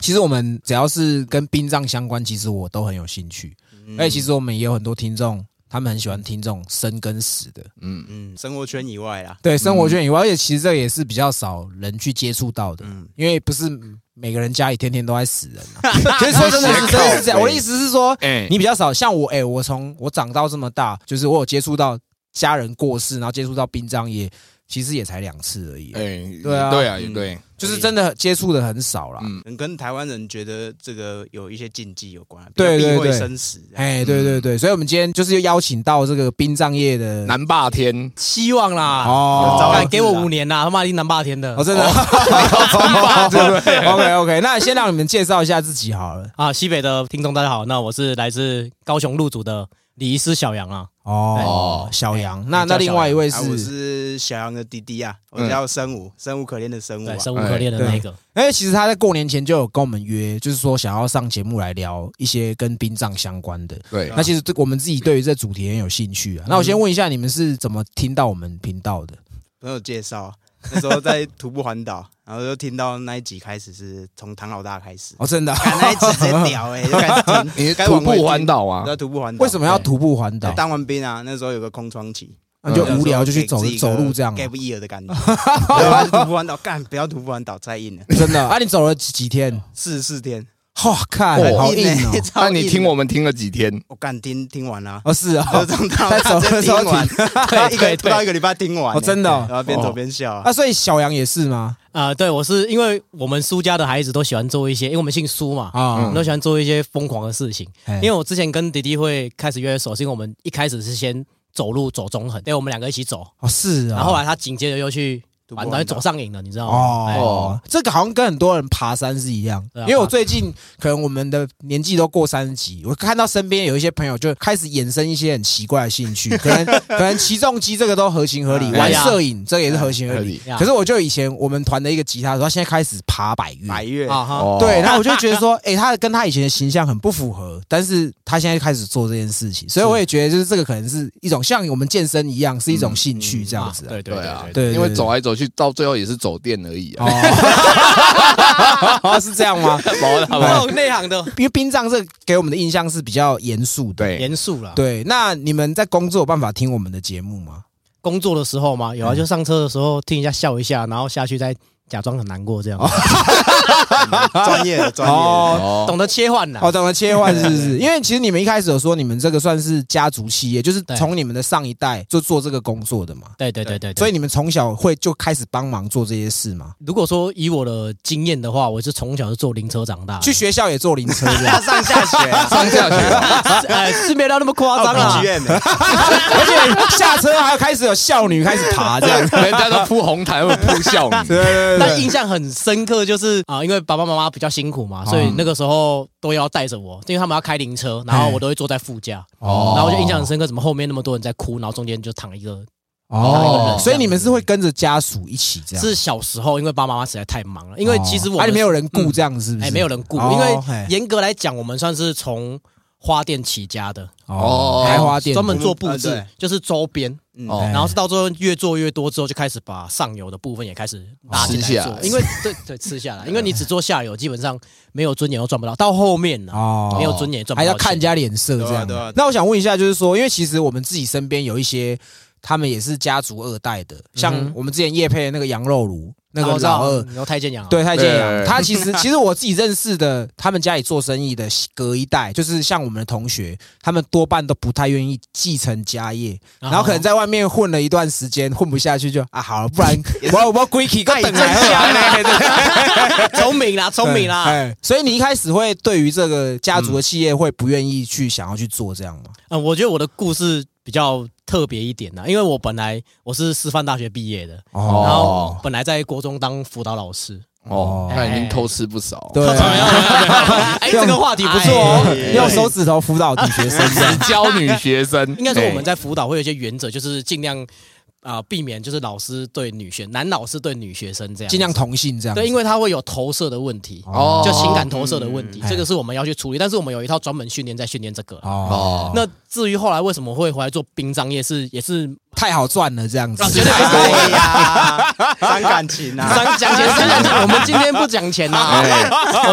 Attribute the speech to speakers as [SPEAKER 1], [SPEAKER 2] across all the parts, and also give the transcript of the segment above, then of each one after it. [SPEAKER 1] 其实我们只要是跟殡葬相关，其实我都很有兴趣。
[SPEAKER 2] 嗯
[SPEAKER 1] 而且其实我们也有很多听众，他们很喜欢听这种生跟死的，
[SPEAKER 2] 嗯，
[SPEAKER 3] 嗯，生活圈以外啦，
[SPEAKER 1] 对生活圈以外，而且其实这也是比较少人去接触到的，
[SPEAKER 2] 嗯
[SPEAKER 1] 因为不是每个人家里天天都在死人 啊。其实说真的是真的是这样，我的意思是说，
[SPEAKER 2] 哎
[SPEAKER 1] 你比较少，像我，哎、我从我长到这么大，就是我有接触到家人过世，然后接触到殡葬业，其实也才两次而已，
[SPEAKER 2] 哎，
[SPEAKER 1] 对啊
[SPEAKER 2] 对啊，也
[SPEAKER 3] 嗯
[SPEAKER 2] 对，
[SPEAKER 1] 就是真的接触的很少啦。
[SPEAKER 2] 嗯，
[SPEAKER 3] 可能跟台湾人觉得这个有一些禁忌有关，啊
[SPEAKER 1] 对
[SPEAKER 3] 比较避
[SPEAKER 1] 对对
[SPEAKER 3] 讳生死这样。
[SPEAKER 1] 哎、对对对，所以我们今天就是邀请到这个殡葬业的，
[SPEAKER 2] 南霸天，
[SPEAKER 4] 希望啦，
[SPEAKER 1] 哦
[SPEAKER 4] 哦，敢给我五年啦，他妈一定南霸天的
[SPEAKER 1] 哦， 真的，OK OK，那先让你们介绍一下自己好了。
[SPEAKER 4] 啊！西北的听众大家好，那我是来自高雄陆主的礼仪师小杨啊，
[SPEAKER 1] 哦，小杨，那那另外一位
[SPEAKER 3] 啊，我
[SPEAKER 1] 是，
[SPEAKER 3] 是小杨的弟弟啊，我
[SPEAKER 2] 嗯
[SPEAKER 3] 叫生无，生无可恋的生无
[SPEAKER 4] 对，
[SPEAKER 3] 啊。
[SPEAKER 4] 生无可恋的那一个，
[SPEAKER 1] 哎，其实他在过年前就有跟我们约，就是说想要上节目来聊一些跟殡葬相关的。
[SPEAKER 2] 对，，
[SPEAKER 1] 那其实这我们自己对于这主题很有兴趣啊。那我先问一下，你们是怎么听到我们频道的？
[SPEAKER 3] 朋友介绍，啊那时候在徒步环岛， 然后就听到那一集开始是从唐老大 开始，
[SPEAKER 1] 哦，真的，
[SPEAKER 3] 看那一集直接屌哎，就开始 听
[SPEAKER 2] 你
[SPEAKER 3] 该
[SPEAKER 2] 徒
[SPEAKER 3] 往外
[SPEAKER 2] 步环
[SPEAKER 3] 听
[SPEAKER 2] 岛啊，
[SPEAKER 3] 在徒步环岛，
[SPEAKER 1] 为什么要徒步环
[SPEAKER 3] 就
[SPEAKER 1] 岛？
[SPEAKER 3] 当完兵啊，那时候有个空窗期，
[SPEAKER 1] 那啊就无哎嗯聊就去走走路这样，啊
[SPEAKER 3] ，gap year 的感觉， 对吧？徒步环岛，干不要徒步环岛，太 硬了，
[SPEAKER 1] 真的啊？你走了几几 天？
[SPEAKER 3] 四十四天，
[SPEAKER 1] 哇，看
[SPEAKER 2] 哦
[SPEAKER 1] 好
[SPEAKER 3] 很
[SPEAKER 1] 硬
[SPEAKER 3] 欸
[SPEAKER 1] 哦！
[SPEAKER 3] 超
[SPEAKER 2] 那
[SPEAKER 3] 硬
[SPEAKER 2] 你
[SPEAKER 3] 的
[SPEAKER 2] 听我们听了几天？
[SPEAKER 3] 我干听听完啦，
[SPEAKER 1] 哦，是 啊，
[SPEAKER 3] 就从唐
[SPEAKER 1] 在走
[SPEAKER 3] 老大
[SPEAKER 1] 的
[SPEAKER 3] 直接
[SPEAKER 1] 时候
[SPEAKER 3] 听完， 一个
[SPEAKER 4] 对
[SPEAKER 3] 不到一个礼拜听完欸，
[SPEAKER 1] 哦真的哦
[SPEAKER 3] 然后边走边笑啊，
[SPEAKER 1] 啊，所以小杨也是吗？
[SPEAKER 4] 啊，对我是因为我们苏家的孩子都喜欢做一些，因为我们姓苏嘛，我
[SPEAKER 1] 啊
[SPEAKER 4] 们，都喜欢做一些疯狂的事情。
[SPEAKER 1] 因
[SPEAKER 4] 嗯因为我之前跟迪迪会开始约手，是因为我们一开始是先走路走中横，对，我们两个一起走，
[SPEAKER 1] 哦是啊，
[SPEAKER 4] 然后后来他紧接着又去玩，
[SPEAKER 3] 徒步
[SPEAKER 4] 等于
[SPEAKER 3] 环岛
[SPEAKER 4] 走上瘾了，你知道吗？哎
[SPEAKER 1] 哦，这个好像跟很多人爬山是一样，
[SPEAKER 4] 对
[SPEAKER 1] 因
[SPEAKER 4] 啊
[SPEAKER 1] 为我最近可能我们的年纪都过三十几，我看到身边有一些朋友就开始衍生一些很奇怪的兴 趣，可能可能骑重机这个都合情合理，
[SPEAKER 3] 嗯
[SPEAKER 1] 玩
[SPEAKER 4] 对啊
[SPEAKER 1] 摄影这个也是合情合
[SPEAKER 2] 合
[SPEAKER 1] 理
[SPEAKER 2] 理。
[SPEAKER 4] 呀
[SPEAKER 1] 可是我就以前我们团的一个吉他手，他现在开始爬百越，
[SPEAKER 3] 百越
[SPEAKER 4] 啊哈，
[SPEAKER 2] 哦，
[SPEAKER 1] 对，然后我就觉得说，哎，他跟他以前的形象很不符合，但是他现在开始做这件事情，所以我也觉得就是这个可能是一种像我们健身一样，是一种兴趣这样子啊。
[SPEAKER 4] 对对
[SPEAKER 2] 对啊
[SPEAKER 4] 对，对，
[SPEAKER 1] 对，
[SPEAKER 2] 因为
[SPEAKER 1] 对
[SPEAKER 2] 走来走去到最后也是走电而已啊。
[SPEAKER 1] 哦，是这样 吗？
[SPEAKER 4] 好
[SPEAKER 1] 吧
[SPEAKER 4] 啊内行的
[SPEAKER 1] 哦因为殡葬这给我们的印象是比较严肃的。
[SPEAKER 2] 对，
[SPEAKER 4] 严肃了。
[SPEAKER 1] 对，那你们在工作有办法听我们的节目吗？
[SPEAKER 4] 工作的时候嘛，有啊，就上车的时候听一下笑一下，然后下去再假装很难过这样，
[SPEAKER 3] 专业的专业的。
[SPEAKER 2] 哦，，
[SPEAKER 4] 懂得切换呐
[SPEAKER 1] 哦，。懂了，切换是不是？因为其实你们一开始有说你们这个算是家族企业，就是
[SPEAKER 4] 对
[SPEAKER 1] 从你们的上一代就做这个工作的嘛，
[SPEAKER 4] 对对对对，对
[SPEAKER 1] 所以你们从小会就开始帮忙做这些事嘛？
[SPEAKER 4] 如果说以我的经验的话，我是从小就坐灵车长大的，
[SPEAKER 1] 去学校也坐灵车这
[SPEAKER 3] 他
[SPEAKER 1] 样。
[SPEAKER 3] 上下学啊
[SPEAKER 2] 上下学，
[SPEAKER 4] 哎是没到那么夸张啊
[SPEAKER 3] 当
[SPEAKER 1] 哦
[SPEAKER 4] 啦
[SPEAKER 3] 剧。院的，
[SPEAKER 1] 而且下车还要开始有少女开始爬这
[SPEAKER 2] 这
[SPEAKER 1] 样，
[SPEAKER 2] 样人家都铺红毯，会铺笑你。
[SPEAKER 1] 对对对
[SPEAKER 4] 但印象很深刻，就是啊、因为爸爸妈妈比较辛苦嘛，所以那个时候都要带着我，因为他们要开灵车，然后我都会坐在副驾，
[SPEAKER 1] 哦
[SPEAKER 4] 然后我就印象很深刻，怎么后面那么多人在哭，然后中间就躺一个。
[SPEAKER 1] 哦
[SPEAKER 2] 哦，
[SPEAKER 1] 所以你们是会跟着家属一起这样？
[SPEAKER 4] 是小时候，因为爸爸妈妈实在太忙了，因为其实我
[SPEAKER 1] 哦啊，
[SPEAKER 4] 们
[SPEAKER 1] 你没有人顾这样是不
[SPEAKER 4] 哎、
[SPEAKER 1] 是？
[SPEAKER 4] 没有人顾，
[SPEAKER 1] 哦
[SPEAKER 4] 因
[SPEAKER 1] 嘿
[SPEAKER 4] 为严格来讲，我们算是从花店起家的，
[SPEAKER 1] 哦
[SPEAKER 2] 哦，
[SPEAKER 1] 开花店哎
[SPEAKER 4] 专门做布
[SPEAKER 3] 我
[SPEAKER 4] 置
[SPEAKER 3] 们，
[SPEAKER 4] 就是周边，
[SPEAKER 2] 哦
[SPEAKER 4] 然后是到最后越做越多之后，就开始把上游的部分也开始拉进
[SPEAKER 2] 吃
[SPEAKER 4] 来
[SPEAKER 2] 下
[SPEAKER 4] 做
[SPEAKER 2] 来，
[SPEAKER 4] 因为对对吃下 来，因为你只做下游，基本上没有尊严都赚不到，到后面呢，
[SPEAKER 1] 哦
[SPEAKER 4] 没有尊严也赚不
[SPEAKER 1] 还
[SPEAKER 4] 到
[SPEAKER 1] 要
[SPEAKER 4] 钱，
[SPEAKER 1] 看人家脸色这
[SPEAKER 3] 对啊
[SPEAKER 1] 样
[SPEAKER 3] 对啊。
[SPEAKER 1] 那我想问一下，就是说，因为其实我们自己身边有一些，他们也是家族二代的，
[SPEAKER 4] 嗯
[SPEAKER 1] 像我们之前叶配的那个羊肉炉，
[SPEAKER 4] 哦
[SPEAKER 1] 那个老二，
[SPEAKER 4] 然后太监养啊，
[SPEAKER 1] 对太监羊，
[SPEAKER 2] 对
[SPEAKER 1] 他其实其实我自己认识的，他们家里做生意的隔一代，就是像我们的同学，他们多半都不太愿意继承家业，
[SPEAKER 4] 啊
[SPEAKER 1] 然后可能在外面混了一段时间，混不下去就啊好了，不然我我归去个等来
[SPEAKER 4] 香呢， 聪明啦，聪明啦，
[SPEAKER 1] 哎，所以你一开始会对于这个家族的企业会不愿意去想要去做这样吗？
[SPEAKER 4] 嗯，我觉得我的故事比较特别一点呐，因为我本来我是师范大学毕业的，
[SPEAKER 1] 哦
[SPEAKER 4] 然后本来在国中当辅导老师，
[SPEAKER 2] 哦，那已经
[SPEAKER 4] 哎
[SPEAKER 2] 偷吃不少。
[SPEAKER 1] 对 啊，
[SPEAKER 4] 哎，这个话题不错哦。哎
[SPEAKER 3] 哎
[SPEAKER 1] 用手指头辅导女学生，
[SPEAKER 2] 只教女学生，
[SPEAKER 4] 应该说我们
[SPEAKER 2] 在
[SPEAKER 4] 在辅导会有一些原则，就是尽量啊、避免就是老师对女学男老师对女学生这样，
[SPEAKER 1] 尽量同性这样。
[SPEAKER 4] 对，因为他会有投射的问题，
[SPEAKER 2] 哦
[SPEAKER 4] 就情感投射的问题，
[SPEAKER 1] 嗯
[SPEAKER 4] 这个是我们要去处理。但是我们有一套专门训练在训练这个。
[SPEAKER 1] 哦，
[SPEAKER 2] 哦，
[SPEAKER 4] 那至于后来为什么会回来做殡葬业，是也是
[SPEAKER 1] 太好赚了这样子
[SPEAKER 4] 啊。绝对不是
[SPEAKER 3] 哎呀，伤感情啊！
[SPEAKER 4] 讲 讲钱，讲讲 钱。我们今天不讲钱呐，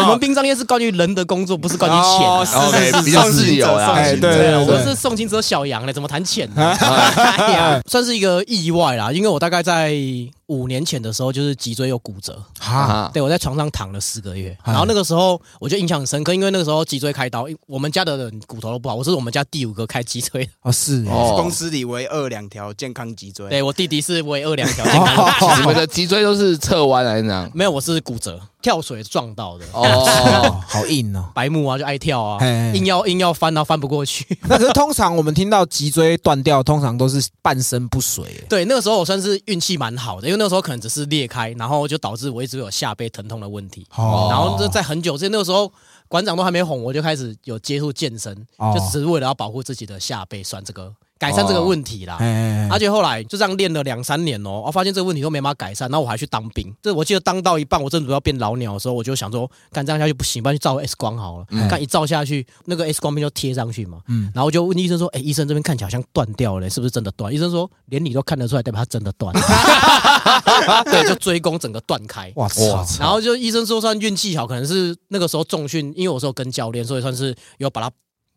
[SPEAKER 4] 我们殡葬业是关于人的工作，不是关于钱啊。
[SPEAKER 1] 哎哦
[SPEAKER 2] 然后
[SPEAKER 1] 是是
[SPEAKER 2] 给
[SPEAKER 1] 是
[SPEAKER 2] 比较自由啦，
[SPEAKER 1] 哎对
[SPEAKER 4] 对，啊
[SPEAKER 1] 对
[SPEAKER 4] 我
[SPEAKER 1] 对啊
[SPEAKER 4] 是送亲只有小羊嘞，怎么谈钱呢？ 哎呀，算是一个意外啦，因为我大概在五年前的时候，就是脊椎有骨折，
[SPEAKER 2] 啊
[SPEAKER 1] 哈，
[SPEAKER 4] 对我在床上躺了四个月，
[SPEAKER 1] 哎
[SPEAKER 4] 然后那个时候我就印象很深刻，因为那个时候脊椎开刀，因我们家的人骨头都不好，我是我们家第五个开脊椎的，
[SPEAKER 1] 哦是 哦，
[SPEAKER 2] 哦
[SPEAKER 3] 公，司里唯二两条健康脊椎，
[SPEAKER 4] 对我弟弟是唯二两条 健康的，
[SPEAKER 2] 你们的脊椎都是侧弯还是那样？
[SPEAKER 4] 没有我是骨折，跳水撞到的。
[SPEAKER 2] 哦，
[SPEAKER 1] 好硬哦。
[SPEAKER 4] 白目啊，就爱跳啊
[SPEAKER 1] 嘿，嘿
[SPEAKER 4] 硬要硬要翻，然后翻不过去。
[SPEAKER 1] 那可是通常我们听到脊椎断掉，通常都是半身不遂。哎
[SPEAKER 4] 对，那个时候我算是运气蛮好的，因为那个时候可能只是裂开，然后就导致我一直有下背疼痛的问题。
[SPEAKER 1] 哦
[SPEAKER 4] 然后就在很久之前，那个时候馆长都还没红，我就开始有接触健身，
[SPEAKER 1] 哦
[SPEAKER 4] 就只是为了要保护自己的下背酸这个改善这个问题啦。
[SPEAKER 1] 哎，
[SPEAKER 4] 而且后来就这样练了两三年哦，我发现这个问题都没办法改善，然后我还去当兵。这我记得当到一半，我真的要变老鸟的时候，我就想说，干这样下去不行，不然去照 X 光好了。干、一照下去，那个 X 光片就贴上去嘛。
[SPEAKER 1] 嗯
[SPEAKER 4] 然后我就问医生说，哎、医生这边看起来好像断掉了，是不是真的断？医生说，连你都看得出来，代表它真的断。 对，就追踪整个断开。
[SPEAKER 1] 哇操！
[SPEAKER 4] 然后就医生说算运气好，可能是那个时候重训，因为我是有跟教练，所以算是有把它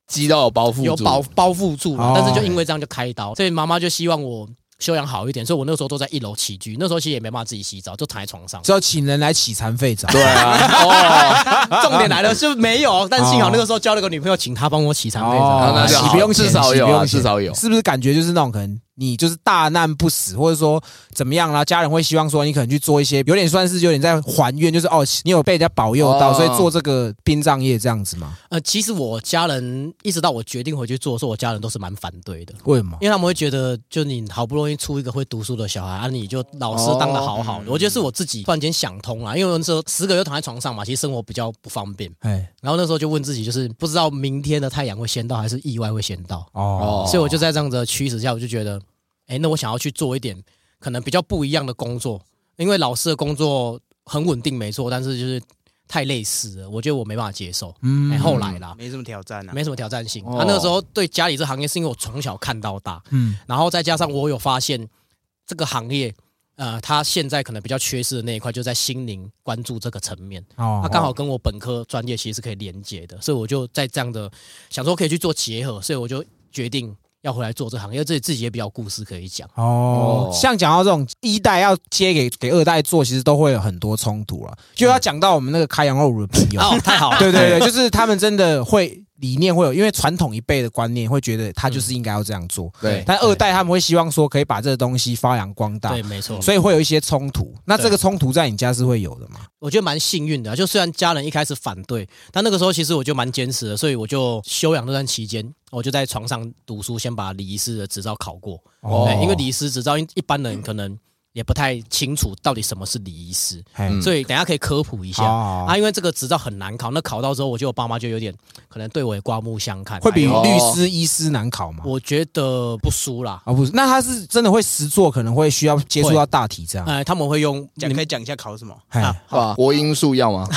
[SPEAKER 2] 肌肉有包覆住，
[SPEAKER 4] 有包包覆住了
[SPEAKER 1] 哦，。
[SPEAKER 4] 但是就因为这样就开刀，所以妈妈就希望我修养好一点，所以我那个时候都在一楼起居，那时候其实也没办法自己洗澡，就躺在床上
[SPEAKER 1] 只要请人来洗残废澡。
[SPEAKER 2] 对啊，哦，
[SPEAKER 4] 重点来了，就没有，但幸好那个时候交了个女朋友，请她帮我洗残废
[SPEAKER 1] 哦
[SPEAKER 4] 澡。
[SPEAKER 2] 那就
[SPEAKER 1] 洗
[SPEAKER 2] 好
[SPEAKER 1] 不用钱
[SPEAKER 2] 至少有
[SPEAKER 1] 洗不
[SPEAKER 2] 啊，
[SPEAKER 1] 用钱
[SPEAKER 2] 至少有。
[SPEAKER 1] 是不是感觉就是那种可能你就是大难不死，或者说怎么样啦？家人会希望说你可能去做一些有点算是有点在还愿，就是哦，你有被人家保佑到，
[SPEAKER 2] 哦
[SPEAKER 1] 所以做这个殡葬业这样子嘛？
[SPEAKER 4] 呃，其实我家人一直到我决定回去做的时候，我家人都是蛮反对的。
[SPEAKER 1] 为什么？
[SPEAKER 4] 因为他们会觉得，就你好不容易出一个会读书的小孩啊，你就老师当的好好的。我觉得是我自己突然间想通了，因为我那时候十个月躺在床上嘛，其实生活比较不方便。
[SPEAKER 1] 哎，
[SPEAKER 4] 然后那时候就问自己，就是不知道明天的太阳会先到，还是意外会先到。
[SPEAKER 1] 哦，
[SPEAKER 2] 哦
[SPEAKER 4] 所以我就在这样的驱使下，我就觉得，哎，那我想要去做一点可能比较不一样的工作，因为老师的工作很稳定，没错，但是就是太类似了，我觉得我没办法接受。
[SPEAKER 1] 嗯
[SPEAKER 4] 哎，后来啦，
[SPEAKER 3] 没什么挑战啊。
[SPEAKER 4] 没什么挑战性。
[SPEAKER 2] 哦
[SPEAKER 4] 啊，那个时候对家里这行业是因为我从小看到大，
[SPEAKER 1] 嗯，
[SPEAKER 4] 然后再加上我有发现这个行业。呃，他现在可能比较缺失的那一块，就在心灵关注这个层面。
[SPEAKER 1] 哦，
[SPEAKER 4] 它刚好跟我本科专业其实是可以连接的，所以我就在这样的想说可以去做结合，所以我就决定要回来做这行，因为自己自己也比较有故事可以讲。
[SPEAKER 1] 哦
[SPEAKER 2] 哦，
[SPEAKER 1] 像讲到这种一代要接给给二代做，其实都会有很多冲突了。就要讲到我们那个开羊肉炉的朋友，
[SPEAKER 4] 哦，太好了，
[SPEAKER 1] 对对对，就是他们真的会理念会有，因为传统一辈的观念会觉得
[SPEAKER 4] 嗯
[SPEAKER 1] 他就是应该要这样做，
[SPEAKER 2] 对
[SPEAKER 1] 但二代他们会希望说可以把这个东西发扬光大
[SPEAKER 4] 对，，没错。所以
[SPEAKER 1] 所以会有一些冲突。那
[SPEAKER 4] 对
[SPEAKER 1] 这个冲突在你家是会有的嘛？
[SPEAKER 4] 我觉得蛮幸运的啊，就虽然家人一开始反对，但那个时候其实我就蛮坚持的，所以我就休养那段期间，我就在床上读书，先把礼仪师的执照考过。
[SPEAKER 1] 哦
[SPEAKER 4] 哦，因为礼仪师执照，因一般人可能也不太清楚到底什么是礼仪师，
[SPEAKER 1] 嘿
[SPEAKER 2] 嗯
[SPEAKER 4] 所以等一下可以科普一下。
[SPEAKER 1] 好好好
[SPEAKER 4] 啊，因为这个执照很难考，那考到之后，我觉得我爸妈就有点可能对我也刮目相看，
[SPEAKER 1] 会比
[SPEAKER 4] 哎呦
[SPEAKER 2] 哦
[SPEAKER 1] 律师、医师难考嘛？
[SPEAKER 4] 我觉得不输啦。
[SPEAKER 1] 啊，不是，那他是真的会实做，可能会需要接触到大体这样。
[SPEAKER 4] 呃，他们会用
[SPEAKER 3] 讲
[SPEAKER 4] 你
[SPEAKER 3] 可
[SPEAKER 4] 们
[SPEAKER 3] 以讲一下考什么？
[SPEAKER 1] 嘿
[SPEAKER 4] 啊
[SPEAKER 2] 是吧？国英数要吗？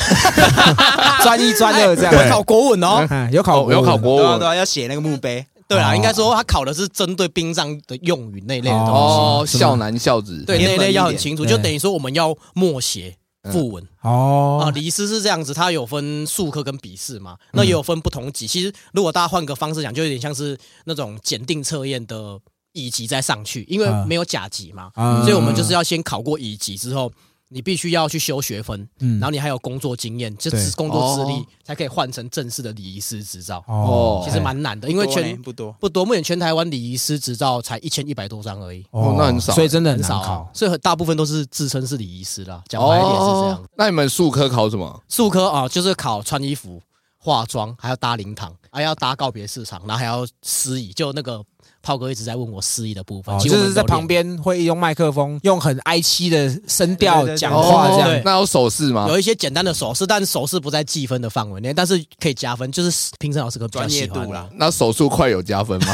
[SPEAKER 1] 专一、专
[SPEAKER 3] 呃
[SPEAKER 1] 二这样。
[SPEAKER 4] 会考国文哦。
[SPEAKER 1] 嗯有考
[SPEAKER 2] 哦有考
[SPEAKER 1] 过
[SPEAKER 2] 国
[SPEAKER 3] 对啊
[SPEAKER 2] 文
[SPEAKER 3] 对啊，要写那个墓碑。
[SPEAKER 4] 对啦，
[SPEAKER 1] 哦
[SPEAKER 4] 应该说他考的是针对殡葬的用语那一类的东西，
[SPEAKER 2] 哦，
[SPEAKER 1] 是吗
[SPEAKER 2] 孝男孝子，
[SPEAKER 4] 对那一类要很清楚，
[SPEAKER 1] 对
[SPEAKER 4] 就等于说我们要默写。
[SPEAKER 2] 嗯
[SPEAKER 4] 副文啊，
[SPEAKER 1] 哦，
[SPEAKER 4] 李斯是这样子，他有分术科跟笔试嘛，那也有分不同级。其实如果大家换个方式讲，就有点像是那种检定测验的乙级再上去，因为
[SPEAKER 1] 嗯
[SPEAKER 4] 没有甲级嘛，
[SPEAKER 1] 嗯
[SPEAKER 4] 所以我们就是要先考过乙级之后，你必须要去修学分，
[SPEAKER 1] 嗯
[SPEAKER 4] 然后你还有工作经验，就
[SPEAKER 1] 对
[SPEAKER 4] 是工作资历
[SPEAKER 2] 哦
[SPEAKER 4] 才可以换成正式的礼仪师执照。
[SPEAKER 1] 哦，
[SPEAKER 4] 其实蛮难的，因为
[SPEAKER 3] 多
[SPEAKER 4] 全
[SPEAKER 3] 呢不多，
[SPEAKER 4] 不多，目前全台湾礼仪师执照才一千一百多张而已，
[SPEAKER 2] 哦那很少
[SPEAKER 1] 所以真的很
[SPEAKER 4] 很
[SPEAKER 1] 难
[SPEAKER 4] 少
[SPEAKER 1] 考
[SPEAKER 4] 啊，。所以很大部分都是自称是礼仪师啦。讲白一点是这样
[SPEAKER 2] 哦。，那你们数科考什么？
[SPEAKER 4] 术科啊，就是考穿衣服、化妆，还要搭灵堂，还要搭告别市场，然后还要司仪。就那个炮哥一直在问我司仪的部分，
[SPEAKER 1] 哦
[SPEAKER 4] 其
[SPEAKER 1] 就
[SPEAKER 4] 实我们
[SPEAKER 1] 是在
[SPEAKER 4] 都练
[SPEAKER 1] 旁边会用麦克风，用很哀凄的声调
[SPEAKER 3] 对对对
[SPEAKER 1] 讲话这
[SPEAKER 2] 哦
[SPEAKER 1] 样。
[SPEAKER 4] 对
[SPEAKER 2] 那有手势吗？
[SPEAKER 4] 有一些简单的手势，但手势不在计分的范围内，但是可以加分，就是评审老师可能比较
[SPEAKER 3] 专业
[SPEAKER 4] 喜欢
[SPEAKER 3] 度啦。。
[SPEAKER 2] 那手速快有加分吗？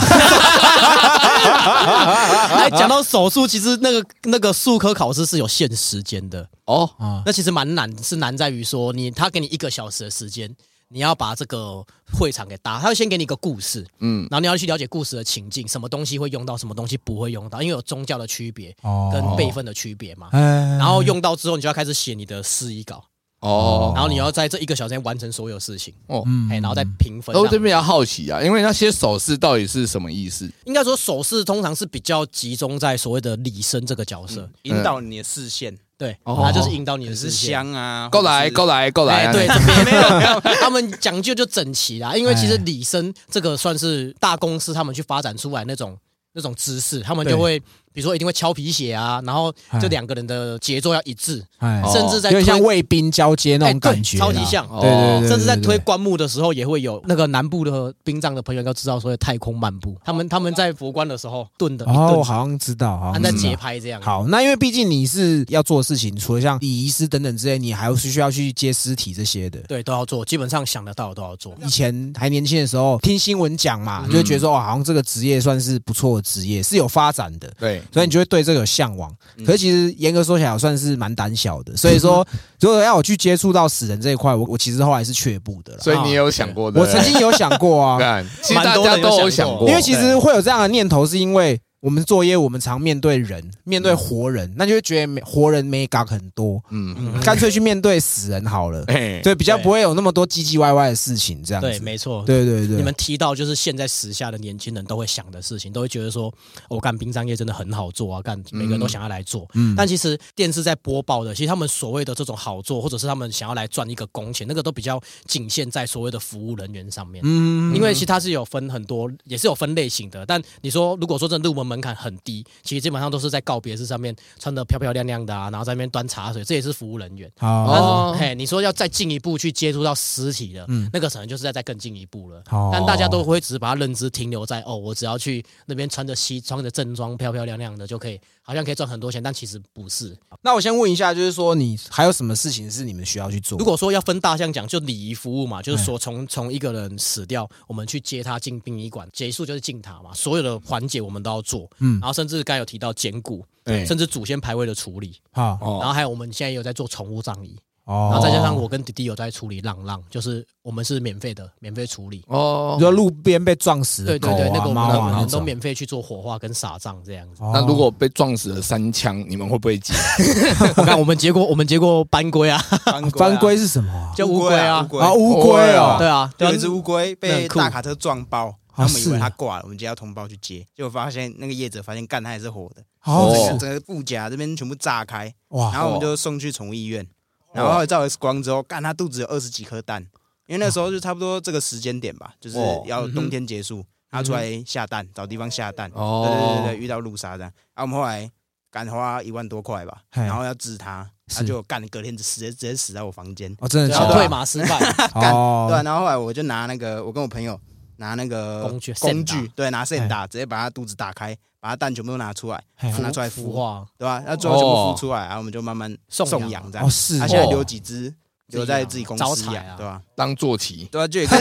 [SPEAKER 4] 哎，讲到手术，其实那个那个术科考试是有限时间的，
[SPEAKER 2] 哦，
[SPEAKER 1] 啊，
[SPEAKER 4] 那其实蛮难，是难在于说你他给你一个小时的时间，你要把这个会场给搭，他会先给你一个故事，
[SPEAKER 2] 嗯，
[SPEAKER 4] 然后你要去了解故事的情境，什么东西会用到，什么东西不会用到，因为有宗教的区别
[SPEAKER 1] 哦
[SPEAKER 4] 跟辈分的区别嘛。
[SPEAKER 1] 哎
[SPEAKER 4] 然后用到之后，你就要开始写你的事宜稿，
[SPEAKER 2] 哦，
[SPEAKER 4] 然后你要在这一个小时内完成所有事情，
[SPEAKER 2] 哦，
[SPEAKER 1] 嗯
[SPEAKER 4] 哎，然后再评分
[SPEAKER 2] 然后这边
[SPEAKER 4] 让。
[SPEAKER 2] 比较好奇啊，因为那些手势到底是什么意思？
[SPEAKER 4] 应该说手势通常是比较集中在所谓的李生这个角色，
[SPEAKER 3] 引导你的视线，
[SPEAKER 4] 对，
[SPEAKER 2] 嗯哦
[SPEAKER 4] 他就是引导你
[SPEAKER 3] 嗯也
[SPEAKER 4] 的
[SPEAKER 3] 是
[SPEAKER 4] 视线。
[SPEAKER 3] 香啊，
[SPEAKER 2] 过来，
[SPEAKER 3] 够
[SPEAKER 2] 过来，过来
[SPEAKER 4] 哎，
[SPEAKER 2] 啊！
[SPEAKER 4] 对，
[SPEAKER 2] 你
[SPEAKER 4] 这边没有， 他们讲究就整齐啦。因为其实
[SPEAKER 1] 哎
[SPEAKER 4] 李生这个算是大公司，他们去发展出来那种那种姿势，他们
[SPEAKER 1] 对
[SPEAKER 4] 就会比如说一定会敲皮鞋啊，然后
[SPEAKER 1] 哎
[SPEAKER 4] 这两个人的节奏要一致，
[SPEAKER 1] 哎
[SPEAKER 2] 哦
[SPEAKER 4] 甚至在
[SPEAKER 1] 有点像
[SPEAKER 4] 推
[SPEAKER 1] 卫兵交接那种感觉啦，
[SPEAKER 4] 哎对超级像
[SPEAKER 1] 对对对对对，
[SPEAKER 4] 甚至在
[SPEAKER 1] 对
[SPEAKER 4] 推棺木的时候，也会有那个南部的殡葬的朋友应该知道，所谓太空漫步，他们他们在佛棺的时候蹲的一
[SPEAKER 1] 哦，
[SPEAKER 4] 蹲
[SPEAKER 1] 我，好像知道，好
[SPEAKER 4] 他
[SPEAKER 1] 像
[SPEAKER 4] 在
[SPEAKER 1] 知道
[SPEAKER 4] 节拍这样。
[SPEAKER 1] 好，那因为毕竟你是要做的事情，除了像礼仪师等等之类，你还是需要去接尸体这些的。
[SPEAKER 4] 对，都要做，基本上想得到的都要做。
[SPEAKER 1] 以前还年轻的时候，听新闻讲嘛，就会觉得说，哦，好像这个职业算是不错的职业，是有发展的，
[SPEAKER 2] 对，
[SPEAKER 1] 所以你就会对这个有向往。可是其实严格说起来，我算是蛮胆小的。所以说，如果要我去接触到死人这一块，我我其实后来是却步的了。
[SPEAKER 2] 所以你有想过的？
[SPEAKER 1] 我曾经有想过 啊，
[SPEAKER 2] 看，其实大家都有想过，
[SPEAKER 1] 因为其实会有这样的念头，是因为我们做业务，我们常面对人，面对活人，那就会觉得没活人没感很多，
[SPEAKER 2] 嗯，
[SPEAKER 1] 干脆去面对死人好了，
[SPEAKER 2] 哎，
[SPEAKER 1] 对，比较不会有那么多唧唧歪歪的事情这样
[SPEAKER 4] 对，
[SPEAKER 1] 子。
[SPEAKER 4] 没错。
[SPEAKER 1] 对对对，
[SPEAKER 4] 你们提到就是现在时下的年轻人都会想的事情，都会觉得说，我、干殡葬业真的很好做啊，干每个人都想要来做。
[SPEAKER 1] 嗯
[SPEAKER 4] 但其实电视在播报的，其实他们所谓的这种好做，或者是他们想要来赚一个工钱，那个都比较仅限在所谓的服务人员上面。
[SPEAKER 1] 嗯
[SPEAKER 4] 因为其实它是有分很多，也是有分类型的。但你说如果说这入门门槛很低，其实基本上都是在告别式上面穿的漂漂亮亮的啊，然后在那边端茶水，这也是服务人员。但
[SPEAKER 1] 好
[SPEAKER 2] 哦
[SPEAKER 4] 是嘿，你说要再进一步去接触到尸体的，那个可能就是在再更进一步了。
[SPEAKER 1] 哦
[SPEAKER 4] 但大家都会只把它认知停留在哦，我只要去那边穿着西穿着正装漂漂亮亮的就可以，好像可以赚很多钱，但其实不是。
[SPEAKER 1] 那我先问一下，就是说你还有什么事情是你们需要去做？
[SPEAKER 4] 如果说要分大项讲，就礼仪服务嘛，就是说从从一个人死掉，我们去接他进殡仪馆，结束就是进塔嘛，所有的环节我们都要做，
[SPEAKER 1] 嗯
[SPEAKER 4] 然后甚至刚才有提到捡骨，
[SPEAKER 2] 对
[SPEAKER 4] 甚至祖先牌位的处理，
[SPEAKER 1] 好
[SPEAKER 2] 哦
[SPEAKER 4] 然后还有我们现在也有在做宠物葬仪，
[SPEAKER 1] 哦，
[SPEAKER 4] 然后再加上我跟弟弟有在处理浪浪，就是我们是免费的，免费处理。
[SPEAKER 1] 你
[SPEAKER 2] 哦，
[SPEAKER 1] 说路边被撞死的
[SPEAKER 4] 对对对，
[SPEAKER 1] 狗
[SPEAKER 4] 那
[SPEAKER 1] 啊猫
[SPEAKER 4] 个我们我
[SPEAKER 1] 啊那
[SPEAKER 4] 们都
[SPEAKER 1] 种。
[SPEAKER 4] 免费去做火化跟撒葬这样子。
[SPEAKER 1] 哦
[SPEAKER 2] 那如果被撞死了三枪，你们会不会接？
[SPEAKER 4] 我看我们结果我们结果班规啊，
[SPEAKER 3] 翻
[SPEAKER 1] 翻
[SPEAKER 3] 龟
[SPEAKER 1] 龟是什么啊？
[SPEAKER 4] 叫
[SPEAKER 3] 乌
[SPEAKER 4] 乌
[SPEAKER 3] 龟
[SPEAKER 4] 龟
[SPEAKER 3] 啊
[SPEAKER 4] 啊，
[SPEAKER 1] 啊，乌龟
[SPEAKER 3] 啊
[SPEAKER 1] 哦，
[SPEAKER 4] 对啊，对啊
[SPEAKER 3] 有一只乌龟
[SPEAKER 4] 那
[SPEAKER 3] 被
[SPEAKER 4] 很酷
[SPEAKER 3] 大卡车撞爆，然后我们以
[SPEAKER 1] 是
[SPEAKER 3] 为
[SPEAKER 1] 啊
[SPEAKER 3] 它挂了，我们接到通报去接，结果发现那个业者发现干它还是活的，
[SPEAKER 1] 好
[SPEAKER 2] 哦
[SPEAKER 1] 是哦
[SPEAKER 3] 整个腹甲这边全部炸开，然
[SPEAKER 1] 哇，
[SPEAKER 3] 后我们就送去宠物医院，
[SPEAKER 1] 哦
[SPEAKER 3] 然后后来照 X 光之后，干它肚子有二十几颗蛋，因为那时候就差不多这个时间点
[SPEAKER 1] 哦
[SPEAKER 3] 吧，就是要冬天结
[SPEAKER 1] 嗯
[SPEAKER 3] 束，它出来下蛋，找地方下蛋，对对
[SPEAKER 2] 哦
[SPEAKER 3] 对对，遇到路杀这样，啊，我们后来干花一万多块吧，
[SPEAKER 1] 嘿
[SPEAKER 3] 然后要治它，它
[SPEAKER 1] 是
[SPEAKER 3] 就干隔天直接直接死在我房间，
[SPEAKER 1] 哦，真的
[SPEAKER 4] 然
[SPEAKER 1] 假
[SPEAKER 4] 后
[SPEAKER 1] 的？
[SPEAKER 4] 啊退马失败，
[SPEAKER 3] 干
[SPEAKER 1] 哦
[SPEAKER 3] 对啊，然后后来我就拿那个，我跟我朋友拿那个
[SPEAKER 4] 工具
[SPEAKER 3] 工
[SPEAKER 4] 扇
[SPEAKER 3] 具，对，拿线打，直接把它肚子打开，把它蛋全部都拿出来，
[SPEAKER 1] 嘿
[SPEAKER 3] 拿出来
[SPEAKER 4] 孵
[SPEAKER 3] 孵，
[SPEAKER 4] 化
[SPEAKER 3] 对吧？那最后全部
[SPEAKER 2] 哦
[SPEAKER 3] 孵出来，然后我们就慢慢
[SPEAKER 4] 送
[SPEAKER 3] 送
[SPEAKER 4] 养
[SPEAKER 3] 养这样
[SPEAKER 1] 哦。是
[SPEAKER 4] 啊
[SPEAKER 3] 他
[SPEAKER 1] 哦
[SPEAKER 3] 现在
[SPEAKER 2] 哦
[SPEAKER 3] 留几只留在自己公
[SPEAKER 4] 招
[SPEAKER 3] 司
[SPEAKER 4] 财
[SPEAKER 3] 养，
[SPEAKER 4] 啊
[SPEAKER 3] 对吧？
[SPEAKER 2] 当坐骑？
[SPEAKER 3] 对啊，就有一个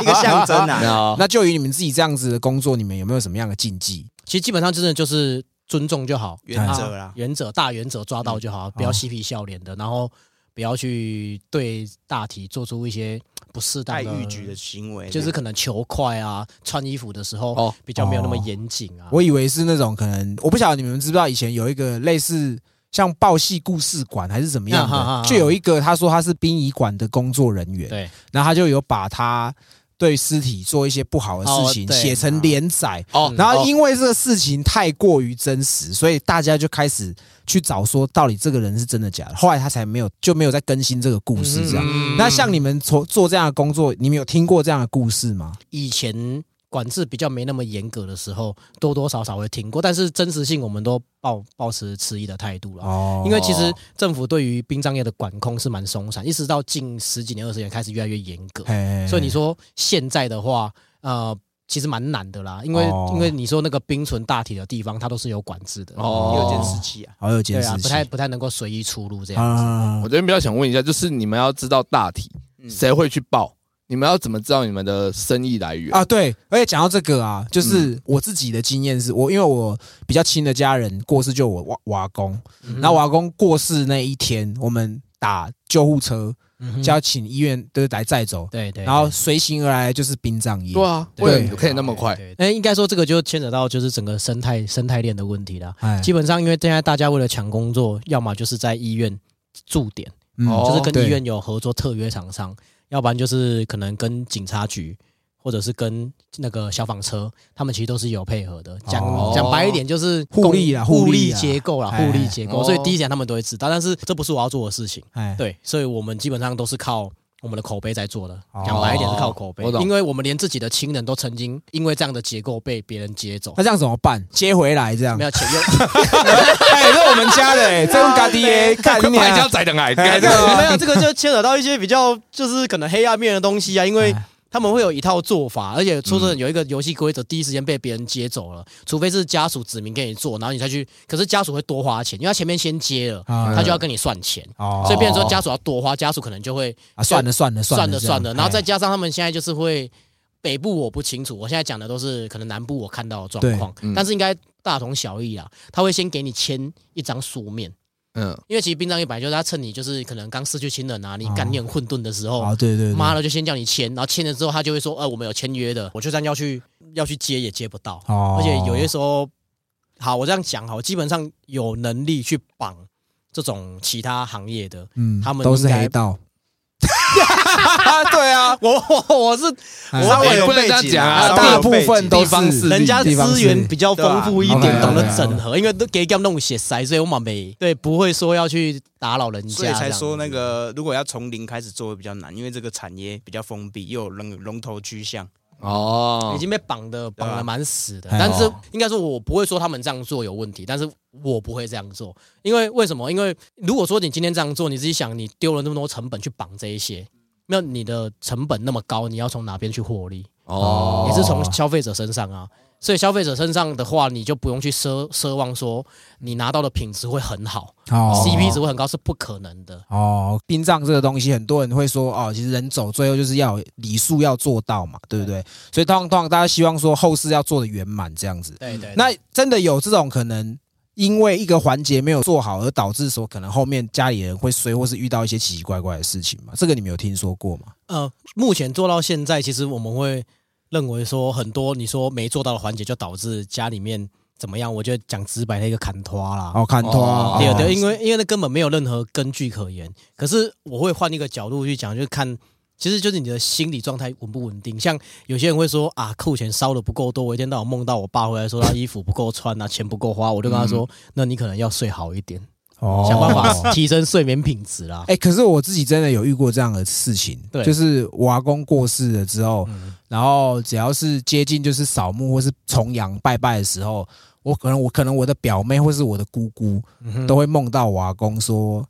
[SPEAKER 3] 一个象征 啊。
[SPEAKER 2] 啊，
[SPEAKER 1] 那就以你们自己这样子的工作，你们有没有什么样的禁忌？
[SPEAKER 4] 其实基本上真的就是尊重就好，
[SPEAKER 3] 原则啦
[SPEAKER 4] 啊原则大原则抓到就好，不要嬉皮笑脸的，然后不要去对大体做出一些不适当
[SPEAKER 3] 太
[SPEAKER 4] 的
[SPEAKER 3] 逾矩的，行为，
[SPEAKER 4] 就是可能求快啊，穿衣服的时候
[SPEAKER 2] 哦
[SPEAKER 4] 比较没有那么严谨啊。
[SPEAKER 1] 我以为是那种可能，我不晓得你们知不知道，以前有一个类似像报系故事馆还是怎么样
[SPEAKER 4] 啊哈哈
[SPEAKER 1] 的，
[SPEAKER 4] 哈
[SPEAKER 1] 就有一个他说他是殡仪馆的工作人员，
[SPEAKER 4] 对，
[SPEAKER 1] 然后他就有把他对尸体做一些不好的事情
[SPEAKER 4] 哦对嗯
[SPEAKER 1] 写成连载，
[SPEAKER 2] 哦，
[SPEAKER 1] 嗯然后因为这个事情太过于真实，所以大家就开始去找说到底这个人是真的假的，后来他才没有就没有再更新这个故事这样。
[SPEAKER 2] 嗯
[SPEAKER 1] 那像你们做做这样的工作，你们有听过这样的故事吗？
[SPEAKER 4] 以前管制比较没那么严格的时候，多多少少会听过，但是真实性我们都抱抱持迟疑的态度了。
[SPEAKER 1] 哦
[SPEAKER 4] 因为其实政府对于殡葬业的管控是蛮松散，一直到近十几年、二十年开始越来越严格。
[SPEAKER 1] 嘿
[SPEAKER 4] 所以你说现在的话，呃，其实蛮难的啦，因为、
[SPEAKER 1] 哦
[SPEAKER 4] 因为你说那个冰存大体的地方，它都是有管制的，嗯
[SPEAKER 2] 哦
[SPEAKER 3] 六件事情啊，
[SPEAKER 1] 好有件
[SPEAKER 4] 对
[SPEAKER 1] 事
[SPEAKER 4] 啊，
[SPEAKER 1] 情，
[SPEAKER 4] 不太不太能够随意出入这样。
[SPEAKER 1] 啊
[SPEAKER 2] 我这边比较想问一下，就是你们要知道大体，
[SPEAKER 3] 嗯
[SPEAKER 2] 谁会去报？你们要怎么知道你们的生意来源？
[SPEAKER 1] 啊，对，而且讲到这个啊，
[SPEAKER 4] 嗯
[SPEAKER 1] 就是我自己的经验是我，因为我比较亲的家人过世，就
[SPEAKER 4] 嗯
[SPEAKER 1] 我我我阿公，然后我阿公过世那一天，我们打救护车，
[SPEAKER 4] 嗯
[SPEAKER 1] 就
[SPEAKER 4] 哼
[SPEAKER 1] 要请医院都来载走，
[SPEAKER 4] 对对，
[SPEAKER 1] 然后随行而来就是殡葬业。
[SPEAKER 2] 对啊，
[SPEAKER 4] 对
[SPEAKER 2] 为什么可以那么快？
[SPEAKER 4] 对，哎，应该说这个就牵扯到就是整个生态生态链的问题啦。
[SPEAKER 1] 哎，
[SPEAKER 4] 基本上，因为现在大家为了抢工作，要么就是在医院驻点，
[SPEAKER 1] 嗯
[SPEAKER 2] 哦
[SPEAKER 4] 就是跟
[SPEAKER 1] 对
[SPEAKER 4] 医院有合作特约厂商，要不然就是可能跟警察局或者是跟那个消防车，他们其实都是有配合的。讲
[SPEAKER 1] 哦
[SPEAKER 4] 讲白一点，就是
[SPEAKER 1] 互
[SPEAKER 4] 共
[SPEAKER 1] 利啦互
[SPEAKER 4] 互
[SPEAKER 1] 利
[SPEAKER 4] 利
[SPEAKER 1] 啦
[SPEAKER 4] 结构啦，
[SPEAKER 1] 哎
[SPEAKER 4] 互利结构。
[SPEAKER 2] 哦
[SPEAKER 4] 所以第一点他们都会知道，但是这不是我要做的事情。
[SPEAKER 1] 哎，
[SPEAKER 4] 对，所以我们基本上都是靠我们的口碑在做的
[SPEAKER 1] 哦。
[SPEAKER 4] 讲白一点是靠口碑
[SPEAKER 2] 我，懂
[SPEAKER 4] 因为我们连自己的亲人都曾经因为这样的结构被别人接走
[SPEAKER 1] 那，这样怎么办？接回来这样
[SPEAKER 4] 没？有钱又
[SPEAKER 1] 哎，这我们家的哎，这用 嘎滴耶，干你
[SPEAKER 2] 快
[SPEAKER 1] 娘
[SPEAKER 2] 叫！宰等来，
[SPEAKER 1] 哎
[SPEAKER 2] 干
[SPEAKER 1] 对啊
[SPEAKER 4] 没有这个就牵扯到一些比较就是可能黑暗面的东西啊，因
[SPEAKER 1] 哎
[SPEAKER 4] 为他们会有一套做法，而且说真的，有一个游戏规则，第一时间被别人接走
[SPEAKER 1] 哎
[SPEAKER 4] 了，除非是家属指明给你做，然后你再去，可是家属会多花钱，因为他前面先接了，
[SPEAKER 1] 啊
[SPEAKER 4] 他就要跟你算钱，
[SPEAKER 1] 哦
[SPEAKER 4] 所以变成说家属要多花，家属可能就会
[SPEAKER 1] 啊，算了算了
[SPEAKER 4] 算
[SPEAKER 1] 了
[SPEAKER 4] 了算了，然后再
[SPEAKER 1] 哎
[SPEAKER 4] 加上他们现在就是会北部我不清楚，我现在讲的都是可能南部我看到的状况
[SPEAKER 2] 对嗯，
[SPEAKER 4] 但是应该大同小异啦，他会先给你签一张书面。
[SPEAKER 2] 嗯，
[SPEAKER 4] 因为其实殡葬业本来就是他趁你就是可能刚失去亲人啊，你
[SPEAKER 1] 哦
[SPEAKER 4] 干念混沌的时候
[SPEAKER 1] 哦，，对对，对
[SPEAKER 4] 妈的就先叫你签，然后签了之后他就会说，呃，我们有签约的，我就算要去要去接也接不到，
[SPEAKER 1] 哦，
[SPEAKER 4] 而且有些时候，好，我这样讲好，基本上有能力去绑这种其他行业的，
[SPEAKER 1] 嗯，
[SPEAKER 4] 他们
[SPEAKER 1] 都是
[SPEAKER 4] 应该
[SPEAKER 1] 黑道。对啊，
[SPEAKER 4] 我 我我是
[SPEAKER 1] 哎
[SPEAKER 3] 稍微
[SPEAKER 2] 哎
[SPEAKER 3] 有
[SPEAKER 2] 不能
[SPEAKER 3] 背
[SPEAKER 2] 这样
[SPEAKER 3] 景
[SPEAKER 2] 讲
[SPEAKER 3] 啊
[SPEAKER 2] 啊
[SPEAKER 3] 稍微
[SPEAKER 1] 大
[SPEAKER 3] 有
[SPEAKER 1] 部
[SPEAKER 3] 背
[SPEAKER 1] 分
[SPEAKER 3] 景
[SPEAKER 1] 都
[SPEAKER 2] 地方
[SPEAKER 1] 是
[SPEAKER 2] 势力
[SPEAKER 4] 人家
[SPEAKER 1] 地方
[SPEAKER 4] 资
[SPEAKER 1] 势
[SPEAKER 4] 源
[SPEAKER 1] 力
[SPEAKER 4] 比较丰富一
[SPEAKER 1] 对啊
[SPEAKER 4] 点，懂得
[SPEAKER 1] OK，OK，OK
[SPEAKER 4] 整合，因为都给他们弄血塞，所以我嘛没对不会说要去打扰人家，
[SPEAKER 3] 嗯所以才说
[SPEAKER 4] 这
[SPEAKER 3] 那
[SPEAKER 4] 样子
[SPEAKER 3] 个如果要从零开始做会比较难，因为这个产业比较封闭，又有龙龙头趋向。
[SPEAKER 2] 哦，
[SPEAKER 4] 已经被绑的绑
[SPEAKER 3] 对啊
[SPEAKER 4] 的蛮死的。
[SPEAKER 1] 哎
[SPEAKER 4] 但是
[SPEAKER 2] 哦
[SPEAKER 4] 应该说，我不会说他们这样做有问题，但是我不会这样做，因为为什么？因为如果说你今天这样做，你自己想，你丢了那么多成本去绑这一些，那你的成本那么高，你要从哪边去获利？
[SPEAKER 2] 哦，
[SPEAKER 4] 也是从消费者身上啊。所以消费者身上的话，你就不用去奢奢望说你拿到的品质会很好、
[SPEAKER 1] 哦
[SPEAKER 4] c p 值会很高是不可能的。
[SPEAKER 1] 哦，殡葬这个东西，很多人会说哦，其实人走最后就是要有礼数要做到嘛，对不对？所以通常通常大家希望说后事要做的圆满这样子。
[SPEAKER 4] 对对
[SPEAKER 1] 那真的有这种可能，因为一个环节没有做好而导致说可能后面家里人会衰，或是遇到一些奇奇怪怪的事情嘛？这个你们有听说过吗？
[SPEAKER 4] 呃，目前做到现在，其实我们会认为说很多你说没做到的环节，就导致家里面怎么样？我觉得讲直白的一个砍拖啦。
[SPEAKER 1] 哦，看拖啊
[SPEAKER 2] 哦
[SPEAKER 4] 对
[SPEAKER 1] 哦
[SPEAKER 4] 对，因为因为那根本没有任何根据可言。可是我会换一个角度去讲，就是看，其实就是你的心理状态稳不稳定。像有些人会说啊，扣钱烧的不够多，我一天到晚梦到我爸回来说他衣服不够穿啊，钱不够花，我就跟他说，那你可能要睡好一点，
[SPEAKER 1] 嗯哦
[SPEAKER 4] 想办法提升睡眠品质啦。
[SPEAKER 1] 哎、可是我自己真的有遇过这样的事情，
[SPEAKER 4] 对嗯
[SPEAKER 1] 就是我阿公过世了之后，然后只要是接近就是扫墓或是重阳拜拜的时候，我可能我可能我的表妹或是我的姑姑、
[SPEAKER 4] 嗯
[SPEAKER 1] 都会梦到我阿公说，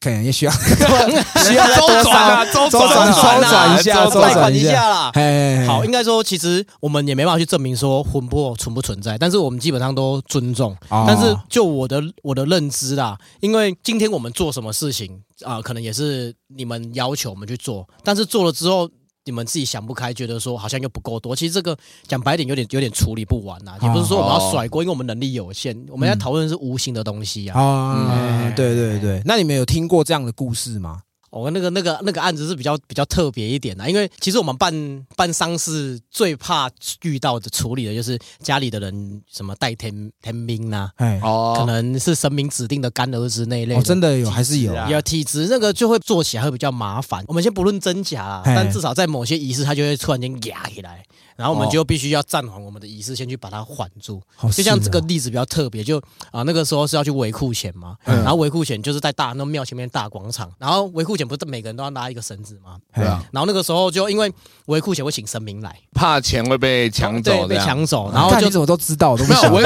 [SPEAKER 1] 可能也 需要需要再多
[SPEAKER 2] 周转啊
[SPEAKER 1] 烧，
[SPEAKER 2] 周
[SPEAKER 1] 周
[SPEAKER 2] 转啊
[SPEAKER 1] 周转一下，周
[SPEAKER 2] 周
[SPEAKER 4] 贷
[SPEAKER 1] 转
[SPEAKER 4] 款一
[SPEAKER 1] 下。
[SPEAKER 4] 下啦。
[SPEAKER 1] 哎，嘿
[SPEAKER 4] 好，，应该说，其实我们也没办法去证明说魂魄存不存在，但是我们基本上都尊重。
[SPEAKER 1] 哦
[SPEAKER 4] 但是就我的我的认知啦，因为今天我们做什么事情啊、可能也是你们要求我们去做，但是做了之后。你们自己想不开，觉得说好像又不够多。其实这个讲白点，有点有点处理不完呐、也不是说我们
[SPEAKER 1] 哦
[SPEAKER 4] 要甩锅，因为我们能力有限。我
[SPEAKER 1] 嗯
[SPEAKER 4] 们在讨论的是无形的东西啊。
[SPEAKER 1] 啊
[SPEAKER 4] 嗯，
[SPEAKER 1] 对对对，那你们有听过这样的故事吗？
[SPEAKER 4] 我、哦那个那个那个案子是比较比较特别一点的，因为其实我们办办丧事最怕遇到的处理的就是家里的人什么带天天兵呐、
[SPEAKER 1] 哎，
[SPEAKER 2] 哦，
[SPEAKER 4] 可能是神明指定的干儿子那一类
[SPEAKER 1] 哦，真的有还是有
[SPEAKER 3] 是啊
[SPEAKER 4] 有体质，那个就会做起来会比较麻烦。我们先不论真假啦，
[SPEAKER 1] 嘿
[SPEAKER 4] 但至少在某些仪式，它就会突然间压起来，然后我们
[SPEAKER 2] 哦
[SPEAKER 4] 就必须要暂缓我们的仪式，先去把它缓住。
[SPEAKER 1] 好
[SPEAKER 4] 就像这个
[SPEAKER 1] 是哦
[SPEAKER 4] 例子比较特别，就啊那个时候是要去维护钱嘛，
[SPEAKER 2] 嗯
[SPEAKER 4] 然后维护钱就是在大那庙前面大广场，然后维护钱不是每个人都要拉一个绳子吗？
[SPEAKER 1] 嘿
[SPEAKER 2] 对啊
[SPEAKER 4] 然后那个时候就因为维护钱会请神明来
[SPEAKER 2] 怕钱会被抢走
[SPEAKER 4] 对，
[SPEAKER 2] 这
[SPEAKER 4] 被
[SPEAKER 2] 样，
[SPEAKER 4] 抢走，然后
[SPEAKER 1] 干嗯
[SPEAKER 4] 就
[SPEAKER 1] 你怎么都知道，我都不
[SPEAKER 2] 没有
[SPEAKER 1] 想
[SPEAKER 2] 维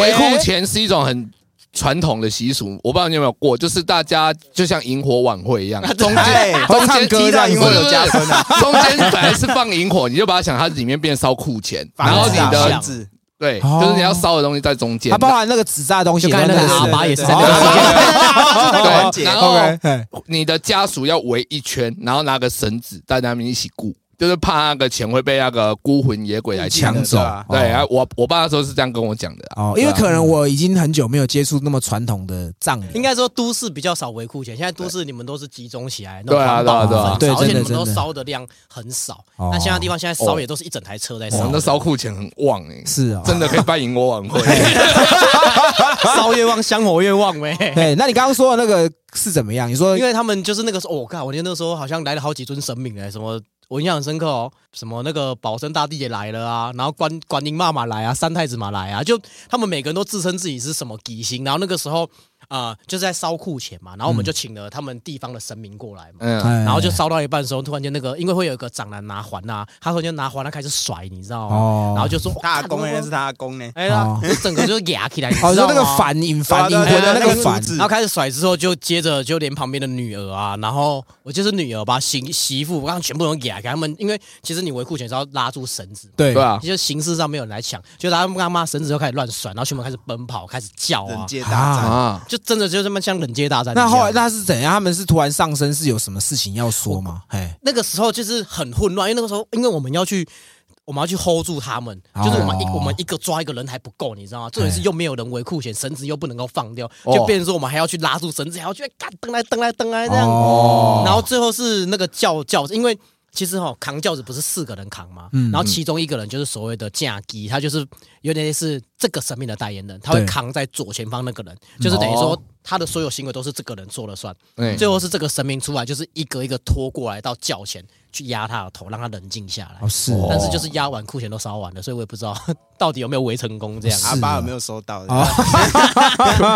[SPEAKER 2] 维护钱是一种很传统的习俗，我不知道你有没有过，就是大家就像萤火晚会一样，中
[SPEAKER 3] 哎
[SPEAKER 2] 间
[SPEAKER 1] 会
[SPEAKER 2] 中
[SPEAKER 1] 唱
[SPEAKER 2] 间
[SPEAKER 1] 歌
[SPEAKER 3] 踢到
[SPEAKER 1] 这样
[SPEAKER 3] 萤
[SPEAKER 1] 子
[SPEAKER 3] 火有加分啊，
[SPEAKER 2] 中间本来是放萤火，你就把它想它里面变烧库钱，然后
[SPEAKER 3] 房
[SPEAKER 2] 你
[SPEAKER 3] 子啊
[SPEAKER 2] 的
[SPEAKER 3] 房 子
[SPEAKER 2] 对，
[SPEAKER 1] 哦
[SPEAKER 2] 就是你要烧的东西在中间
[SPEAKER 1] 它，啊包含那个纸扎的东西
[SPEAKER 4] 就
[SPEAKER 1] 也
[SPEAKER 4] 刚才
[SPEAKER 1] 在
[SPEAKER 4] 那
[SPEAKER 1] 那个
[SPEAKER 4] 个
[SPEAKER 1] 时候，
[SPEAKER 4] 喇叭也是在那
[SPEAKER 1] 对哦对对对
[SPEAKER 4] 个
[SPEAKER 3] 环
[SPEAKER 2] 对，
[SPEAKER 3] 节
[SPEAKER 2] 然后
[SPEAKER 1] OK，嘿
[SPEAKER 2] 你的家属要围一圈，然后拿个绳子，大家一起顾。就是怕那个钱会被那个孤魂野鬼来抢
[SPEAKER 1] 抢走
[SPEAKER 2] 走。
[SPEAKER 3] 对啊。
[SPEAKER 2] 对啊
[SPEAKER 1] 嗯哦，
[SPEAKER 2] 我我爸那时候是这样跟我讲的啊
[SPEAKER 1] 哦，因为
[SPEAKER 2] 对啊
[SPEAKER 1] 可能我已经很久没有接触那么传统的藏民，
[SPEAKER 4] 应该说都市比较少维护钱，现在都市你们都是集中起来，那
[SPEAKER 2] 对
[SPEAKER 4] 种
[SPEAKER 2] 啊
[SPEAKER 4] 环保
[SPEAKER 2] 对啊
[SPEAKER 1] 对啊
[SPEAKER 4] 很少
[SPEAKER 1] 对
[SPEAKER 4] 而且你
[SPEAKER 1] 真的
[SPEAKER 4] 们都
[SPEAKER 1] 真的
[SPEAKER 4] 烧的量很少。
[SPEAKER 1] 哦
[SPEAKER 4] 那现在地方现在烧也都是一整台车在
[SPEAKER 2] 我
[SPEAKER 4] 烧
[SPEAKER 2] 们，的哦烧库钱很旺哎，
[SPEAKER 1] 是哦。
[SPEAKER 2] 真的可以办萤火晚会。
[SPEAKER 4] 烧越旺香火越旺喂。
[SPEAKER 1] 对，那你刚刚说的那个是怎么样？你说
[SPEAKER 4] 因为他们就是那个时候，我、靠，我记得那时候好像来了好几尊神明哎、什么我印象很深刻哦，什么那个保生大帝也来了啊，然后观观音妈妈来啊，三太子嘛来啊，就他们每个人都自称自己是什么吉星，然后那个时候啊、呃就是在烧库钱嘛，然后我们就请了他们地方的神明过来嘛。
[SPEAKER 2] 嗯，
[SPEAKER 1] 哎
[SPEAKER 4] 然后就烧到一半的时候，突然间那个，因为会有一个长男拿环呐、他突然间拿环，他开始甩，你知道吗？
[SPEAKER 1] 哦
[SPEAKER 4] 然后就说
[SPEAKER 3] 他阿公那是，他阿公呢，
[SPEAKER 4] 哎呀
[SPEAKER 1] 哦，
[SPEAKER 4] 就整个就压起来，你知
[SPEAKER 1] 哦，
[SPEAKER 4] 道
[SPEAKER 1] 你说那个
[SPEAKER 4] 吗
[SPEAKER 1] 反引反引
[SPEAKER 3] 对啊
[SPEAKER 1] 回
[SPEAKER 3] 对啊
[SPEAKER 1] 的那
[SPEAKER 3] 那
[SPEAKER 1] 个
[SPEAKER 3] 个
[SPEAKER 1] 反
[SPEAKER 3] 竹，子
[SPEAKER 4] 然后开始甩之后，就接着就连旁边的女儿啊，然后我就是女儿吧，媳媳妇，我刚刚全部都给他给他们，因为其实你维护权是要拉住绳子嘛，
[SPEAKER 1] 对
[SPEAKER 2] 对啊，
[SPEAKER 4] 就形式上没有人来抢，就他们他妈绳子就开始乱甩，然后全部开始奔跑，开始叫
[SPEAKER 3] 人
[SPEAKER 4] 啊，
[SPEAKER 3] 界大
[SPEAKER 1] 哎
[SPEAKER 3] 战。
[SPEAKER 2] 啊，
[SPEAKER 4] 就真的就这么像冷街大战一样。
[SPEAKER 1] 那后来那是怎样？他们是突然上升，是有什么事情要说吗？哎，
[SPEAKER 4] 那个时候就是很混乱，因为那个时候因为我们要去。我们要去 hold 住他们，
[SPEAKER 1] 哦
[SPEAKER 4] 就是我们一、我们一个抓一个人还不够，你知道吗？重点是又没有人围裤险，绳子又不能够放掉，
[SPEAKER 2] 哦
[SPEAKER 4] 就变成说我们还要去拉住绳子，还要去干蹬来蹬来蹬来这样。
[SPEAKER 1] 哦
[SPEAKER 4] 然后最后是那个轿轿子，因为其实哈、扛轿子不是四个人扛吗？
[SPEAKER 1] 嗯
[SPEAKER 4] 然后其中一个人就是所谓的架机，他就是有点类似这个神明的代言人，他
[SPEAKER 1] 对
[SPEAKER 4] 会扛在左前方那个人，就是等于说
[SPEAKER 2] 哦
[SPEAKER 4] 他的所有行为都是这个人说了算。
[SPEAKER 2] 对
[SPEAKER 4] 最后是这个神明出来，就是一个一个拖过来到轿前去压他的头，让他冷静下来。
[SPEAKER 1] 哦是
[SPEAKER 2] 哦
[SPEAKER 4] 但是就是压完库钱都烧完了，所以我也不知道 到底有没有围成功这样。
[SPEAKER 3] 阿
[SPEAKER 1] 是
[SPEAKER 3] 爸
[SPEAKER 1] 啊
[SPEAKER 3] 有没有收到？
[SPEAKER 1] 哦，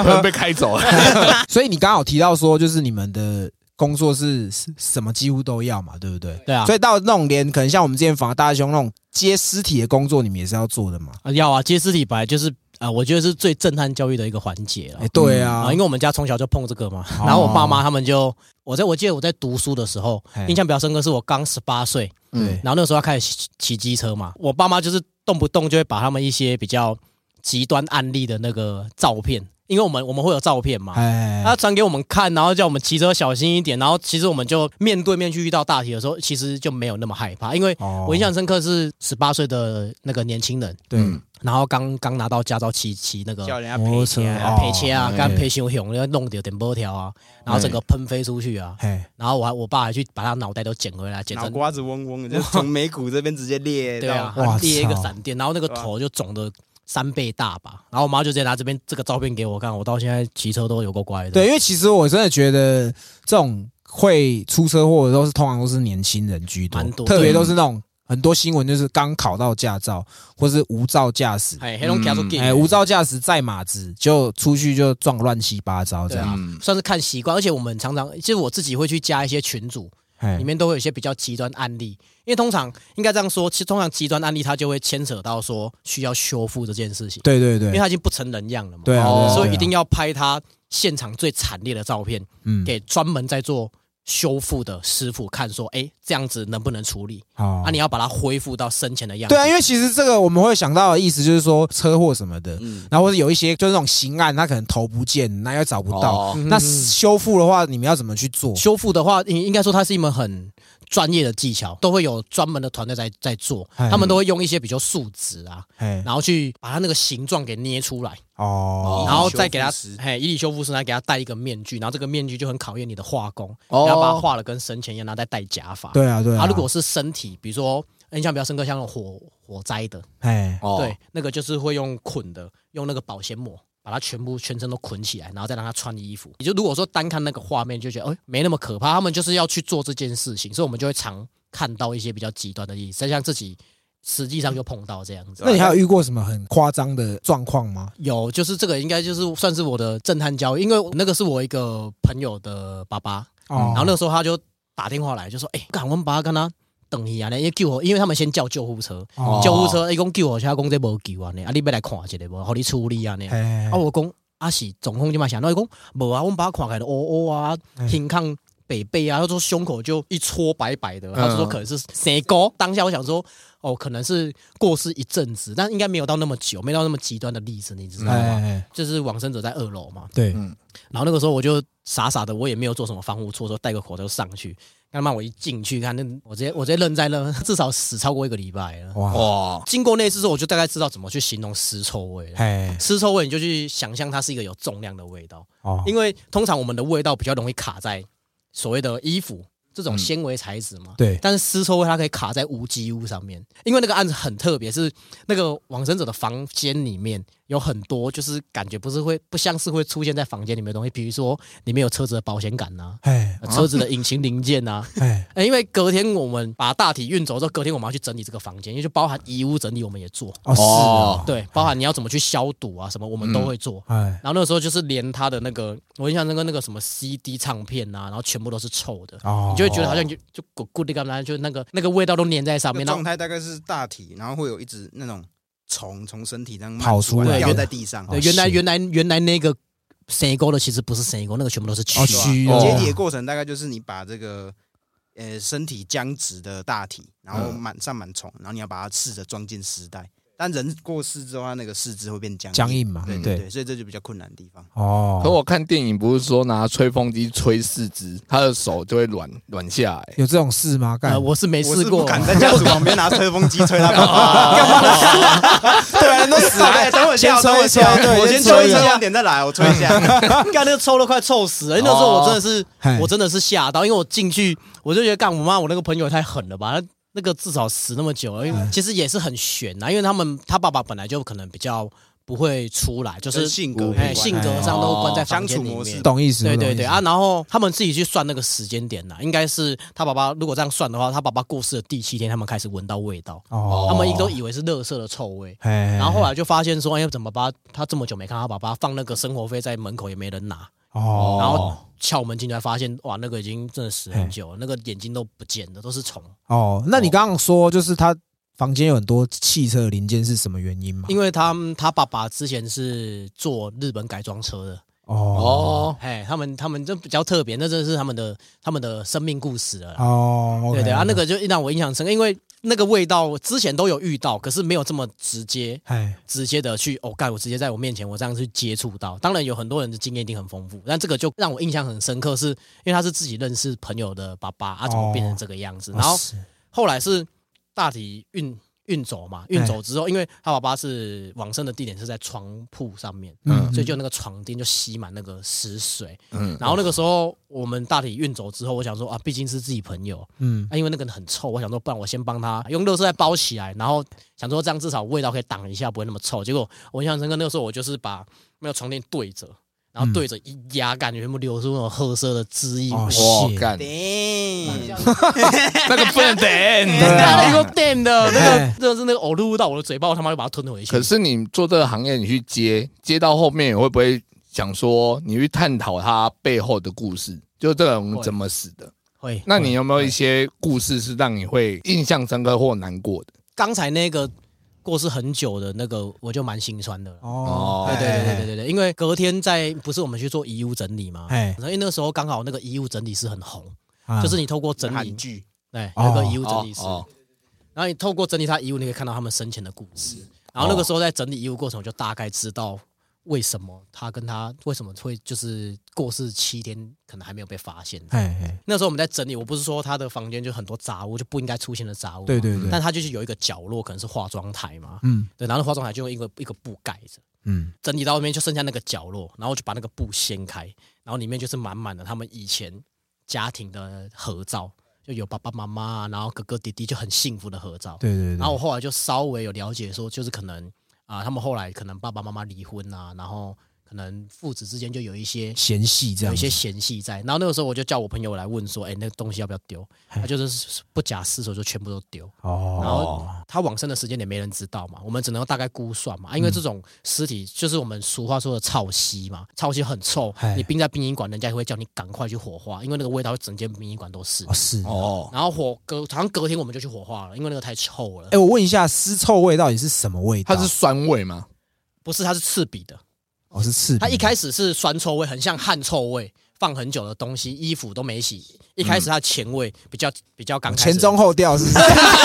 [SPEAKER 2] 可 能被开走了。
[SPEAKER 1] 所以你刚好提到说，就是你们的工作是是什么几乎都要嘛，对不对？
[SPEAKER 4] 对啊
[SPEAKER 1] 所以到那种连可能像我们之前访大兄那种接尸体的工作，你们也是要做的嘛？
[SPEAKER 4] 啊要啊，接尸体本来就是啊、我觉得是最震撼教育的一个环节了
[SPEAKER 1] 哎，。对啊哦
[SPEAKER 4] 啊，，因为我们家从小就碰这个嘛，然后我爸妈他们就，我在我记得我在读书的时候
[SPEAKER 1] 嘿，
[SPEAKER 4] 印象比较深刻是我刚十八岁，
[SPEAKER 1] 对，
[SPEAKER 4] 然后那个时候要开始骑骑机车嘛，我爸妈就是动不动就会把他们一些比较极端案例的那个照片，因为我们我们会有照片嘛，
[SPEAKER 1] 哎，
[SPEAKER 4] 他传给我们看，然后叫我们骑车小心一点，然后其实我们就面对面去遇到大题的时候，其实就没有那么害怕，因为
[SPEAKER 1] 哦
[SPEAKER 4] 我印象深刻是十八岁的那个年轻人，
[SPEAKER 1] 对，
[SPEAKER 2] 嗯
[SPEAKER 4] 然后刚刚拿到驾照骑骑那个
[SPEAKER 3] 叫人家
[SPEAKER 1] 摩托
[SPEAKER 3] 赔
[SPEAKER 1] 车
[SPEAKER 3] 钱啊。
[SPEAKER 4] 啊，赔切啊，
[SPEAKER 2] 哦
[SPEAKER 4] 刚
[SPEAKER 1] 哎
[SPEAKER 4] 赔熊熊，要弄掉点波条啊，然后整个喷飞出去啊，
[SPEAKER 1] 哎，
[SPEAKER 4] 然后我还我爸还去把他脑袋都捡回来，捡
[SPEAKER 3] 脑
[SPEAKER 4] 成
[SPEAKER 3] 瓜子嗡嗡的，就从眉骨这边直接裂
[SPEAKER 4] 对
[SPEAKER 3] 到
[SPEAKER 4] 啊
[SPEAKER 1] 哇，
[SPEAKER 4] 裂一个
[SPEAKER 1] 操
[SPEAKER 4] 闪电，然后那个头就肿的三倍大吧，然后我妈就直接拿这边这个照片给我看，我到现在骑车都有够乖的，
[SPEAKER 1] 对，因为其实我真的觉得这种会出车祸的都是通常都是年轻人居多
[SPEAKER 4] 蛮，多
[SPEAKER 1] 特别
[SPEAKER 4] 对
[SPEAKER 1] 都是那种很多新闻就是刚考到驾照或是无照驾驶，
[SPEAKER 4] 哎，黑龙江出
[SPEAKER 1] 哎，无照驾驶载马子就出去就撞乱七八糟这
[SPEAKER 4] 对
[SPEAKER 1] 样，
[SPEAKER 4] 啊
[SPEAKER 2] 嗯，
[SPEAKER 4] 算是看习惯，而且我们常常就是我自己会去加一些群组，
[SPEAKER 1] 哎
[SPEAKER 4] 里面都会有一些比较极端案例，因为通常应该这样说，其实通常极端案例它就会牵扯到说需要修复这件事情，
[SPEAKER 1] 对对对，
[SPEAKER 4] 因为它已经不成人样了嘛，
[SPEAKER 1] 对啊，
[SPEAKER 2] 哦
[SPEAKER 1] 对啊
[SPEAKER 4] 所以
[SPEAKER 1] 对
[SPEAKER 4] 一
[SPEAKER 1] 啊
[SPEAKER 4] 定要拍他现场最惨烈的照片，
[SPEAKER 1] 嗯
[SPEAKER 4] 给专门在做修复的师傅看，说，哎，这样子能不能处理？
[SPEAKER 1] 好
[SPEAKER 4] 啊，你要把它恢复到生前的样
[SPEAKER 1] 哦
[SPEAKER 4] 子。
[SPEAKER 1] 对啊，因为其实这个我们会想到的意思就是说车祸什么的，
[SPEAKER 3] 嗯，
[SPEAKER 1] 然后或者有一些就是那种刑案，他可能头不见，那又找不到。
[SPEAKER 2] 哦
[SPEAKER 4] 嗯
[SPEAKER 1] 那修复的话，你们要怎么去做？
[SPEAKER 4] 修复的话，应应该说它是一门很专业的技巧，都会有专门的团队在在做，
[SPEAKER 1] 哎
[SPEAKER 4] 他们都会用一些比较树脂啊，
[SPEAKER 1] 哎，
[SPEAKER 4] 然后去把它那个形状给捏出来，
[SPEAKER 1] 哦，
[SPEAKER 4] 然后再给它
[SPEAKER 3] 修复师
[SPEAKER 4] 嘿，伊理修复师来给它戴一个面具，然后这个面具就很考验你的画工，
[SPEAKER 2] 哦
[SPEAKER 4] 你要把它画的跟生前一样，然后再戴假发。
[SPEAKER 1] 对啊，对啊。
[SPEAKER 4] 啊，如果是身体，比如说印象比较深刻，像那种火火灾的，
[SPEAKER 1] 哎，
[SPEAKER 2] 哦
[SPEAKER 4] 对，，那个就是会用捆的，用那个保鲜膜把它全部全身都捆起来，然后再让它穿衣服。也就如果说单看那个画面，就觉得哎、没那么可怕，他们就是要去做这件事情，所以我们就会常看到一些比较极端的意思，像自己实际上就碰到这样子。
[SPEAKER 1] 那你还有遇过什么很夸张的状况吗？
[SPEAKER 4] 有，就是这个应该就是算是我的震撼教育，因为那个是我一个朋友的爸爸，
[SPEAKER 1] 哦，
[SPEAKER 4] 嗯然后那个时候他就打电话来，就说：“哎、赶我们把他跟他等一下呢，因为救我，因为他们先叫救护车，
[SPEAKER 1] 哦
[SPEAKER 4] 救护车一共救我，他讲这无救啊呢，啊你要来看一下无，好你处理啊呢。
[SPEAKER 1] 哎
[SPEAKER 4] 啊，我讲啊是总控就嘛想到，伊讲无啊，我们把他看起来乌乌啊，
[SPEAKER 1] 嗯
[SPEAKER 4] 健康北背啊，他说胸口就一戳白白的，他说可能是谁高。当下我想说，哦，可能是过世一阵子，但应该没有到那么久，没到那么极端的例子，你知道吗？
[SPEAKER 1] 哎，
[SPEAKER 4] 就是往生者在二楼嘛，
[SPEAKER 1] 对，
[SPEAKER 2] 嗯
[SPEAKER 4] 然后那个时候我就傻傻的，我也没有做什么防护措施，戴个口罩就上去。他妈我一进去看，那
[SPEAKER 1] 嗯
[SPEAKER 4] 我直接我直接愣在那，至少死超过一个礼拜了。
[SPEAKER 1] 哇，
[SPEAKER 2] 哇，
[SPEAKER 4] 经过那次之后，我就大概知道怎么去形容尸臭味了。
[SPEAKER 1] 哎，
[SPEAKER 4] 尸臭味你就去想象它是一个有重量的味道，
[SPEAKER 1] 哦，
[SPEAKER 4] 因为通常我们的味道比较容易卡在所谓的衣服这种纤维材质嘛。
[SPEAKER 1] 嗯对
[SPEAKER 4] 但是尸臭味它可以卡在无机物上面，因为那个案子很特别，是那个往生者的房间里面有很多，就是感觉不是会不像是会出现在房间里面的东西，比如说里面有车子的保险杆呐、
[SPEAKER 1] 哎，
[SPEAKER 4] 呃车子的引擎零件呐、
[SPEAKER 1] 哎，
[SPEAKER 4] 呃因为隔天我们把大体运走之后，隔天我们要去整理这个房间，因为就包含遗物整理，我们也做，
[SPEAKER 1] 哦，是哦，
[SPEAKER 4] 对，包含你要怎么去消毒啊，什么我们都会做。
[SPEAKER 1] 哎，
[SPEAKER 4] 然后那个时候就是连他的那个，我印象那个那个什么 CD 唱片啊，然后全部都是臭的，
[SPEAKER 1] 哦，
[SPEAKER 4] 你就会觉得好像就就咕咕的干嘛，就那个那个味道都粘在上
[SPEAKER 3] 那
[SPEAKER 4] 面，然后
[SPEAKER 3] 状态大概是大体，然后会有一直那种虫从身体这样慢
[SPEAKER 1] 跑出
[SPEAKER 3] 慢
[SPEAKER 1] 来
[SPEAKER 3] 掉在地上。
[SPEAKER 4] 对，
[SPEAKER 1] 哦
[SPEAKER 4] 原来
[SPEAKER 1] 是
[SPEAKER 4] 原来原来那个神沟的其实不是神沟，那个全部都是蛆。
[SPEAKER 1] 哦蛆
[SPEAKER 2] 哦
[SPEAKER 3] 解体的过程大概就是你把这个呃身体僵直的大体，然
[SPEAKER 1] 嗯
[SPEAKER 3] 后满上满虫，然后你要把它试着装进丝带。但人过世之后，他那个四肢会变僵
[SPEAKER 1] 僵硬嘛，
[SPEAKER 3] 对对
[SPEAKER 1] 对，
[SPEAKER 3] 对，所以这就比较困难的地方。
[SPEAKER 2] 可
[SPEAKER 1] 嗯哦，
[SPEAKER 2] 我看电影不是说拿吹风机吹四肢，他的手就会软软下来。
[SPEAKER 1] 有这种事吗？干
[SPEAKER 4] 呃，，我是没
[SPEAKER 3] 我是
[SPEAKER 4] 试
[SPEAKER 3] 不
[SPEAKER 4] 过，
[SPEAKER 3] 敢在家属旁边拿吹风机吹他爸爸，
[SPEAKER 1] 对啊，人都 死
[SPEAKER 3] 哎等我先
[SPEAKER 1] 先
[SPEAKER 3] 抽
[SPEAKER 1] 抽
[SPEAKER 3] 一
[SPEAKER 1] 一
[SPEAKER 3] 抽
[SPEAKER 1] 抽，
[SPEAKER 3] 对
[SPEAKER 1] 对
[SPEAKER 3] 我
[SPEAKER 1] 先
[SPEAKER 3] 先抽
[SPEAKER 1] 抽
[SPEAKER 3] 一
[SPEAKER 1] 一
[SPEAKER 3] 抽，
[SPEAKER 1] 抽
[SPEAKER 3] 两点再来，我抽 一下。
[SPEAKER 4] 干那个臭都快臭死了。因为那时候我真的是，
[SPEAKER 1] 哦嘿
[SPEAKER 4] 我真的是吓到，因为我进去我就觉得干我妈，我那个朋友也太狠了吧。他那个至少死那么久了，因
[SPEAKER 1] 哎
[SPEAKER 4] 为其实也是很悬啊呐、因为他们他爸爸本来就可能比较不会出来，就
[SPEAKER 3] 就是
[SPEAKER 4] 是
[SPEAKER 3] 性格
[SPEAKER 2] 我
[SPEAKER 3] 有关，
[SPEAKER 4] 哎
[SPEAKER 3] 哦
[SPEAKER 4] 性格上都关在房间里
[SPEAKER 3] 相处模
[SPEAKER 4] 面
[SPEAKER 3] 式。
[SPEAKER 1] 懂意思？
[SPEAKER 4] 对对
[SPEAKER 1] 懂意
[SPEAKER 4] 对
[SPEAKER 1] 思
[SPEAKER 4] 啊，，然后他们自己去算那个时间点呐、应该是他爸爸如果这样算的话，他爸爸过世的第七天，他们开始闻到味道，
[SPEAKER 1] 哦，
[SPEAKER 4] 他们一直都以为是垃圾的臭味。
[SPEAKER 1] 哎，
[SPEAKER 4] 然后后来就发现说，哎呀，怎么爸爸他这么久没看他爸爸放那个生活费在门口也没人拿，
[SPEAKER 1] 哦，
[SPEAKER 4] 然后撬门进来发现，哇，那个已经真的死很久了，那个眼睛都不见了，都是虫。
[SPEAKER 1] 哦，那你刚刚说就是他房间有很多汽车零件是什么原因吗？
[SPEAKER 4] 因为他们他爸爸之前是做日本改装车的，
[SPEAKER 1] 哦
[SPEAKER 2] 哦，
[SPEAKER 4] 哎，他们他们这比较特别，那真的是他们的他们的生命故事了啦。
[SPEAKER 1] 哦，
[SPEAKER 4] 对对啊，那
[SPEAKER 1] 个
[SPEAKER 4] 个就让我印象深刻，因为那个味道我之前都有遇到，可是没有这么直接
[SPEAKER 1] 哎
[SPEAKER 4] 直接的去哦，干我直接在我面前我这样去接触到。当然有很多人的经验一定很丰富，但这个就让我印象很深刻是，因为他是自己认识朋友的爸爸，啊，怎么变成这个样子？然后
[SPEAKER 1] 哦是
[SPEAKER 4] 后来是大体运运走
[SPEAKER 1] 哎
[SPEAKER 4] 嘛，运走之后，因为他爸爸是往生的地点是在床铺上面，
[SPEAKER 1] 嗯
[SPEAKER 4] 所以就那个床钉就吸满那个死水。
[SPEAKER 2] 嗯，
[SPEAKER 4] 然后那个时候我们大体运走之后，我想说啊，毕竟是自己朋友，
[SPEAKER 1] 嗯
[SPEAKER 4] 啊，因为那个很臭，我想说，不然我先帮他用热色袋包起来，然后想说这样至少味道可以挡一下，不会那么臭。结果我印象深刻，那个时候我就是把那个床垫对着，然后对着一压，感觉全部流出那种褐色的汁液。
[SPEAKER 1] 哦
[SPEAKER 4] 哇
[SPEAKER 2] 哇
[SPEAKER 1] 谢
[SPEAKER 2] 干，
[SPEAKER 3] Damn
[SPEAKER 2] 那个不能
[SPEAKER 1] 对啊
[SPEAKER 2] 等。
[SPEAKER 4] 看了一个电的，那
[SPEAKER 1] 哎
[SPEAKER 4] 个真的是那个呕吐物到我的嘴巴，我他妈就把它吞回去。
[SPEAKER 2] 可是你做这个行业，你去接接到后面，你会不会想说你去探讨它背后的故事？就这种怎么死的？
[SPEAKER 4] 会，
[SPEAKER 2] 那你有没有一些故事是让你会印象深刻或难过的？
[SPEAKER 4] 刚才那个过世很久的那个，我就蛮心酸的了。
[SPEAKER 1] 哦，
[SPEAKER 4] 对对对
[SPEAKER 1] 哎
[SPEAKER 4] 对对对，因为隔天在不是我们去做遗物整理嘛，
[SPEAKER 1] 哎
[SPEAKER 4] 然后因为那时候刚好那个遗物整理师很红，
[SPEAKER 1] 啊
[SPEAKER 4] 哎就是你透过整理
[SPEAKER 3] 韩剧
[SPEAKER 4] 对，
[SPEAKER 1] 哦
[SPEAKER 4] 有一个遗物整理师，
[SPEAKER 2] 哦
[SPEAKER 4] 然后你透过整理他遗物，你可以看到他们生前的故事。然后那个时候在整理遗物过程，我就大概知道为什么他跟他为什么会就是过世七天，可能还没有被发现。
[SPEAKER 1] 哎哎，
[SPEAKER 4] 那时候我们在整理，我不是说他的房间就很多杂物，就不应该出现的杂物嘛。
[SPEAKER 1] 对对对，
[SPEAKER 4] 但他就是有一个角落，可能是化妆台嘛，
[SPEAKER 1] 嗯
[SPEAKER 4] 对，然后那化妆台就用一个一个布盖着，
[SPEAKER 1] 嗯，
[SPEAKER 4] 整理到外面就剩下那个角落，然后我就把那个布掀开，然后里面就是满满的他们以前家庭的合照，就有爸爸妈妈，然后哥哥弟弟就很幸福的合照。
[SPEAKER 1] 对对对，
[SPEAKER 4] 然后我后来就稍微有了解说，就是可能啊、他们后来可能爸爸妈妈离婚啊，然后可能父子之间就有一些
[SPEAKER 1] 嫌隙这
[SPEAKER 4] 有
[SPEAKER 1] 样
[SPEAKER 4] 一
[SPEAKER 1] 子，
[SPEAKER 4] 些嫌隙在。然后那个时候我就叫我朋友来问说，哎、那个东西要不要丢？他就是不假思索就全部都丢。然后
[SPEAKER 1] 哦，
[SPEAKER 4] 他往生的时间也没人知道嘛，我们只能大概估算嘛，啊因
[SPEAKER 1] 嗯
[SPEAKER 4] 为这种尸体就是我们俗话说的臭息嘛，臭息很臭
[SPEAKER 1] 嗨，
[SPEAKER 4] 你冰在殡仪馆，人家也会叫你赶快去火化，因为那个味道会整间殡仪馆都是
[SPEAKER 1] 哦。是
[SPEAKER 2] 哦哦，
[SPEAKER 4] 然后火隔好像隔天我们就去火化了，因为那个太臭了
[SPEAKER 1] 哎，。我问一下，尸臭味到底是什么味道？
[SPEAKER 2] 它是酸味吗？
[SPEAKER 4] 不是，它是刺鼻的，
[SPEAKER 1] 哦是刺鼻，
[SPEAKER 4] 它一开始是酸臭味，很像汗臭味，放很久的东西，衣服都没洗。一开始它的前味比较比较刚开始，
[SPEAKER 1] 嗯前中后调是不是？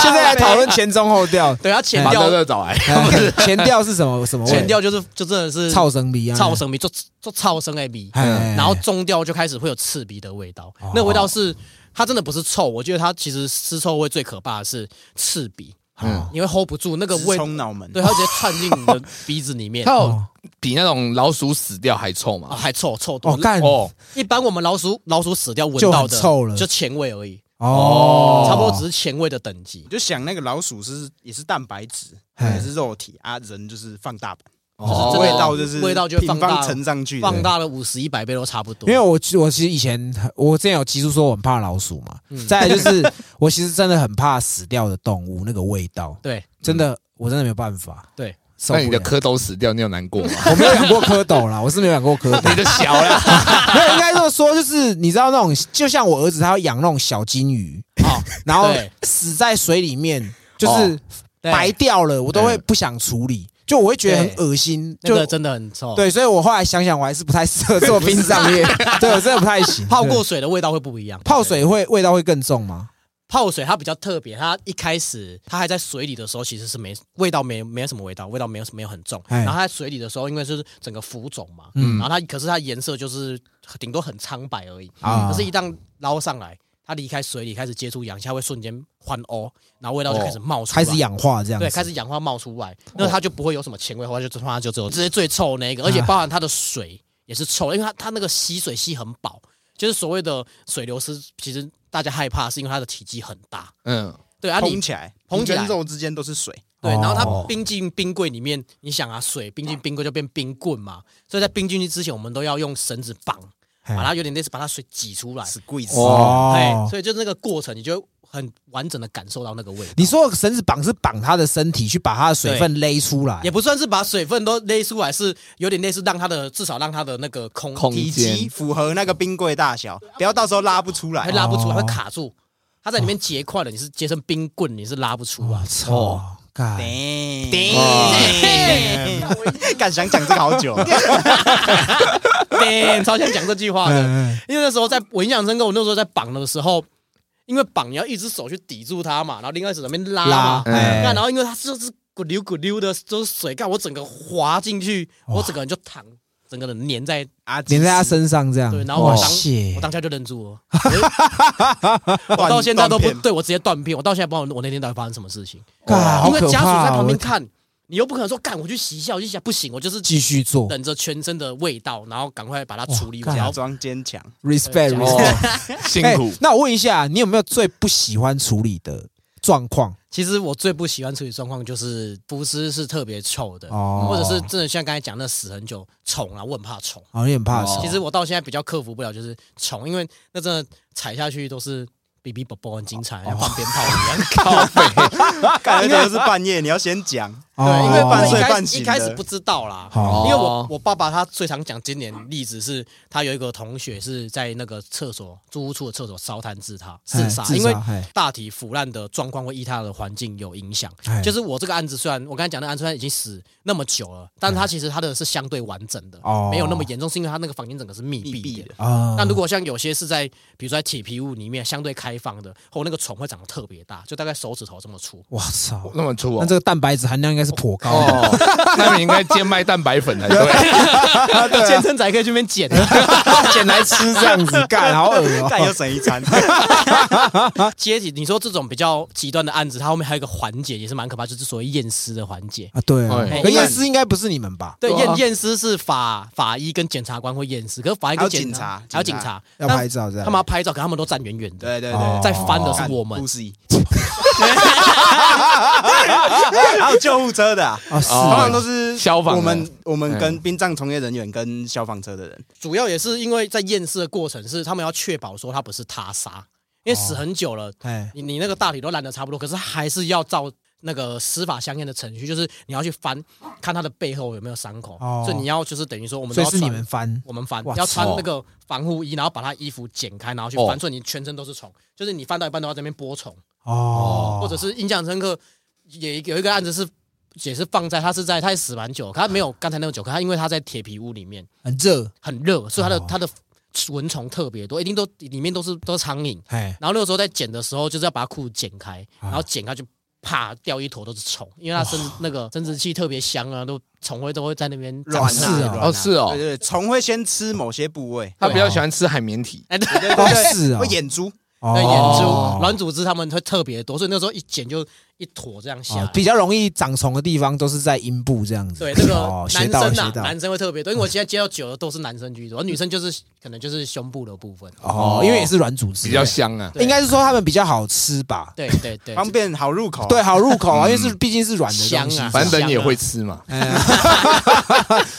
[SPEAKER 1] 现在来讨论前中后调，
[SPEAKER 4] 对它前
[SPEAKER 1] 哎
[SPEAKER 2] 把
[SPEAKER 4] 调
[SPEAKER 2] 乐乐找来，
[SPEAKER 1] 前调是什么什么味？
[SPEAKER 4] 前调就是就真的是
[SPEAKER 1] 超生鼻啊，
[SPEAKER 4] 噪声味，做做噪声的味，
[SPEAKER 1] 哎，哦哎
[SPEAKER 4] 然后中调就开始会有刺鼻的味道，那味道是它真的不是臭，我觉得它其实尸臭味最可怕的是刺鼻，
[SPEAKER 2] 嗯
[SPEAKER 4] 你会 hold 不住那个
[SPEAKER 3] 直
[SPEAKER 4] 味，
[SPEAKER 3] 冲脑门，
[SPEAKER 4] 对，它会直接窜进你的鼻 子里面
[SPEAKER 2] 它。有
[SPEAKER 1] 哦
[SPEAKER 2] 比那种老鼠死掉还臭
[SPEAKER 4] 啊，
[SPEAKER 2] 嘛？
[SPEAKER 4] 还臭臭
[SPEAKER 1] 哦
[SPEAKER 4] 多！
[SPEAKER 1] 干
[SPEAKER 2] 哦，
[SPEAKER 4] 一般我们老鼠老鼠死掉闻
[SPEAKER 1] 就很
[SPEAKER 4] 到的
[SPEAKER 1] 臭了
[SPEAKER 4] 就前味而已，
[SPEAKER 1] 哦，
[SPEAKER 4] 差不多只是前味的等级
[SPEAKER 3] 你。就想那个老鼠是也是蛋白质，
[SPEAKER 1] 嘿
[SPEAKER 3] 也是肉体啊，人就是放大版，
[SPEAKER 4] 哦
[SPEAKER 3] 就是
[SPEAKER 4] 真的
[SPEAKER 3] 味道就是
[SPEAKER 4] 味道就会
[SPEAKER 3] 平
[SPEAKER 4] 放大
[SPEAKER 3] 方乘上去的，
[SPEAKER 4] 放大了五十一百倍都差不多。
[SPEAKER 1] 因为我其我其实以前我之前有提出说我很怕老鼠嘛，
[SPEAKER 4] 嗯
[SPEAKER 1] 再来就是我其实真的很怕死掉的动物那个味道，
[SPEAKER 4] 对，
[SPEAKER 1] 真的我真的没有办法。
[SPEAKER 4] 对，
[SPEAKER 1] 受
[SPEAKER 2] 那
[SPEAKER 1] 不
[SPEAKER 2] 你的
[SPEAKER 1] 了
[SPEAKER 2] 蝌蚪死掉，你有难过吗？
[SPEAKER 1] 我没有养过蝌蚪啦，我是没有养过 蝌蚪。
[SPEAKER 2] 你的小啦，
[SPEAKER 1] 没有，应该这么说，就是你知道那种，就像我儿子他要养那种小金 鱼，
[SPEAKER 4] 哦，
[SPEAKER 1] 然后
[SPEAKER 4] 对哦
[SPEAKER 1] 死在水里面，就是
[SPEAKER 4] 对
[SPEAKER 1] 白掉了，我都会不想处理，就我会觉得很
[SPEAKER 4] 对
[SPEAKER 1] 恶心，
[SPEAKER 4] 那
[SPEAKER 1] 就
[SPEAKER 4] 个真的很臭。，
[SPEAKER 1] 对，所以我后来想想，我还是不太适合 做殡葬业，对我真的不太行。
[SPEAKER 4] 泡
[SPEAKER 1] 对
[SPEAKER 4] 过水的味道会不一样。
[SPEAKER 1] 泡水会味道会更重吗？
[SPEAKER 4] 泡水它比较特别，它一开始它还在水里的时候其实是没味道没没什么味道，味道没有没有很重。
[SPEAKER 1] 哎
[SPEAKER 4] 然后它在水里的时候，因为就是整个浮肿嘛，
[SPEAKER 1] 嗯
[SPEAKER 4] 然后它可是它颜色就是顶多很苍白而已。
[SPEAKER 1] 啊
[SPEAKER 4] 可是，一旦捞上来，它离开水里开始接触氧气，它会瞬间换欧，然后味道就开始冒出来，
[SPEAKER 1] 哦开始氧化这样子，哦
[SPEAKER 4] 对，开始氧化冒出来，那它就不会有什么前味，后来就它就只有直接最臭那
[SPEAKER 1] 啊
[SPEAKER 4] 个，而且包含它的水也是臭的，因为它它那个吸水吸很饱，就是所谓的水流失，其实大家害怕是因为它的体积很大，
[SPEAKER 2] 嗯，
[SPEAKER 4] 对啊，你
[SPEAKER 3] 蓬起来，
[SPEAKER 4] 蓬起来
[SPEAKER 3] 你跟肉之间都是水，
[SPEAKER 4] 对，然后
[SPEAKER 1] 哦
[SPEAKER 4] 它冰进冰柜里面，你想啊，水冰进冰柜就变冰棍嘛，所以在冰进去之前，我们都要用绳子绑，
[SPEAKER 1] 嘿
[SPEAKER 4] 把它有点类似把它水挤出来，
[SPEAKER 3] 是贵死。
[SPEAKER 4] 哎，
[SPEAKER 1] 哦。
[SPEAKER 4] 所以就是那个过程，你就会很完整的感受到那个味道。
[SPEAKER 1] 你说绳子绑是绑他的身体，去把他的水分勒出来
[SPEAKER 4] 也，不算是把水分都勒出来，是有点类似让它的至少让它的那个空
[SPEAKER 2] 空
[SPEAKER 3] 体积
[SPEAKER 2] 间
[SPEAKER 3] 符合那个冰柜大小，不要到时候拉不出来
[SPEAKER 4] 还。拉不出来，
[SPEAKER 1] 哦
[SPEAKER 4] 会卡住。它在里面结块了，你是结成冰棍，你是拉不出啊 来。
[SPEAKER 1] 哦， 干，
[SPEAKER 3] 顶，敢想讲这个好 久，
[SPEAKER 4] 对，超想讲这句话的，
[SPEAKER 1] 嗯
[SPEAKER 4] 因为那时候在我印象深刻，我那时候在绑的时候，因为绑你要一只手去抵住它嘛，然后另外一只手在那边拉
[SPEAKER 1] 拉
[SPEAKER 4] 嘛，
[SPEAKER 2] 嗯
[SPEAKER 1] 哎
[SPEAKER 4] 那然后因为它就是咕溜咕溜的，就是水，干我整个滑进去，我整个人就躺，整个人粘在
[SPEAKER 3] 啊，
[SPEAKER 1] 粘在他身上这样，
[SPEAKER 4] 对，然后我
[SPEAKER 1] 哇
[SPEAKER 4] 当
[SPEAKER 1] 谢
[SPEAKER 4] 我当下就愣住了。
[SPEAKER 3] 我
[SPEAKER 4] 我到现在
[SPEAKER 1] 啊
[SPEAKER 4] 都不对我直接断片，我到现在不知道我那天到底发生什么事情，
[SPEAKER 1] 干好
[SPEAKER 4] 因为
[SPEAKER 1] 可
[SPEAKER 4] 家属
[SPEAKER 1] 怕哦
[SPEAKER 4] 在旁
[SPEAKER 1] 我
[SPEAKER 4] 边看，你又不可能说干我去洗一下，我去洗一下，不行，我就是
[SPEAKER 1] 继续做
[SPEAKER 4] 等着全身的味道，然后赶快把它处理
[SPEAKER 1] 哇干
[SPEAKER 4] 掉
[SPEAKER 3] 假。装坚强，
[SPEAKER 1] ，respect
[SPEAKER 4] 对
[SPEAKER 1] respect。
[SPEAKER 2] 嗯辛
[SPEAKER 1] 哎
[SPEAKER 2] 苦，
[SPEAKER 1] 那我问一下，你有没有最不喜欢处理的状况？
[SPEAKER 4] 其实我最不喜欢处理状况就是浮尸是特别臭的，
[SPEAKER 1] 哦
[SPEAKER 4] 或者是真的像刚才讲那死很久虫啊，我很怕虫。
[SPEAKER 1] 好像很怕
[SPEAKER 2] 哦
[SPEAKER 1] 死
[SPEAKER 4] 其实我到现在比较克服不了就是虫，因为那真的踩下去都是。哔哔啵啵很精
[SPEAKER 1] 哦
[SPEAKER 4] 彩，像放鞭炮 一样。
[SPEAKER 2] 靠背，
[SPEAKER 3] 感觉是半夜，你要先讲，
[SPEAKER 4] 对，因为
[SPEAKER 1] 哦
[SPEAKER 4] 我
[SPEAKER 3] 半
[SPEAKER 4] 一
[SPEAKER 3] 睡
[SPEAKER 4] 开
[SPEAKER 3] 半
[SPEAKER 4] 始
[SPEAKER 3] 醒
[SPEAKER 4] 一
[SPEAKER 3] 的
[SPEAKER 4] 开始不知道啦，
[SPEAKER 1] 好
[SPEAKER 4] 哎因为
[SPEAKER 2] 哦
[SPEAKER 4] 我我爸爸他最常讲经典例子是，他有一个同学是在那个厕所租屋处的厕所烧炭自他自杀，
[SPEAKER 1] 哎自
[SPEAKER 4] 因为
[SPEAKER 1] 哎
[SPEAKER 4] 大体腐烂的状况会依他的环境有影响
[SPEAKER 1] 哎。
[SPEAKER 4] 就是我这个案子虽然我刚才讲的案子虽然已经死那么久了，但他其实他的是相对完整的
[SPEAKER 1] 哎哦，
[SPEAKER 4] 没有那么严重，是因为他那个房间整个是密
[SPEAKER 3] 密
[SPEAKER 4] 闭
[SPEAKER 3] 闭
[SPEAKER 4] 的
[SPEAKER 3] 的。
[SPEAKER 1] 啊，
[SPEAKER 4] 那如果像有些是在，比如说在铁皮屋里面相对开放的，后那个虫会长得特别大，就大概手指头这么粗。
[SPEAKER 1] 我操，
[SPEAKER 2] 那么粗
[SPEAKER 1] 那
[SPEAKER 2] 哦。
[SPEAKER 1] 这个蛋白质含量应该是颇高的。
[SPEAKER 2] 哦，那你应该兼卖蛋白粉才对。
[SPEAKER 1] 啊
[SPEAKER 4] 健身仔可以去那边捡。
[SPEAKER 1] 捡来吃这样 子干，好恶哦、
[SPEAKER 3] 但又省一餐。
[SPEAKER 4] 阶级，你说这种比较极端的案子，它后面还有一个环节也是蛮可怕，就是所谓验尸的环节。
[SPEAKER 1] 啊，对啊
[SPEAKER 2] 哎，
[SPEAKER 1] 可验尸应该不是你们吧？
[SPEAKER 4] 对，
[SPEAKER 2] 对啊
[SPEAKER 4] 验验尸是法法医跟检察官会验尸，可是法医
[SPEAKER 3] 还
[SPEAKER 4] 跟
[SPEAKER 3] 有
[SPEAKER 4] 检
[SPEAKER 3] 警察
[SPEAKER 4] 还有警
[SPEAKER 3] 警察
[SPEAKER 4] 察，
[SPEAKER 1] 要
[SPEAKER 4] 但
[SPEAKER 1] 拍照这样，
[SPEAKER 4] 他们要拍照，可他们都站远远的。
[SPEAKER 3] 对对
[SPEAKER 1] 哦
[SPEAKER 3] 对，
[SPEAKER 4] 在翻的是我
[SPEAKER 3] 不
[SPEAKER 4] 们，
[SPEAKER 3] 是，还有救护车的啊，
[SPEAKER 1] 啊是
[SPEAKER 3] 通常
[SPEAKER 1] 啊
[SPEAKER 3] 都是
[SPEAKER 2] 消防的
[SPEAKER 3] 我们我们
[SPEAKER 2] 嗯
[SPEAKER 3] 跟殡葬从业人员跟消防车的人，
[SPEAKER 4] 主要也是因为在验尸的过程是他们要确保说他不是他杀，因为死很久了，
[SPEAKER 1] 哎
[SPEAKER 4] 你你那个大体都烂得差不多，可是还是要照那个司法相应的程序，就是你要去翻看他的背后有没有伤口，
[SPEAKER 1] 哦
[SPEAKER 4] 所以你要就是等于说我们
[SPEAKER 1] 所
[SPEAKER 4] 都
[SPEAKER 1] 以
[SPEAKER 4] 要
[SPEAKER 1] 是你
[SPEAKER 4] 传
[SPEAKER 1] 们翻
[SPEAKER 4] 我们翻
[SPEAKER 1] 哇
[SPEAKER 4] 要穿
[SPEAKER 2] 操
[SPEAKER 4] 那个防护衣，然后把他衣服剪开，然后去
[SPEAKER 2] 哦
[SPEAKER 4] 翻，所以你全身都是虫，就是你翻到一半都要在那边拨虫，
[SPEAKER 1] 哦，
[SPEAKER 4] 或者是印象深刻，也有一个案子是也是放在他是在他也死蛮久，可他没有刚才那么久，可他因为他在铁皮屋里面
[SPEAKER 1] 哦很热
[SPEAKER 4] 很热，所以他的
[SPEAKER 1] 哦
[SPEAKER 4] 他的蚊虫特别多，一定都里面都是都是苍蝇。
[SPEAKER 1] 哎，
[SPEAKER 4] 然后那个时候在剪的时候，就是要把裤子剪开，
[SPEAKER 1] 啊
[SPEAKER 4] 然后剪开就啪掉一坨都是虫，因为它生那个生殖器特别香啊，都虫会都会在那边
[SPEAKER 3] 卵啊
[SPEAKER 4] 长
[SPEAKER 1] 是
[SPEAKER 4] 大
[SPEAKER 1] 哦
[SPEAKER 3] 卵啊
[SPEAKER 2] 哦是哦
[SPEAKER 3] 对对，对虫会先吃某些部位，
[SPEAKER 2] 他比较喜欢吃海绵体，
[SPEAKER 4] 哎，对，
[SPEAKER 3] 对对
[SPEAKER 1] 哦
[SPEAKER 3] 对，
[SPEAKER 1] 是哦
[SPEAKER 3] 会眼珠，
[SPEAKER 1] 哦
[SPEAKER 4] 对，眼珠、软组织它们会特别多，所以那时候一剪就一坨这样下
[SPEAKER 1] 哦
[SPEAKER 4] 来。
[SPEAKER 1] 比较容易长虫的地方都是在阴部这样子。
[SPEAKER 4] 对，那
[SPEAKER 1] 哦
[SPEAKER 4] 个
[SPEAKER 1] 学
[SPEAKER 4] 男
[SPEAKER 1] 到了
[SPEAKER 4] 生
[SPEAKER 1] 学
[SPEAKER 4] 啊，
[SPEAKER 1] 到了
[SPEAKER 4] 男生会特别多，因为我现在接到久的都是男生居多，而女生就是可能就是胸部的部分。
[SPEAKER 1] 哦，因为也是软组织，
[SPEAKER 2] 比较香啊。
[SPEAKER 4] 对
[SPEAKER 1] 应该是说他们比较好吃吧？
[SPEAKER 4] 对对对，
[SPEAKER 3] 方便好入口。
[SPEAKER 1] 对，，好入口啊，
[SPEAKER 2] 嗯
[SPEAKER 1] 因为是毕竟是软的东西
[SPEAKER 4] 香啊。
[SPEAKER 2] 反正你也会吃嘛，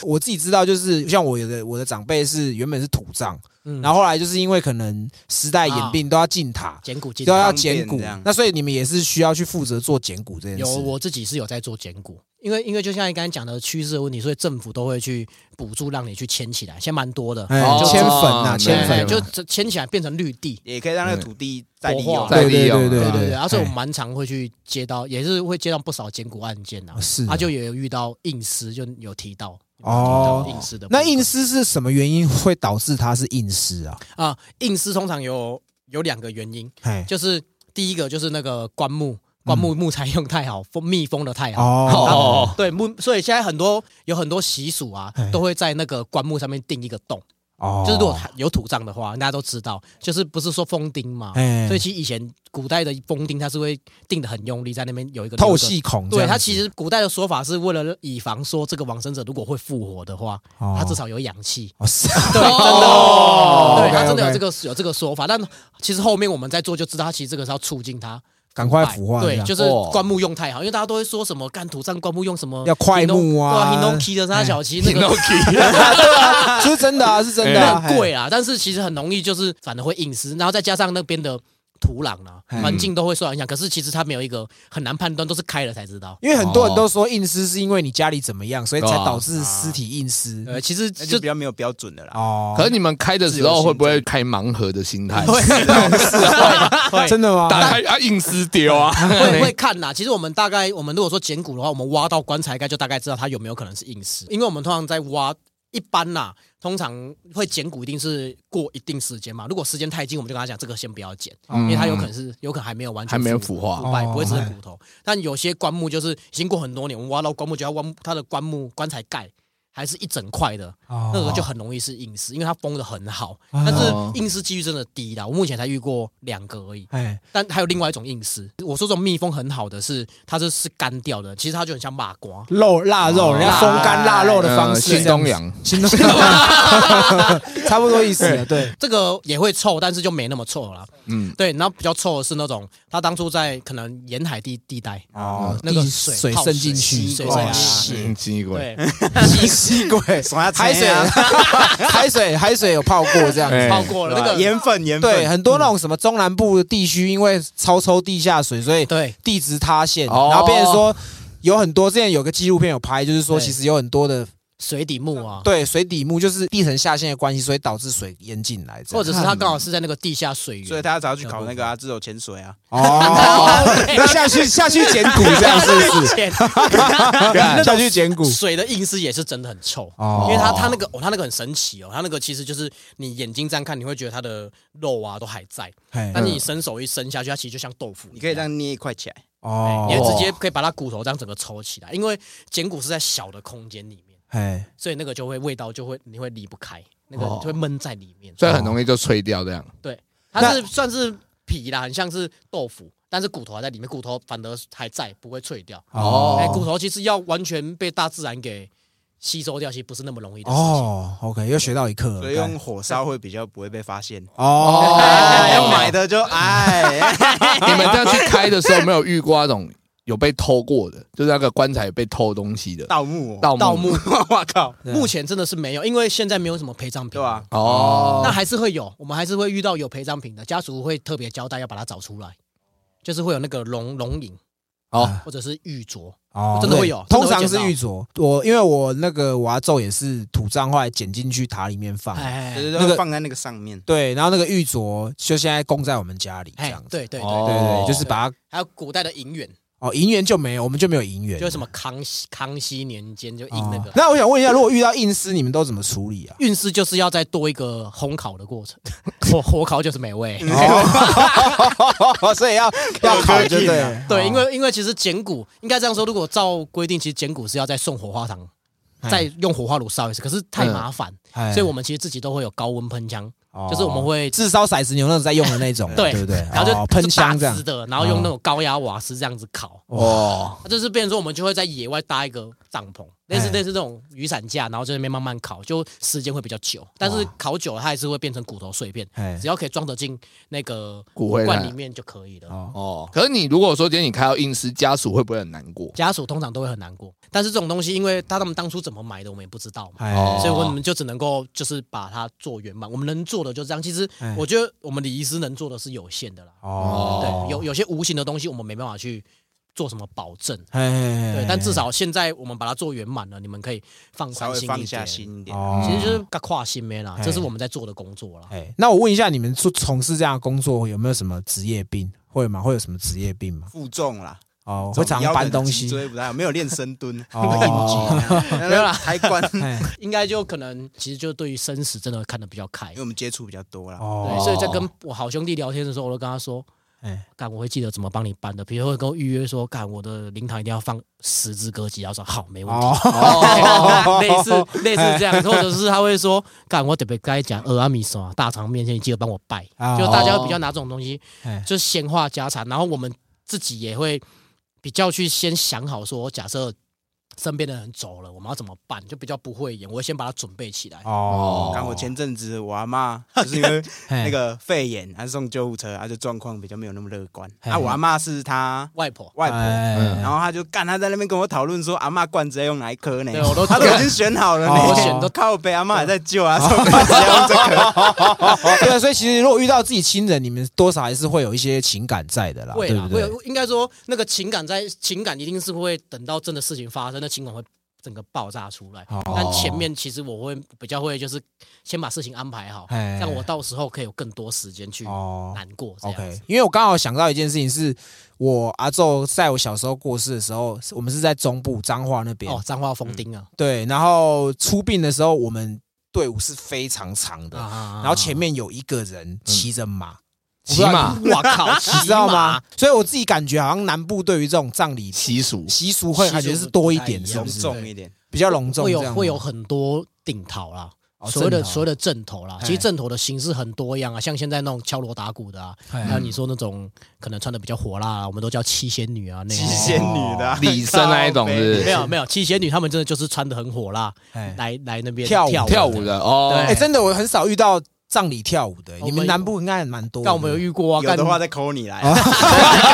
[SPEAKER 1] 我自己知道，就是像我有的我的长辈是原本是土葬，
[SPEAKER 4] 嗯
[SPEAKER 1] 然后后来就是因为可能时代演变都要进塔，
[SPEAKER 4] 剪骨进
[SPEAKER 1] 都要
[SPEAKER 3] 方便
[SPEAKER 1] 捡骨
[SPEAKER 3] 这样，
[SPEAKER 1] 那所以你们也是需要去负责做捡骨这件事。
[SPEAKER 4] 有我自己是有在做减股，因为因为就像你刚才讲的趋势的问题，所以政府都会去补助让你去牵起来，现在蛮多的，
[SPEAKER 1] 哎
[SPEAKER 2] 哦，
[SPEAKER 1] 迁粉呐，
[SPEAKER 2] 对
[SPEAKER 1] 迁
[SPEAKER 4] 对
[SPEAKER 1] 粉
[SPEAKER 4] 就这牵起来变成绿地。
[SPEAKER 3] 也可以让那个土地再利
[SPEAKER 4] 活
[SPEAKER 3] 用
[SPEAKER 4] 化。
[SPEAKER 2] 再
[SPEAKER 1] 对
[SPEAKER 2] 利
[SPEAKER 1] 对
[SPEAKER 2] 用
[SPEAKER 1] 对
[SPEAKER 2] 啊
[SPEAKER 1] 对
[SPEAKER 4] 对对对，
[SPEAKER 1] 哎
[SPEAKER 4] 而且我们蛮常会去接到，也是会接到不少减股案件啊
[SPEAKER 1] 哦，是
[SPEAKER 4] 他就也有遇到硬尸，就有提到
[SPEAKER 1] 哦
[SPEAKER 4] 有提到硬尸的部分。
[SPEAKER 1] 那硬尸是什么原因会导致它是硬尸啊？
[SPEAKER 4] 啊，硬尸通常有有两个原因，
[SPEAKER 1] 哎，
[SPEAKER 4] 就是第一个就是那个棺木，棺木木材用太好，封密封的太好。
[SPEAKER 1] 嗯哦，
[SPEAKER 2] 哦，
[SPEAKER 4] 对木，所以现在很多有很多习俗啊
[SPEAKER 1] 哎，
[SPEAKER 4] 都会在那个棺木上面钉一个洞，
[SPEAKER 1] 哦
[SPEAKER 4] 就是如果有土葬的话，大家都知道，就是不是说封钉嘛，
[SPEAKER 1] 哎
[SPEAKER 4] 所以其实以前古代的封钉它是会钉的很用力，在那边有一个
[SPEAKER 1] 透。气孔这
[SPEAKER 4] 对
[SPEAKER 1] 样子，
[SPEAKER 4] 它其实古代的说法是为了以防说这个往生者如果会复活的话，
[SPEAKER 1] 哦
[SPEAKER 4] 他至少有氧气。
[SPEAKER 1] 哦是
[SPEAKER 4] 对， 真的，
[SPEAKER 1] 哦
[SPEAKER 4] 对
[SPEAKER 1] OK，
[SPEAKER 4] 他真的有
[SPEAKER 1] OK
[SPEAKER 4] 这个有这个说法。但其实后面我们在做就知道，他其实这个是要促进他
[SPEAKER 1] 赶快腐化这
[SPEAKER 4] 对，
[SPEAKER 1] 样，
[SPEAKER 4] 就是
[SPEAKER 2] 哦
[SPEAKER 4] 棺木用太好，因为大家都会说什么干土葬棺木用什么
[SPEAKER 1] 要快木啊哎
[SPEAKER 4] ，Hinoki 的沙小旗 那个
[SPEAKER 1] 就是真的啊，是真的啊，
[SPEAKER 4] 很贵啊，但是其实很容易就是反而会隐私，然后再加上那边的土壤啊，
[SPEAKER 1] 嗯
[SPEAKER 4] 环境都会受到影响。可是其实它没有一个很难判断，都是开了才知道。
[SPEAKER 1] 因为很多
[SPEAKER 4] 哦
[SPEAKER 1] 人都说硬尸是因为你家里怎么样，所以才
[SPEAKER 2] 对啊
[SPEAKER 1] 导致尸体硬尸。
[SPEAKER 4] 呃，其实
[SPEAKER 3] 那就
[SPEAKER 4] 就
[SPEAKER 3] 比较没有标准的啦。
[SPEAKER 1] 哦，
[SPEAKER 2] 可是你们开的时候会不会开盲盒的心态？
[SPEAKER 1] 真的吗？
[SPEAKER 2] 打开啊，硬撕丢啊！
[SPEAKER 4] 会会看啦。其实我们大概，我们如果说捡骨的话，我们挖到棺材盖就大概知道它有没有可能是硬尸，因为我们通常在挖。一般啦，通常会捡骨一定是过一定时间嘛。如果时间太近，我们就跟他讲这个先不要捡，
[SPEAKER 2] 嗯
[SPEAKER 4] 因为它有可能是有可能还没有完全
[SPEAKER 2] 还没有腐
[SPEAKER 4] 腐
[SPEAKER 2] 化
[SPEAKER 4] 腐败，
[SPEAKER 1] 哦
[SPEAKER 4] 不会只是骨头。但有些棺木就是已经过很多年，我们挖到棺木，觉得棺它的棺木棺材盖还是一整块的，
[SPEAKER 1] 那
[SPEAKER 4] 那个就很容易是硬尸，因为它封的很好。
[SPEAKER 1] 哦
[SPEAKER 4] 但是硬尸几率真的低啦，我目前才遇过两个而已。
[SPEAKER 1] 哎
[SPEAKER 4] 但还有另外一种硬丝，我说这种密封很好的是，它这是干掉的，其实它就很像麻瓜。
[SPEAKER 1] 肉腊
[SPEAKER 4] 哦
[SPEAKER 1] 肉，人家风干腊肉的方
[SPEAKER 2] 呃
[SPEAKER 1] 式，
[SPEAKER 2] 新东阳，
[SPEAKER 1] 新东阳， 差不多意思了。对，
[SPEAKER 4] 这个也会臭，但是就没那么臭了啦。
[SPEAKER 2] 嗯，
[SPEAKER 4] 对，然后比较臭的是那种，它当初在可能沿海地地带，
[SPEAKER 1] 哦
[SPEAKER 4] 那个
[SPEAKER 1] 地
[SPEAKER 4] 水
[SPEAKER 1] 水
[SPEAKER 4] 泡
[SPEAKER 1] 渗进
[SPEAKER 4] 水
[SPEAKER 1] 去，
[SPEAKER 4] 水
[SPEAKER 1] 哦
[SPEAKER 4] 渗进去
[SPEAKER 1] 血
[SPEAKER 2] 嗯奇怪，
[SPEAKER 4] 对，
[SPEAKER 1] 吸鬼，海
[SPEAKER 3] 海
[SPEAKER 1] 水，啊
[SPEAKER 3] 水啊
[SPEAKER 1] 海水，海水有泡过这样子
[SPEAKER 2] 哎。
[SPEAKER 4] 超过了那个，
[SPEAKER 3] 盐分盐
[SPEAKER 1] 对，
[SPEAKER 3] 分，
[SPEAKER 1] 很多那种什么中南部的地区，因为超抽地下水，所以
[SPEAKER 4] 对
[SPEAKER 1] 地质塌陷，
[SPEAKER 2] 哦
[SPEAKER 1] 然后变成说有很多之前有个纪录片有拍，就是说
[SPEAKER 4] 对
[SPEAKER 1] 其实有很多的
[SPEAKER 4] 水底木啊，
[SPEAKER 1] 对水底木就是地层下陷的关系，所以导致水淹进来这样，
[SPEAKER 4] 或者是它刚好是在那个地下水
[SPEAKER 3] 所以
[SPEAKER 4] 源。
[SPEAKER 3] 他才要去考那个啊，自由潜水啊。
[SPEAKER 1] 哦， 那下去下去捡骨这样是不是？
[SPEAKER 4] 浅
[SPEAKER 1] 下去捡骨
[SPEAKER 4] 水的硬丝也是真的很臭。
[SPEAKER 1] 哦
[SPEAKER 4] 因为它它那个哦，它那个很神奇哦，它那个其实就是你眼睛这样看，你会觉得它的肉啊都还在，
[SPEAKER 1] 嘿
[SPEAKER 4] 但是你伸手一伸下去，它其实就像豆腐一样。
[SPEAKER 3] 你可以这样捏一块起来，
[SPEAKER 1] 哦
[SPEAKER 4] 也直接可以把它骨头这样整个抽起来，因为剪骨是在小的空间里面，
[SPEAKER 1] 嘿
[SPEAKER 4] 所以那个就会味道就会你会离不开，那个
[SPEAKER 2] 哦
[SPEAKER 4] 就会闷在里面。
[SPEAKER 2] 所以很容易就吹掉这样。
[SPEAKER 4] 它是算是皮啦，很像是豆腐，但是骨头还在里面，骨头反而还在，不会脆掉。
[SPEAKER 2] 哦
[SPEAKER 4] 哎，骨头其实要完全被大自然给吸收掉，其实不是那么容易的事情。
[SPEAKER 1] 哦，OK，又学到一课了，
[SPEAKER 3] 所以用火烧会比较不会被发现。
[SPEAKER 1] 哦
[SPEAKER 3] 哎要买的就 哎，
[SPEAKER 2] 你们这样去开的时候，没有遇过那种有被偷过的，就是那个棺材有被偷东西的
[SPEAKER 3] 盗墓哦，
[SPEAKER 2] 盗
[SPEAKER 4] 盗
[SPEAKER 2] 墓
[SPEAKER 4] 墓，
[SPEAKER 3] 我靠，
[SPEAKER 1] 对
[SPEAKER 4] 目前真的是没有，因为现在没有什么陪葬品，
[SPEAKER 3] 对啊吧？？
[SPEAKER 2] 哦
[SPEAKER 4] 那还是会有，我们还是会遇到有陪葬品的，家属会特别交代要把它找出来，就是会有那个龙龙影
[SPEAKER 2] 哦
[SPEAKER 4] 或者是玉镯，
[SPEAKER 1] 哦
[SPEAKER 4] 真的会
[SPEAKER 1] 对
[SPEAKER 4] 有真
[SPEAKER 1] 通
[SPEAKER 4] 的会
[SPEAKER 1] 常
[SPEAKER 4] 捡
[SPEAKER 1] 是
[SPEAKER 4] 到
[SPEAKER 1] 玉镯。我因为我那个我阿昼也是土葬，后来捡进去塔里面放。
[SPEAKER 4] 哎
[SPEAKER 3] 就是
[SPEAKER 1] 那
[SPEAKER 3] 都
[SPEAKER 1] 个
[SPEAKER 3] 放在那个上面。
[SPEAKER 1] 对，然后那个玉镯就现在供在我们家里这
[SPEAKER 4] 哎
[SPEAKER 1] 样，子。
[SPEAKER 4] 对对对，
[SPEAKER 1] 对对
[SPEAKER 2] 哦
[SPEAKER 1] 对，就是把它
[SPEAKER 4] 还有古代的银元，
[SPEAKER 1] 哦，银元就没有，我们就没有银元，
[SPEAKER 4] 就是什么康熙康熙年间就印那
[SPEAKER 1] 哦
[SPEAKER 4] 个。
[SPEAKER 1] 那我想问一下，如果遇到硬尸，你们都怎么处理啊？
[SPEAKER 4] 运势就是要再多一个烘烤 的过程，火火烤就是美味。
[SPEAKER 1] 哦，所以要 要考就对了，
[SPEAKER 4] 对，因
[SPEAKER 1] 哦
[SPEAKER 4] 为因为其实剪骨应该这样说，如果照规定，其实剪骨是要再送火化堂，再用火化炉烧一次，可是太麻烦，
[SPEAKER 1] 哎
[SPEAKER 4] 所以我们其实自己都会有高温喷枪，
[SPEAKER 1] 哦
[SPEAKER 4] 就是我们会
[SPEAKER 1] 炙烧骰子牛那种在用的那 种，
[SPEAKER 4] 对
[SPEAKER 1] 对不对？
[SPEAKER 4] 然后就
[SPEAKER 1] 哦
[SPEAKER 4] 就
[SPEAKER 1] 喷
[SPEAKER 4] 大
[SPEAKER 1] 香这样哦
[SPEAKER 4] 支，的，然后用那种高压瓦斯这样子烤。
[SPEAKER 2] 哇，
[SPEAKER 4] 那啊就是变成说，我们就会在野外搭一个帐篷，类似
[SPEAKER 1] 哎
[SPEAKER 4] 类似这种雨伞架，然后在那边慢慢烤，就时间会比较久。但是烤久了，它还是会变成骨头碎片，
[SPEAKER 1] 哎
[SPEAKER 4] 只，要可以装得进那个
[SPEAKER 2] 骨灰
[SPEAKER 4] 罐
[SPEAKER 2] 坛
[SPEAKER 4] 里面就可以了。
[SPEAKER 1] 哦，
[SPEAKER 2] 哦，可是你如果说今天你开到硬尸，家属会不会很难过？
[SPEAKER 4] 家属通常都会很难过，但是这种东西，因为他他们当初怎么买的，我们也不知道嘛，
[SPEAKER 1] 哎，
[SPEAKER 2] 哦
[SPEAKER 4] 所以我 们就只能够就是把它做圆满。我们能做的就这样。其实
[SPEAKER 1] 哎
[SPEAKER 4] 我觉得我们礼仪师能做的是有限的啦，
[SPEAKER 1] 哦
[SPEAKER 4] 对，，有有些无形的东西我们没办法去做什么保证，
[SPEAKER 1] 哎，
[SPEAKER 4] 对，但至少现在我们把它做圆满了，你们可以放
[SPEAKER 3] 稍
[SPEAKER 4] 宽
[SPEAKER 3] 微
[SPEAKER 4] 心
[SPEAKER 3] 放
[SPEAKER 4] 一
[SPEAKER 3] 下
[SPEAKER 4] 点。
[SPEAKER 3] 心一点。
[SPEAKER 1] 哦，
[SPEAKER 4] 其实就是个跨性妹啦，
[SPEAKER 1] 哎
[SPEAKER 4] 这是我们在做的工作啦。
[SPEAKER 1] 哎，那我问一下，你们做从事这样的工作有没有什么职业病？会吗？会有什么职业病吗？
[SPEAKER 3] 负重啦，
[SPEAKER 1] 哦，会常搬东
[SPEAKER 3] 腰可能脊
[SPEAKER 1] 西。
[SPEAKER 3] 椎不太好，没有练深蹲，
[SPEAKER 1] 哦
[SPEAKER 3] 会硬 举，没有啦，抬棺，因
[SPEAKER 1] 哎，
[SPEAKER 4] 应该就可能其实就对于生死真的看得比较开
[SPEAKER 1] 嗯
[SPEAKER 3] 为，我们接触比较多啦。
[SPEAKER 1] 哦
[SPEAKER 4] 对，所以在跟我好兄弟聊天的时候，我都跟他说，
[SPEAKER 1] 哎
[SPEAKER 4] 干我会记得怎么帮你搬的，比如会跟我预约说，干我的灵堂一定要放十只歌姬，然后说好没问题。
[SPEAKER 1] 哦
[SPEAKER 4] 类似类似这样，或者是他会说，干我特别该讲俄阿米索啊，大肠面线，你记得帮我拜，
[SPEAKER 1] 哦
[SPEAKER 4] 就大家会比较拿这种东西
[SPEAKER 1] 哎，
[SPEAKER 4] 就是闲话家常，然后我们自己也会比较去先想好说，假设身边的人走了，我们要怎么办，就比较不会演，我会先把它准备起来。
[SPEAKER 1] 哦，
[SPEAKER 3] 刚我前阵子我 阿妈就是因为
[SPEAKER 1] 那
[SPEAKER 3] 那个肺炎，还送救护车，她就状况比较没有那么乐观。
[SPEAKER 1] 嘿哎
[SPEAKER 3] 啊，我阿妈是她
[SPEAKER 4] 外婆，
[SPEAKER 3] 外婆，
[SPEAKER 1] 然
[SPEAKER 3] 然后她就干，她在那边跟我讨论说阿妈罐子要用哪一颗呢？
[SPEAKER 4] 对我都
[SPEAKER 3] 她都已经选好了呢，
[SPEAKER 1] 哦
[SPEAKER 4] 我选都
[SPEAKER 3] 靠背，阿妈还在救啊，送罐子要用这个。
[SPEAKER 1] 对啊，所以其实如果遇到自己亲人，你们多少还是会有一些情感在的啦，
[SPEAKER 4] 会
[SPEAKER 1] 对
[SPEAKER 4] 啦，
[SPEAKER 1] 不
[SPEAKER 4] 会
[SPEAKER 1] 对？
[SPEAKER 4] 有应该说那个情感在情感一定是会等到真的事情发生，那情感会整个爆炸出来。
[SPEAKER 1] 哦
[SPEAKER 4] 但前面其实我会比较会就是先把事情安排好，
[SPEAKER 1] 哎
[SPEAKER 4] 让我到时候可以有更多时间去
[SPEAKER 1] 哦
[SPEAKER 4] 难过这样
[SPEAKER 1] ，OK
[SPEAKER 4] 子。。
[SPEAKER 1] 因为我刚好想到一件事情是，我阿昼在我小时候过世的时候，我们是在中部彰化那边
[SPEAKER 4] 哦，，彰化封丁啊，
[SPEAKER 1] 对，然后出殡的时候，我们队伍是非常长的，
[SPEAKER 4] 然
[SPEAKER 1] 嗯然后前面有一个
[SPEAKER 3] 嗯
[SPEAKER 1] 人骑着马，
[SPEAKER 2] 骑马
[SPEAKER 4] 我 靠，
[SPEAKER 1] 你
[SPEAKER 4] 啊骑
[SPEAKER 1] 知道
[SPEAKER 4] 马
[SPEAKER 1] 吗？？所以我自己感觉好像南部对于这种葬礼
[SPEAKER 2] 习俗
[SPEAKER 1] 习俗会感觉是 多一点，是
[SPEAKER 4] 习俗
[SPEAKER 1] 不
[SPEAKER 4] 不
[SPEAKER 3] 隆
[SPEAKER 4] 太一样
[SPEAKER 1] 是？
[SPEAKER 3] 重一点，
[SPEAKER 1] 比较隆重
[SPEAKER 4] 会
[SPEAKER 1] 这
[SPEAKER 4] 有
[SPEAKER 1] 样，
[SPEAKER 4] 会有很多顶头啦。
[SPEAKER 1] 哦
[SPEAKER 4] 所谓的
[SPEAKER 1] 正头
[SPEAKER 4] 所谓的正头啦，
[SPEAKER 1] 哎
[SPEAKER 4] 其实正头的形式很多样啊，像现在那种敲锣打鼓的啊，
[SPEAKER 1] 哎
[SPEAKER 4] 还有你说那种可能穿的比较火辣啊，我们都叫七仙女啊，那
[SPEAKER 3] 七
[SPEAKER 4] 种
[SPEAKER 3] 仙女
[SPEAKER 1] 哦
[SPEAKER 3] 的啊
[SPEAKER 2] 礼生那一种是不是
[SPEAKER 4] 没有没有，七仙女她们真的就是穿的很火辣，
[SPEAKER 1] 哎
[SPEAKER 4] 来来那边
[SPEAKER 1] 跳舞
[SPEAKER 4] 舞
[SPEAKER 2] 跳舞。的哦，
[SPEAKER 1] 哎、
[SPEAKER 4] 对
[SPEAKER 1] 真的我很少遇到葬礼跳舞的、
[SPEAKER 4] 我们
[SPEAKER 1] 你们南部应该蛮多的。
[SPEAKER 4] 哦但我们有遇过啊，
[SPEAKER 3] 有的
[SPEAKER 4] 干
[SPEAKER 3] 话再抠你
[SPEAKER 1] 哦
[SPEAKER 3] 来。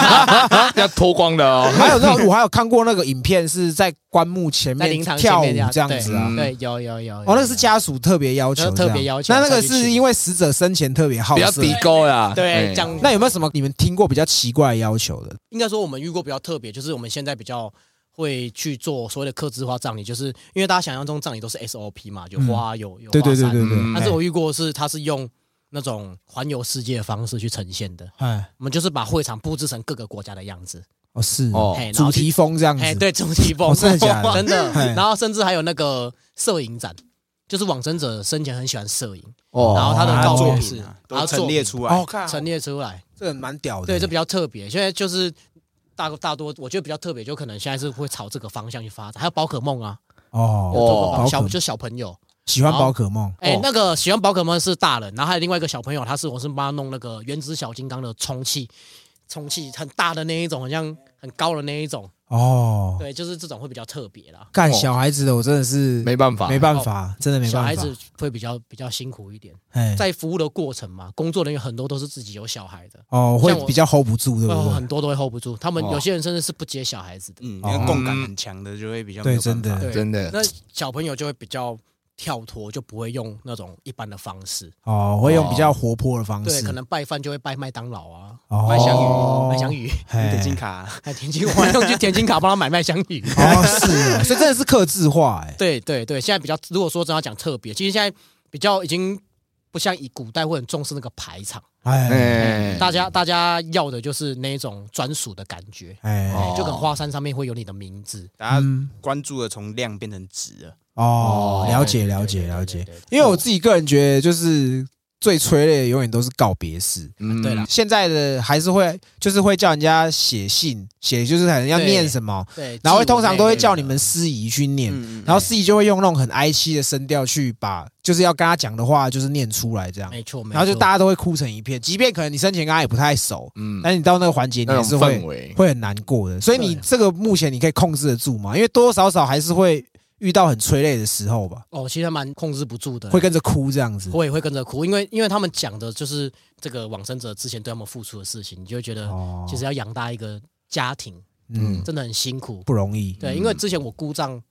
[SPEAKER 2] 要脱光的哦。
[SPEAKER 1] 还有那种，我还有看过那个影片，是在棺木前
[SPEAKER 4] 在
[SPEAKER 1] 面
[SPEAKER 4] 灵堂前
[SPEAKER 1] 跳舞
[SPEAKER 4] 面
[SPEAKER 1] 这样子啊。
[SPEAKER 2] 嗯
[SPEAKER 4] 对，有有有。有
[SPEAKER 1] 哦，那个是。家属特别要求，
[SPEAKER 4] 那特别要求
[SPEAKER 1] 这样那那个
[SPEAKER 4] 才去
[SPEAKER 1] 是
[SPEAKER 4] 请
[SPEAKER 1] 因为死者生前特别好
[SPEAKER 2] 比较
[SPEAKER 1] 色。
[SPEAKER 2] 低沟啦，
[SPEAKER 4] 对，
[SPEAKER 2] 哎
[SPEAKER 4] 这样。
[SPEAKER 1] 那有没有什么你们听过比较奇怪的要求的？
[SPEAKER 4] 应该说我们遇过比较特别，就是我们现在比较会去做所谓的客制化葬礼，就是因为大家想象中葬礼都是 SOP 嘛，有花有有
[SPEAKER 1] 嗯对对
[SPEAKER 4] 花
[SPEAKER 1] 对
[SPEAKER 4] 伞
[SPEAKER 1] 对对。
[SPEAKER 2] 嗯
[SPEAKER 4] 但是我遇过是它是用那种环游世界的方式去呈现的，
[SPEAKER 1] 哎，
[SPEAKER 4] 我们就是把会场布置成各个国家的样子，
[SPEAKER 1] 哦是哦，
[SPEAKER 2] 哦
[SPEAKER 4] 嘿，然
[SPEAKER 1] 主
[SPEAKER 4] 后去
[SPEAKER 1] 题风这样子。
[SPEAKER 4] 哎，对，主题风，
[SPEAKER 1] 哦真的假的
[SPEAKER 4] 真的
[SPEAKER 1] 嘿
[SPEAKER 4] 然后甚至还有那个摄影展，就是往生者生前很喜欢摄影，然
[SPEAKER 2] 哦，
[SPEAKER 4] 后他的
[SPEAKER 3] 把
[SPEAKER 4] 照
[SPEAKER 3] 作
[SPEAKER 4] 片是
[SPEAKER 3] 品啊都
[SPEAKER 4] 把它作
[SPEAKER 3] 陈列
[SPEAKER 4] 品
[SPEAKER 3] 出来
[SPEAKER 1] 哦，，看
[SPEAKER 4] 陈列出来，
[SPEAKER 1] 这个蛮屌的。
[SPEAKER 4] 对，这比较特别。现在就是大大多，我觉得比较特别，就可能现在是会朝这个方向去发展。还有宝可梦啊，
[SPEAKER 1] 哦，
[SPEAKER 4] 做过宝
[SPEAKER 1] 宝可
[SPEAKER 4] 小
[SPEAKER 1] 梦
[SPEAKER 4] 就小朋友，
[SPEAKER 1] 喜欢宝可梦
[SPEAKER 4] 哎、
[SPEAKER 2] 哦
[SPEAKER 4] 那个喜欢宝可梦是大人，然后还有另外一个小朋友，他是我是帮他弄那个原子小金刚的充气，充气很大的那一种，好像很高的那一种，
[SPEAKER 1] 哦。
[SPEAKER 4] 对，就是这种会比较特别啦。
[SPEAKER 1] 干
[SPEAKER 2] 哦
[SPEAKER 1] 小孩子的，我真的是
[SPEAKER 2] 没办法，
[SPEAKER 1] 没办法，真的没
[SPEAKER 4] 哦小
[SPEAKER 1] 办
[SPEAKER 4] 孩
[SPEAKER 1] 法
[SPEAKER 4] 子。会比较比较辛苦一点，
[SPEAKER 1] 哎，
[SPEAKER 4] 在服务的过程嘛，工作人员很多都是自己有小孩的，
[SPEAKER 1] 哦，会
[SPEAKER 4] 像我
[SPEAKER 1] 比较 hold 不住，对
[SPEAKER 4] 然后
[SPEAKER 1] 不
[SPEAKER 4] 很多都会 hold 不住，他们
[SPEAKER 2] 哦
[SPEAKER 4] 有些人甚至是不接小孩子的，
[SPEAKER 3] 嗯，那个共感很强的就会比较
[SPEAKER 1] 对？
[SPEAKER 3] 没
[SPEAKER 1] 哦对，
[SPEAKER 3] 有办
[SPEAKER 1] 真
[SPEAKER 3] 法
[SPEAKER 1] 的。
[SPEAKER 4] 对
[SPEAKER 2] 嗯真的
[SPEAKER 4] 那小朋友就会比较跳脱，就不会用那种一般的方式，
[SPEAKER 1] 哦，会用比较活泼的方式，
[SPEAKER 4] 对，可能拜饭就会拜麦当劳啊，
[SPEAKER 1] 哦
[SPEAKER 4] 麦香鱼，麦香鱼，
[SPEAKER 1] 嘿
[SPEAKER 3] 你得金卡，啊
[SPEAKER 4] 哎，田金，我用去田金卡帮他买麦香鱼。
[SPEAKER 1] 哦，是哦，所以真的是克制化哎，
[SPEAKER 4] 对对对，现在比较，如果说真的要讲特别，其实现在比较已经。不像以古代会很重视那个排场，
[SPEAKER 1] 哎
[SPEAKER 2] 哎，
[SPEAKER 4] 大家大家要的就是那一种专属的感觉，
[SPEAKER 1] 哎
[SPEAKER 2] 哦
[SPEAKER 4] 就跟花山上面会有你的名字。
[SPEAKER 3] 大家
[SPEAKER 1] 嗯
[SPEAKER 3] 关注的从量变成值了。
[SPEAKER 1] 哦，了解了解了解。因为我自己个人觉得，就是最催泪的永远都是告别式。
[SPEAKER 2] 嗯
[SPEAKER 4] 对啦
[SPEAKER 1] 现在的还是会，就是会叫人家写信，写就是可能要念什么，
[SPEAKER 4] 对，
[SPEAKER 1] 然后
[SPEAKER 4] 祭
[SPEAKER 1] 通
[SPEAKER 4] 文
[SPEAKER 1] 常
[SPEAKER 4] 那
[SPEAKER 1] 都会
[SPEAKER 4] 类
[SPEAKER 1] 叫
[SPEAKER 4] 的
[SPEAKER 1] 你们司仪去念，
[SPEAKER 3] 嗯
[SPEAKER 1] 然后司仪就会用那种很哀戚的声调去把就是要跟他讲的话，就是念出来这样，
[SPEAKER 4] 没错，没错
[SPEAKER 1] 然后就大家都会哭成一片，即便可能你生前跟他也不太熟，
[SPEAKER 2] 嗯，
[SPEAKER 1] 但是你到那个环节，你
[SPEAKER 2] 那
[SPEAKER 1] 还
[SPEAKER 2] 种
[SPEAKER 1] 是
[SPEAKER 2] 氛
[SPEAKER 1] 会
[SPEAKER 2] 围，
[SPEAKER 1] 会很难过的。所以你
[SPEAKER 4] 对
[SPEAKER 1] 这个目前你可以控制得住吗？因为多多少少还是会遇到很催泪的时候吧，
[SPEAKER 4] 哦，其实还蛮控制不住的，
[SPEAKER 1] 会跟着哭这样子。
[SPEAKER 4] 我也会跟着哭，因为因为他们讲的就是这个往生者之前对他们付出的事情，你就会觉得
[SPEAKER 1] 哦
[SPEAKER 4] 其实要养大一个家庭
[SPEAKER 1] 嗯
[SPEAKER 2] 嗯
[SPEAKER 4] 真的很辛苦。
[SPEAKER 1] 不容易
[SPEAKER 4] 对，因为之前我姑丈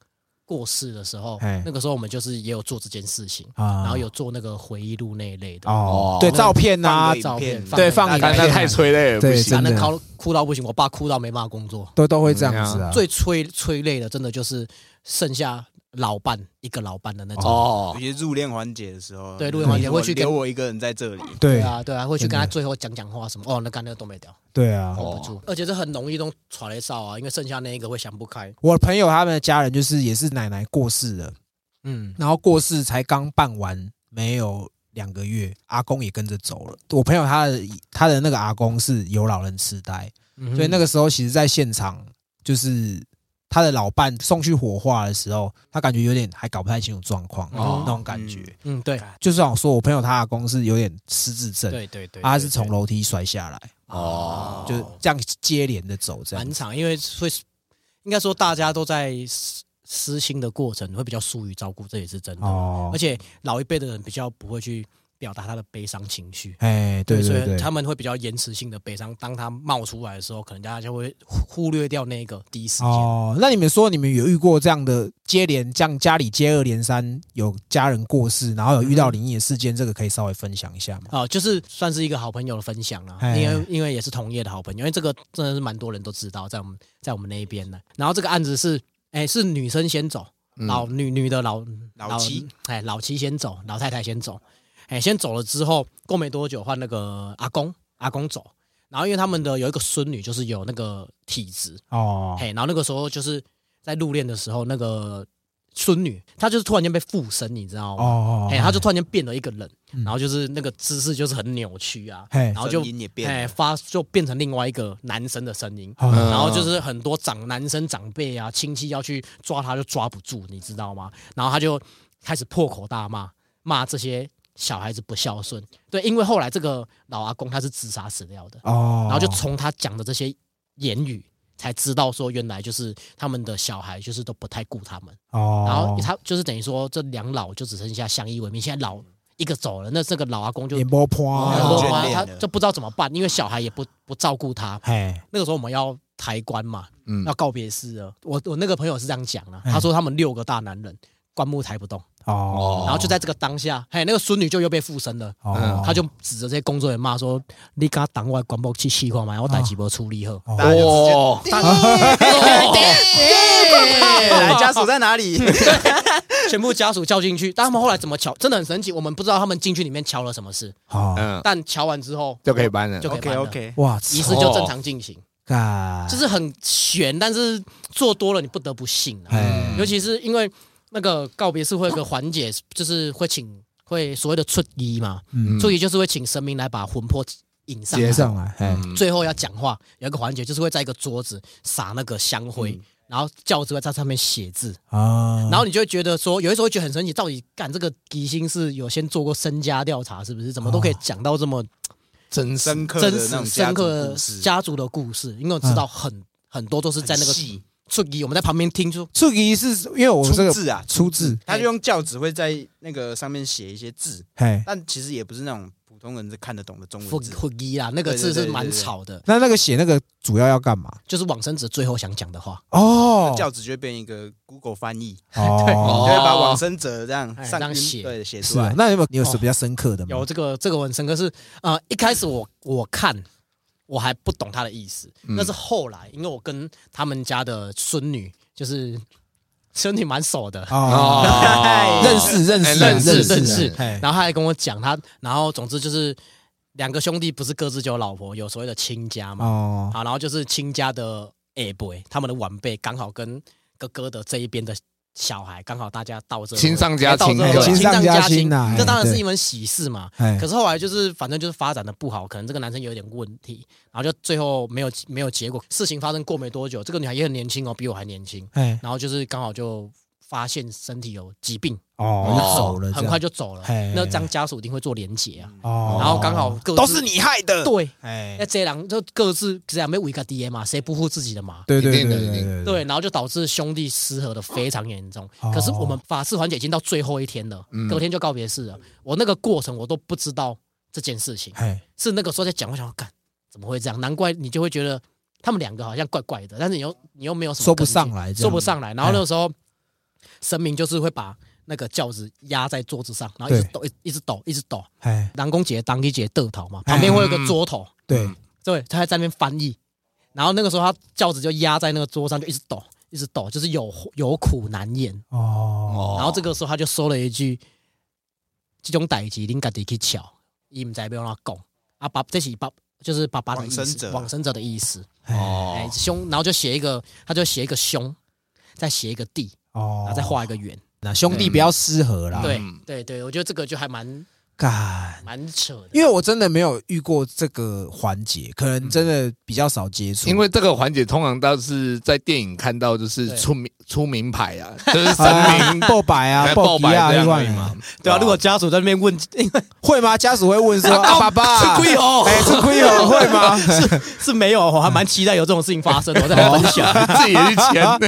[SPEAKER 4] 过世的时候
[SPEAKER 1] 哎，
[SPEAKER 4] 那个时候我们就是也有做这件事情，
[SPEAKER 1] 啊，
[SPEAKER 4] 然后有做那个回忆录那一类的，
[SPEAKER 1] 哦
[SPEAKER 2] 哦，
[SPEAKER 1] 对照片
[SPEAKER 3] 放
[SPEAKER 1] 啊
[SPEAKER 3] 个，影
[SPEAKER 4] 照片
[SPEAKER 3] 片
[SPEAKER 4] 放
[SPEAKER 1] 对
[SPEAKER 4] 给大
[SPEAKER 1] 放
[SPEAKER 4] 家
[SPEAKER 1] 影
[SPEAKER 2] 但
[SPEAKER 1] 片
[SPEAKER 2] 那
[SPEAKER 4] 看
[SPEAKER 2] 太催泪了，不
[SPEAKER 1] 对
[SPEAKER 2] 行
[SPEAKER 1] 真
[SPEAKER 4] 反
[SPEAKER 1] 的
[SPEAKER 4] 正哭哭到不行，我爸哭到没办法工作。
[SPEAKER 1] 都都会这样子啊。
[SPEAKER 4] 最催催泪的，真的就是剩下老伴一个老伴的那种。
[SPEAKER 2] 哦
[SPEAKER 3] 尤，其是入殓环节的时候，
[SPEAKER 4] 对入殓环节
[SPEAKER 3] 就是
[SPEAKER 4] 会去跟
[SPEAKER 3] 留我一个人在这里。
[SPEAKER 1] 对
[SPEAKER 4] 对啊，对啊，会去跟他
[SPEAKER 1] 真的
[SPEAKER 4] 最后讲讲话什么。哦，那干那个都没掉，
[SPEAKER 1] 对啊，
[SPEAKER 4] hold
[SPEAKER 2] 哦
[SPEAKER 4] 不住，而且这很容易都传来哨啊，因为剩下那一个会想不开。
[SPEAKER 1] 我朋友他们的家人就是也是奶奶过世了，
[SPEAKER 4] 嗯，
[SPEAKER 1] 然后过世才刚办完没有两个月，阿公也跟着走了。我朋友他的他的那个阿公是有老人痴呆，所以那
[SPEAKER 4] 个
[SPEAKER 1] 个时候其实在现场就是他的老伴送去火化的时候，他感觉有点还搞不太清楚状况
[SPEAKER 4] 哦
[SPEAKER 1] 那种感觉。
[SPEAKER 4] 嗯，对
[SPEAKER 1] 就是像我说，我朋友他阿公是有点失智症，
[SPEAKER 4] 对对对，
[SPEAKER 1] 啊他是
[SPEAKER 4] 对
[SPEAKER 1] 从楼梯摔下来，
[SPEAKER 2] 哦
[SPEAKER 1] 就这样接连的走，这样
[SPEAKER 4] 满场，因为会应该说大家都在私私心的过程会比较疏于照顾，这也是真的。
[SPEAKER 1] 哦
[SPEAKER 4] 而，且老一辈的人比较不会去表达他的悲伤情绪。
[SPEAKER 1] 哎，对对
[SPEAKER 4] 所
[SPEAKER 1] 对，
[SPEAKER 4] 以他们会比较延迟性的悲伤，当他冒出来的时候，可能大家就会忽忽略掉那个第一时间。
[SPEAKER 1] 哦，那你们说你们有遇过这样的接连，这样家里接二连三有家人过世，然后有遇到灵异的事件，这个可以稍微分享一下吗？
[SPEAKER 4] 啊，就是算是一个好朋友的分享啦，
[SPEAKER 1] 哎
[SPEAKER 4] 因为因为也是同业的好朋友，因为这个真的是蛮多人都知道，在我们在我们那一边的。然后这个案子是，哎，是女生先走，
[SPEAKER 2] 嗯
[SPEAKER 4] 老女女的老
[SPEAKER 3] 老七，
[SPEAKER 4] 哎，老七先走，老太太先走，哎，先走了之后，过没多久换那个阿公，阿公走，然后因为他们的有一个孙女，就是有那个体质，
[SPEAKER 1] 哦，
[SPEAKER 4] 哎，然后那个时候就是在入殓的时候，那个孙女她就是突然间被附身，你知道吗？
[SPEAKER 1] 哦，
[SPEAKER 4] 哎、他就突然间变了一个人，
[SPEAKER 1] 嗯
[SPEAKER 4] 然后就是那个姿势就是很扭曲啊，
[SPEAKER 1] 嘿
[SPEAKER 4] 然后就
[SPEAKER 3] 声音也变了
[SPEAKER 4] 哎、发就变成另外一个男生的声音，
[SPEAKER 1] 哦
[SPEAKER 4] 然后就是很多长男生长辈啊亲戚要去抓他就抓不住，你知道吗？然后他就开始破口大骂，骂这些小孩子不孝顺。对，因为后来这个老阿公他是自杀死掉的，
[SPEAKER 1] 哦，
[SPEAKER 4] 嗯然后就从他讲的这些言语才知道说，原来就是他们的小孩就是都不太顾他们。
[SPEAKER 1] 哦，
[SPEAKER 4] 然后他就是等于说这两老就只剩下相依为命，现在老一个走了，那这个老阿公就
[SPEAKER 1] 演播破
[SPEAKER 4] 他
[SPEAKER 3] 哦
[SPEAKER 4] 就
[SPEAKER 3] 眷
[SPEAKER 1] 啊，
[SPEAKER 3] 恋
[SPEAKER 4] 他
[SPEAKER 3] 了
[SPEAKER 4] 就不知道怎么办，因为小孩也不不照顾他。
[SPEAKER 1] 哎，
[SPEAKER 4] 那个时候我们要抬棺嘛，
[SPEAKER 2] 嗯
[SPEAKER 4] 要告别式了。我我那个朋友是这样讲啊，他说他们六个大男人棺木抬不动，
[SPEAKER 1] 哦，
[SPEAKER 4] 然后就在这个当下，嘿，那个孙女就又被附身了。
[SPEAKER 1] 哦，
[SPEAKER 4] 他就指着这些工作人员骂说：“你敢挡我的棺木去气化嘛？我逮几波处理后。
[SPEAKER 1] 哦
[SPEAKER 3] 大家
[SPEAKER 2] 哦
[SPEAKER 3] 就直接哎来家属在哪里？
[SPEAKER 4] 嗯全部家属叫进去，但他们后来怎么瞧，真的很神奇，我们不知道他们进去里面瞧了什么事。
[SPEAKER 1] 哦，
[SPEAKER 2] 嗯，
[SPEAKER 4] 但瞧完之后
[SPEAKER 2] 就可以搬了
[SPEAKER 1] 嗯
[SPEAKER 4] 就，可以
[SPEAKER 3] OK
[SPEAKER 4] 搬了
[SPEAKER 3] OK，
[SPEAKER 1] 哇，
[SPEAKER 4] 仪
[SPEAKER 1] 操
[SPEAKER 4] 式就正常进行，
[SPEAKER 1] 干
[SPEAKER 4] 就是很悬，但是做多了你不得不信啊。
[SPEAKER 1] 哎，
[SPEAKER 4] 尤其是因为那个告别式会有个环节， 就是会请会所谓的出仪嘛，
[SPEAKER 1] 嗯，
[SPEAKER 4] 出仪就是会请神明来把魂魄引上
[SPEAKER 1] 接
[SPEAKER 4] 来。
[SPEAKER 1] 上来，哎，
[SPEAKER 2] 嗯
[SPEAKER 4] 最后要讲话，有一个环节就是会在一个桌子撒那个香灰，
[SPEAKER 1] 嗯
[SPEAKER 4] 然后教子会在上面写字，
[SPEAKER 1] 啊，
[SPEAKER 4] 然后你就会觉得说，有的时候会觉得很神奇，到底干这个吉星是有先做过身家调查，是不是？怎么都
[SPEAKER 1] 哦
[SPEAKER 4] 可以讲到这么
[SPEAKER 2] 真是
[SPEAKER 3] 深刻的
[SPEAKER 4] 真
[SPEAKER 3] 那
[SPEAKER 4] 实
[SPEAKER 3] 种
[SPEAKER 4] 深
[SPEAKER 3] 家族
[SPEAKER 4] 刻的
[SPEAKER 3] 故事嗯
[SPEAKER 4] 家族的故事，因为我知道很、很多都是在那个
[SPEAKER 3] 很细
[SPEAKER 4] 出仪，我们在旁边听就
[SPEAKER 1] 初一是因为我这
[SPEAKER 3] 出
[SPEAKER 1] 个
[SPEAKER 3] 字啊，
[SPEAKER 1] 出字，
[SPEAKER 3] 他就用教旨会在那个上面写一些字，
[SPEAKER 1] 哎，
[SPEAKER 3] 但其实也不是那种普通人是看得懂的中
[SPEAKER 4] 出
[SPEAKER 3] 文字。
[SPEAKER 4] 出仪啦，那个
[SPEAKER 3] 对对
[SPEAKER 4] 字是
[SPEAKER 3] 对对
[SPEAKER 4] 蛮
[SPEAKER 3] 对
[SPEAKER 4] 吵的，
[SPEAKER 1] 那那个写那个主要要干嘛？
[SPEAKER 4] 就是往生者最后想讲的话，
[SPEAKER 1] 哦，
[SPEAKER 3] 教旨就会变一个 Google 翻译，
[SPEAKER 1] 哦
[SPEAKER 3] 就
[SPEAKER 2] 哦
[SPEAKER 3] 会把往生者这样
[SPEAKER 4] 哎
[SPEAKER 3] 上
[SPEAKER 4] 让
[SPEAKER 3] 音
[SPEAKER 4] 写
[SPEAKER 3] 对写
[SPEAKER 1] 是
[SPEAKER 3] 出
[SPEAKER 1] 啊
[SPEAKER 3] 来，。
[SPEAKER 1] 那有没有
[SPEAKER 4] 哦
[SPEAKER 1] 你有什么比较深刻
[SPEAKER 3] 嗯
[SPEAKER 1] 的吗？
[SPEAKER 4] 有这个这个我很深刻是呃一开始我我看。我还不懂他的意思，
[SPEAKER 2] 嗯
[SPEAKER 4] 但是后来，因为我跟他们家的孙女，就是 身体蛮熟的，
[SPEAKER 1] 哦，认识认识
[SPEAKER 2] 哎认
[SPEAKER 4] 识
[SPEAKER 1] 认
[SPEAKER 4] 认识
[SPEAKER 1] 哎，
[SPEAKER 4] 然后他还跟我讲他，然后总之就是两个兄弟不是各自就有老婆，有所谓的亲家嘛。
[SPEAKER 1] 哦，
[SPEAKER 4] 好，然后就是亲家的 A boy，他们的晚辈刚好跟哥哥的这一边的小孩，刚好大家到这
[SPEAKER 2] 亲上加
[SPEAKER 4] 哎到
[SPEAKER 2] 亲
[SPEAKER 4] 这
[SPEAKER 2] 对
[SPEAKER 4] 亲
[SPEAKER 1] 亲上加
[SPEAKER 4] 加
[SPEAKER 1] 亲呐哎
[SPEAKER 4] 这当然是
[SPEAKER 1] 对
[SPEAKER 4] 一门喜事嘛。
[SPEAKER 1] 哎
[SPEAKER 4] 可是后来就是，反正就是发展的不好，可能这个男生有点问题，然后就最后没有没有结果。事情发生过没多久，这个女孩也很年轻哦，比我还年轻，
[SPEAKER 1] 哎
[SPEAKER 4] 然后就是刚好就发现身体有疾病，
[SPEAKER 1] 哦，就走了，
[SPEAKER 4] 很快就走了
[SPEAKER 1] 嘿。
[SPEAKER 4] 那张家属一定会做连结啊，
[SPEAKER 1] 哦，
[SPEAKER 4] 然后刚好各自
[SPEAKER 1] 都是你害的，
[SPEAKER 4] 对，
[SPEAKER 1] 哎
[SPEAKER 4] 那，这人就各自这样没维个 D A 嘛，谁不护自己的嘛？
[SPEAKER 1] 对对对
[SPEAKER 2] 一定的
[SPEAKER 1] 对
[SPEAKER 2] 一定
[SPEAKER 1] 对
[SPEAKER 4] 对，，然后就导致兄弟失和的非常严重
[SPEAKER 1] 哦。嗯
[SPEAKER 4] 可是我们法事环节已经到最后一天了，隔天就告别式了。我那个过程我都不知道这件事情，
[SPEAKER 1] 哎，
[SPEAKER 4] 是那个时候在讲，我想干怎么会这样？难怪你就会觉得他们两个好像怪怪的，但是你又你又没有什么
[SPEAKER 1] 说不
[SPEAKER 4] 根据
[SPEAKER 1] 上来这样哎
[SPEAKER 4] 说不上来。然后那个时候，神明就是会把那个轿子压在桌子上，然后一直
[SPEAKER 1] 对
[SPEAKER 4] 抖，一一直抖，一直抖。
[SPEAKER 1] 哎，
[SPEAKER 4] 南宫节、当一节得头嘛，旁边会有个桌头，
[SPEAKER 1] 对，
[SPEAKER 4] 对，他还在那边翻译。然后那个时候他轿子就压在那个桌上，就一直抖，一直抖，就是有有苦难言。
[SPEAKER 1] 哦，
[SPEAKER 4] 然后这个时候他就说了一句：“这种代志恁家己去瞧，伊唔知要安怎讲。”啊，爸，这是爸，就是爸爸的意思，
[SPEAKER 3] 往生者
[SPEAKER 4] 往生者的意思。
[SPEAKER 2] 哦
[SPEAKER 4] 哎，兄，然后就写一个，他就写一个兄，再写一个弟，
[SPEAKER 1] 哦
[SPEAKER 4] 然，后再画一个圆。
[SPEAKER 1] 那兄弟不要失和啦，
[SPEAKER 4] 对
[SPEAKER 2] 嗯
[SPEAKER 4] 对对，我觉得这个就还蛮
[SPEAKER 1] 干。
[SPEAKER 4] 蛮扯的。
[SPEAKER 1] 因为我真的没有遇过这个环节，可能真的比较少接触。
[SPEAKER 2] 因为这个环节通常都是在电影看到，就是
[SPEAKER 4] 对
[SPEAKER 2] 出名出名牌啊，就是神
[SPEAKER 1] 啊
[SPEAKER 2] 明
[SPEAKER 1] 爆白 啊，
[SPEAKER 2] 爆
[SPEAKER 1] 白
[SPEAKER 2] 白
[SPEAKER 1] 啊，
[SPEAKER 2] 这样
[SPEAKER 1] 另
[SPEAKER 2] 而
[SPEAKER 1] 外
[SPEAKER 2] 已嘛。
[SPEAKER 4] 对啊，如果家属在那边问，因为
[SPEAKER 1] 会吗？家属会问说：“啊，爸 爸，
[SPEAKER 4] 亏哦，
[SPEAKER 1] 哎，吃亏了，会吗
[SPEAKER 4] 是没有，我还蛮期待有这种事情发生的，我在分享。
[SPEAKER 2] 自己也是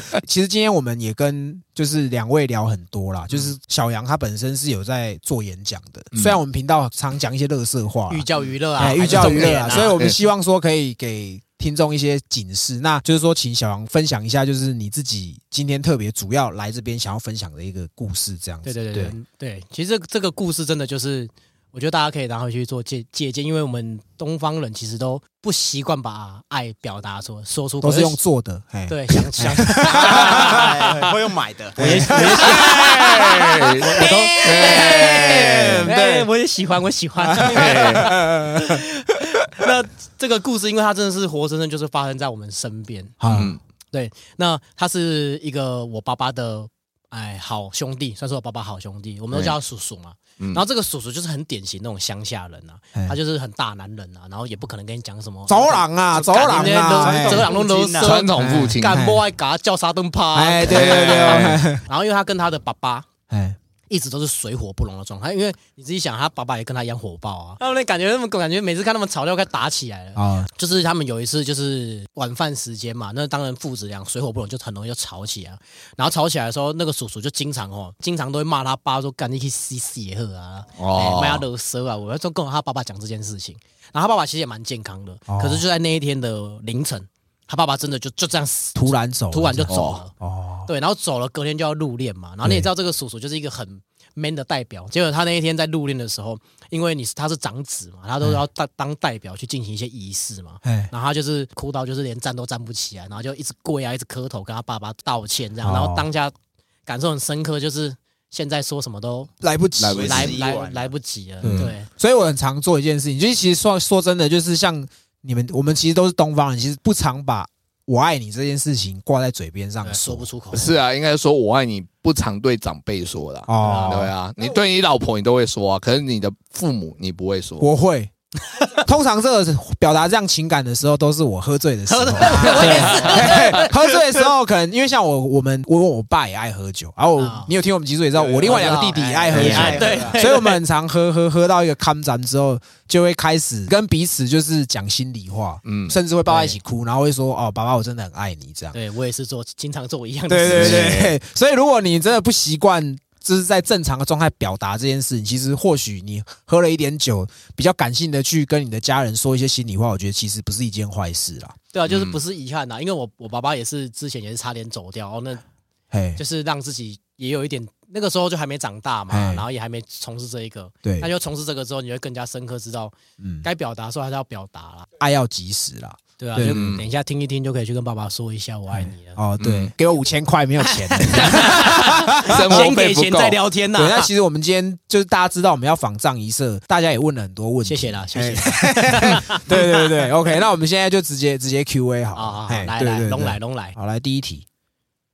[SPEAKER 2] 钱，？”
[SPEAKER 1] 其实今天我们也跟就是两位聊很多
[SPEAKER 4] 嗯
[SPEAKER 1] 啦，就是小杨他本身是有在做演讲的，虽然我们频道常讲一些乐色话啦，
[SPEAKER 4] 寓教于乐啊，
[SPEAKER 1] 哎，
[SPEAKER 4] 还
[SPEAKER 1] 寓
[SPEAKER 4] 是
[SPEAKER 1] 教于
[SPEAKER 4] 重
[SPEAKER 1] 乐
[SPEAKER 4] 点
[SPEAKER 1] 啊，
[SPEAKER 4] 啊，
[SPEAKER 1] 所以我们
[SPEAKER 2] 对
[SPEAKER 1] 希望说可以给听众一些警示，那就是说，请小杨分享一下，就是你自己今天特别主要来这边想要分享的一个故事，这样子。
[SPEAKER 4] 对对对对对，其实这个这个故事真的就是，我觉得大家可以拿回去做借借鉴，因为我们东方人其实都不习惯把爱表达出说出口，
[SPEAKER 1] 都是用做的，哎，
[SPEAKER 4] 对想想，
[SPEAKER 3] 哎会用买的，
[SPEAKER 4] 我也我也
[SPEAKER 2] 哎我都哎
[SPEAKER 4] 哎，我也喜欢，我喜欢。那这个故事，因为它真的是活生生，就是发生在我们身边。
[SPEAKER 1] 好，
[SPEAKER 2] 嗯
[SPEAKER 4] 那他是一个我爸爸的哎好兄弟，算是我爸爸好兄弟，我们都叫他叔叔嘛。
[SPEAKER 2] 嗯
[SPEAKER 4] 然后这个叔叔就是很典型那种乡下人啊，
[SPEAKER 1] 嗯
[SPEAKER 4] 他就是很大男人啊，然后也不可能跟你讲什么
[SPEAKER 1] 走，廊啊，走廊啊，
[SPEAKER 4] 干
[SPEAKER 1] 哎啊
[SPEAKER 4] 走廊都勒
[SPEAKER 3] 哎
[SPEAKER 2] 传
[SPEAKER 4] 索，
[SPEAKER 2] 统父亲，
[SPEAKER 4] 干莫爱嘎叫沙灯趴。
[SPEAKER 1] 哎，对对对，
[SPEAKER 2] 哎
[SPEAKER 1] 哎
[SPEAKER 4] 然后因为他跟他的爸爸
[SPEAKER 1] 哎，
[SPEAKER 4] 一直都是水火不容的状态，因为你自己想，他爸爸也跟他一样火爆啊，他们感觉那么感觉每次看他们吵架快打起 来了。
[SPEAKER 1] 啊，
[SPEAKER 4] 就是他们有一次就是晚饭时间嘛，那当然父子俩水火不容，就很容易就吵起来。然后吵起来的时候，那个叔叔就经常哦，经常都会骂他爸说：“干你去吸血喝啊，
[SPEAKER 2] 哦
[SPEAKER 4] 哎卖他勒蛇啊！”我要就跟他爸爸讲这件事情。然后他爸爸其实也蛮健康的，
[SPEAKER 1] 哦
[SPEAKER 4] 可是就在那一天的凌晨，他爸爸真的就就这样死
[SPEAKER 1] 突然走了，
[SPEAKER 4] 突然就走了。
[SPEAKER 1] 哦，
[SPEAKER 4] 对，然后走了，隔天就要入殓嘛。然后你也
[SPEAKER 1] 对
[SPEAKER 4] 知道这个叔叔就是一个很 man 的代表，结果他那一天在入殓的时候，因为你是他是长子嘛，他都要当当代表去进行一些仪式嘛。
[SPEAKER 1] 哎，
[SPEAKER 4] 然后他就是哭到就是连站都站不起来，然后就一直跪啊，一直磕头跟他爸爸道歉这样。
[SPEAKER 1] 哦
[SPEAKER 4] 然后当下感受很深刻，就是现在说什么都
[SPEAKER 1] 来不及，
[SPEAKER 2] 来不及
[SPEAKER 4] 来
[SPEAKER 3] 已晚
[SPEAKER 4] 来
[SPEAKER 3] 了
[SPEAKER 4] 来不及了。
[SPEAKER 1] 嗯
[SPEAKER 4] 对
[SPEAKER 1] 所以我很常做一件事情，就是其实说说真的，就是像你们，我们其实都是东方人，其实不常把“我爱你”这件事情挂在嘴边上
[SPEAKER 4] 对，说不出口。
[SPEAKER 2] 是啊，应该说我爱你不常对长辈说啦。对
[SPEAKER 1] 哦。
[SPEAKER 2] 啊，你对你老婆你都会说啊，可是你的父母你不会说。
[SPEAKER 1] 我会， 通常这个表达这样情感的时候，都是我喝醉的时候。 对，喝醉的时候可能因为像我，我们我我爸也爱喝酒，然后我
[SPEAKER 4] 啊
[SPEAKER 1] 你有听我们集数也知道，
[SPEAKER 3] 对
[SPEAKER 1] 我另外两个弟弟也爱喝
[SPEAKER 3] 也
[SPEAKER 1] 酒，
[SPEAKER 3] 爱
[SPEAKER 4] 哎对，对
[SPEAKER 1] 所以我们很常喝喝喝到一个康展之后，就会开始跟彼此就是讲心里话，
[SPEAKER 2] 嗯，
[SPEAKER 1] 甚至会抱在一起哭，然后会说：“哦，爸爸，我真的很爱你。”这样。
[SPEAKER 4] 对我也是做经常做一样的
[SPEAKER 1] 对
[SPEAKER 4] 事
[SPEAKER 1] 对
[SPEAKER 4] 情。
[SPEAKER 1] 对，所以如果你真的不习惯，就是在正常的状态表达这件事情，其实或许你喝了一点酒，比较感性的去跟你的家人说一些心里话，我觉得其实不是一件坏事啦。
[SPEAKER 4] 对啊，就是
[SPEAKER 1] 哎
[SPEAKER 4] 不是遗憾呐、因为我我爸爸也是之前也是差点走掉，哦，那
[SPEAKER 1] 嘿
[SPEAKER 4] 就，是让自己也有一点，那个时候就还没长大嘛
[SPEAKER 1] 哎，
[SPEAKER 4] 然后也还没从事这一个，
[SPEAKER 1] 对
[SPEAKER 4] 那，就从事这个之后，你会更加深刻知道
[SPEAKER 1] 嗯，
[SPEAKER 4] 该表达的时候还是要表达啦，
[SPEAKER 1] 爱要及时啦。
[SPEAKER 4] 对啊，
[SPEAKER 1] 对
[SPEAKER 4] 就
[SPEAKER 2] 嗯
[SPEAKER 4] 等一下听一听就可以去跟爸爸说一下我爱你了，
[SPEAKER 1] 哦，对
[SPEAKER 2] 嗯，
[SPEAKER 1] 给我五千块，没有 钱。
[SPEAKER 2] 生活
[SPEAKER 4] 先给
[SPEAKER 2] 费不
[SPEAKER 4] 钱
[SPEAKER 2] 够
[SPEAKER 4] 再，聊天呐
[SPEAKER 1] 对，，那其实我们今天就是大家知道我们要仿藏一色，大家也问了很多问题。
[SPEAKER 4] 谢谢啦，谢谢
[SPEAKER 1] 哎。 对对对，OK，那我们现在就直接直接 Q&A 好
[SPEAKER 4] 好好
[SPEAKER 1] 了。
[SPEAKER 4] 好，
[SPEAKER 1] 哎
[SPEAKER 4] 来
[SPEAKER 1] 对
[SPEAKER 4] 来，
[SPEAKER 1] 对
[SPEAKER 4] 龙
[SPEAKER 1] 对
[SPEAKER 4] 来龙来，
[SPEAKER 1] 好来第一题，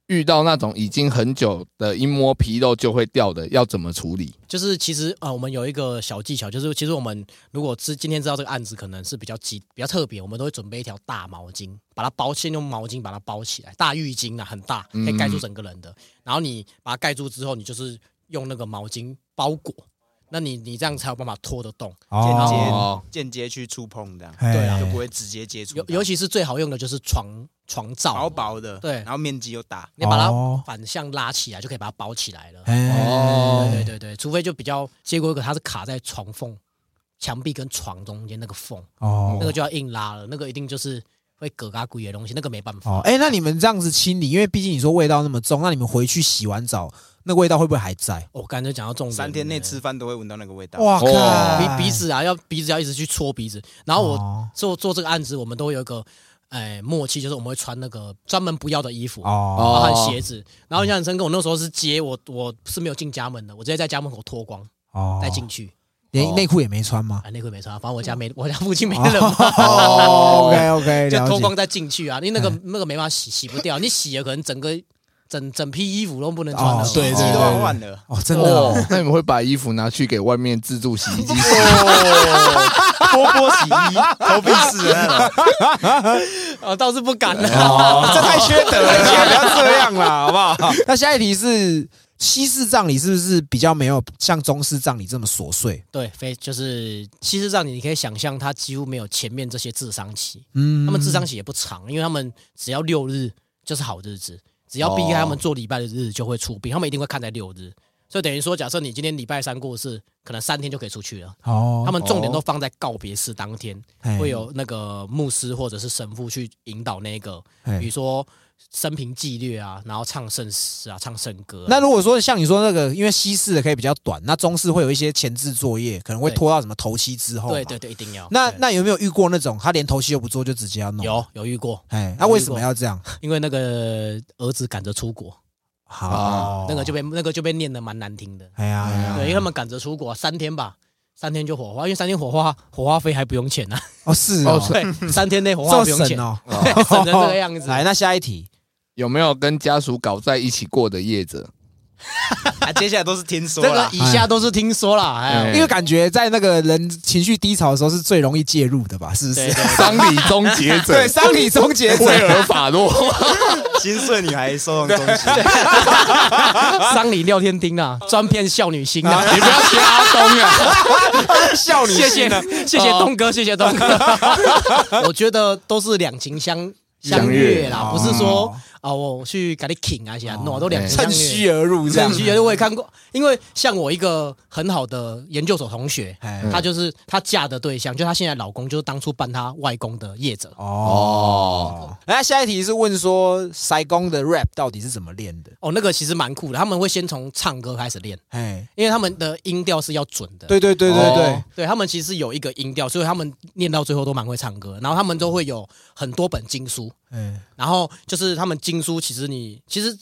[SPEAKER 2] 遇到那种已经很久的，一摸皮肉就会掉的，要怎么处理？
[SPEAKER 4] 就是其实啊、呃我们有一个小技巧，就是其实我们如果知今天知道这个案子可能是比较急、比较特别，我们都会准备一条大毛巾，把它包，先用毛巾把它包起来，大浴巾啊，很大，
[SPEAKER 1] 嗯
[SPEAKER 4] 可以盖住整个人的。然后你把它盖住之后，你就是用那个毛巾包裹，那你你这样才有办法拖得动。
[SPEAKER 3] 哦
[SPEAKER 1] 哦，
[SPEAKER 2] 哦，
[SPEAKER 3] 间接去触碰这样，
[SPEAKER 1] 对
[SPEAKER 4] 啊
[SPEAKER 3] 就不会直接接触
[SPEAKER 4] 尤
[SPEAKER 3] 到，
[SPEAKER 4] 尤其是最好用的就是床床
[SPEAKER 3] 薄
[SPEAKER 4] 罩，
[SPEAKER 3] 薄的，
[SPEAKER 4] 对
[SPEAKER 3] 然后面积又大，
[SPEAKER 4] 你把它
[SPEAKER 1] 哦，
[SPEAKER 4] 反向拉起来就可以把它包起来了。
[SPEAKER 1] 哦
[SPEAKER 2] 哦，
[SPEAKER 4] 对对对对，除非就比较结果有一个它是卡在床缝、墙壁跟床中间那个缝。
[SPEAKER 1] 哦
[SPEAKER 4] 那个就要硬拉了，那个一定就是会葛嘎鬼的东西，那个没办法。
[SPEAKER 1] 哦，哎，那你们这样子清理，因为毕竟你说味道那么重，那你们回去洗完澡，那个味道会不会还在？
[SPEAKER 4] 我刚才哦讲到重点，
[SPEAKER 3] 三天内吃饭都会闻到那个味道。
[SPEAKER 1] 哇
[SPEAKER 2] 哦
[SPEAKER 1] 靠，
[SPEAKER 4] 鼻鼻子啊，要鼻子要一直去搓鼻子。然后我
[SPEAKER 1] 哦
[SPEAKER 4] 做做这个案子，我们都有一个哎默契，就是我们会穿那个专门不要的衣服。
[SPEAKER 1] 哦
[SPEAKER 4] 包含
[SPEAKER 2] 哦
[SPEAKER 4] 鞋子，然后印象很深刻。我那时候是接我，我是没有进家门的，我直接在家门口脱光
[SPEAKER 1] 哦，
[SPEAKER 4] 再进去，
[SPEAKER 1] 连内裤也没穿吗
[SPEAKER 4] 啊内裤也没穿，反正我
[SPEAKER 1] 嗯
[SPEAKER 4] 家没， 我家附近没人 嘛，
[SPEAKER 1] 哦，OK OK，
[SPEAKER 4] 就
[SPEAKER 1] 了
[SPEAKER 4] 脱光
[SPEAKER 1] 解。嗯
[SPEAKER 4] 再进去啊，因为那个那个没办法洗，洗不掉，你洗了可能整个整整批衣服都不能穿了
[SPEAKER 1] 哦
[SPEAKER 4] 嘛，
[SPEAKER 1] 对
[SPEAKER 3] 机都要换了，
[SPEAKER 1] 哦，真的哦，
[SPEAKER 2] 那你们会把衣服拿去给外面自助洗衣机洗？
[SPEAKER 1] 哦
[SPEAKER 3] 波波洗衣，头皮死了，
[SPEAKER 4] 啊，倒是不敢了。
[SPEAKER 1] 哦
[SPEAKER 3] 这太缺德 了，千万不要这样啦，好不好？
[SPEAKER 1] 那下一题是西式葬礼是不是比较没有像中式葬礼这么琐碎？
[SPEAKER 4] 对，非就是其实让你可以想象，他几乎没有前面这些智商期，
[SPEAKER 1] 嗯
[SPEAKER 4] 他们智商期也不长，因为他们只要六日就是好日子，只要避开
[SPEAKER 1] 哦
[SPEAKER 4] 他们做礼拜的日子就会出殡，他们一定会看在六日。所以等于说，假设你今天礼拜三过世，可能三天就可以出去了。
[SPEAKER 1] 哦
[SPEAKER 4] 他们重点都放在告别式当天，
[SPEAKER 1] 们
[SPEAKER 4] 会有那个牧师或者是神父去引导那个，
[SPEAKER 1] 哎
[SPEAKER 4] 比如说生平纪律啊，然后唱圣诗啊，唱圣歌啊、
[SPEAKER 1] 那如果说像你说那个，因为西式的可以比较短，那中式会有一些前置作业，可能会
[SPEAKER 4] 对
[SPEAKER 1] 拖到什么头七之后嘛。
[SPEAKER 4] 对对对，一定要。
[SPEAKER 1] 哦那
[SPEAKER 4] 对
[SPEAKER 1] 那有没有遇过那种他连头七都不做就直接要弄？。
[SPEAKER 4] 有有遇过，
[SPEAKER 1] 哎，那为什么要这样？
[SPEAKER 4] 因为那个儿子赶着出国，
[SPEAKER 1] 好，
[SPEAKER 4] 啊那个就被那个就被念得蛮难听的。
[SPEAKER 1] 哦哎呀，哎呀
[SPEAKER 4] 对，因为他们赶着出国三天吧，三天就火化，因为三天火化火化费还不用钱呢、啊。
[SPEAKER 1] 哦是哦
[SPEAKER 2] 哦，
[SPEAKER 4] 对，三天内火
[SPEAKER 1] 这
[SPEAKER 4] 化
[SPEAKER 1] 么
[SPEAKER 4] 不用钱
[SPEAKER 1] 省， 哦，
[SPEAKER 4] 对省成这个样子，
[SPEAKER 1] 来，那下一题，
[SPEAKER 2] 有没有跟家属搞在一起过的业者？
[SPEAKER 3] 啊，接下来都是听
[SPEAKER 4] 这
[SPEAKER 3] 说
[SPEAKER 4] 个
[SPEAKER 3] 了，
[SPEAKER 4] 以下都是听说啦，哎
[SPEAKER 2] 哎
[SPEAKER 4] 呦。
[SPEAKER 1] 因为感觉在那个人情绪低潮的时候是最容易介入的吧？是不
[SPEAKER 4] 对
[SPEAKER 1] 是？
[SPEAKER 4] 对
[SPEAKER 2] 丧礼终结者，
[SPEAKER 1] 对，丧礼终结者
[SPEAKER 2] 威尔法 洛，
[SPEAKER 3] 心碎女孩收容中心，
[SPEAKER 4] 对，丧礼聊天厅啊，专骗少女心
[SPEAKER 1] 哎
[SPEAKER 4] 啊！
[SPEAKER 2] 你不要学阿东啊！
[SPEAKER 1] 笑你
[SPEAKER 4] 谢谢谢
[SPEAKER 1] 哦
[SPEAKER 4] 谢东哥，谢谢东哥。 我觉得都是两情相相悦啦，不是说啊我去给你请啊，些弄都两情相
[SPEAKER 1] 哦趁
[SPEAKER 4] 悦。
[SPEAKER 1] 虚而入这样
[SPEAKER 4] 很。虚，而且我也看过，因为像我一个很好的研究所同学，
[SPEAKER 1] 哎
[SPEAKER 4] 她就是她嫁的对象，就她现在老公就是当初办她外公的业者。
[SPEAKER 1] 哦，
[SPEAKER 2] 哦，
[SPEAKER 1] 那下一题是问说塞工的 rap 到底是怎么练的？
[SPEAKER 4] 哦，那个其实蛮酷的，他们会先从唱歌开始练，
[SPEAKER 1] 哎，
[SPEAKER 4] 因为他们的音调是要准的。
[SPEAKER 1] 对对对对对
[SPEAKER 2] 哦，
[SPEAKER 4] 对，他们其实有一个音调，所以他们念到最后都蛮会唱歌，然后他们都会有很多本经书，
[SPEAKER 1] 嗯，
[SPEAKER 4] 然后就是他们经书，其实你其实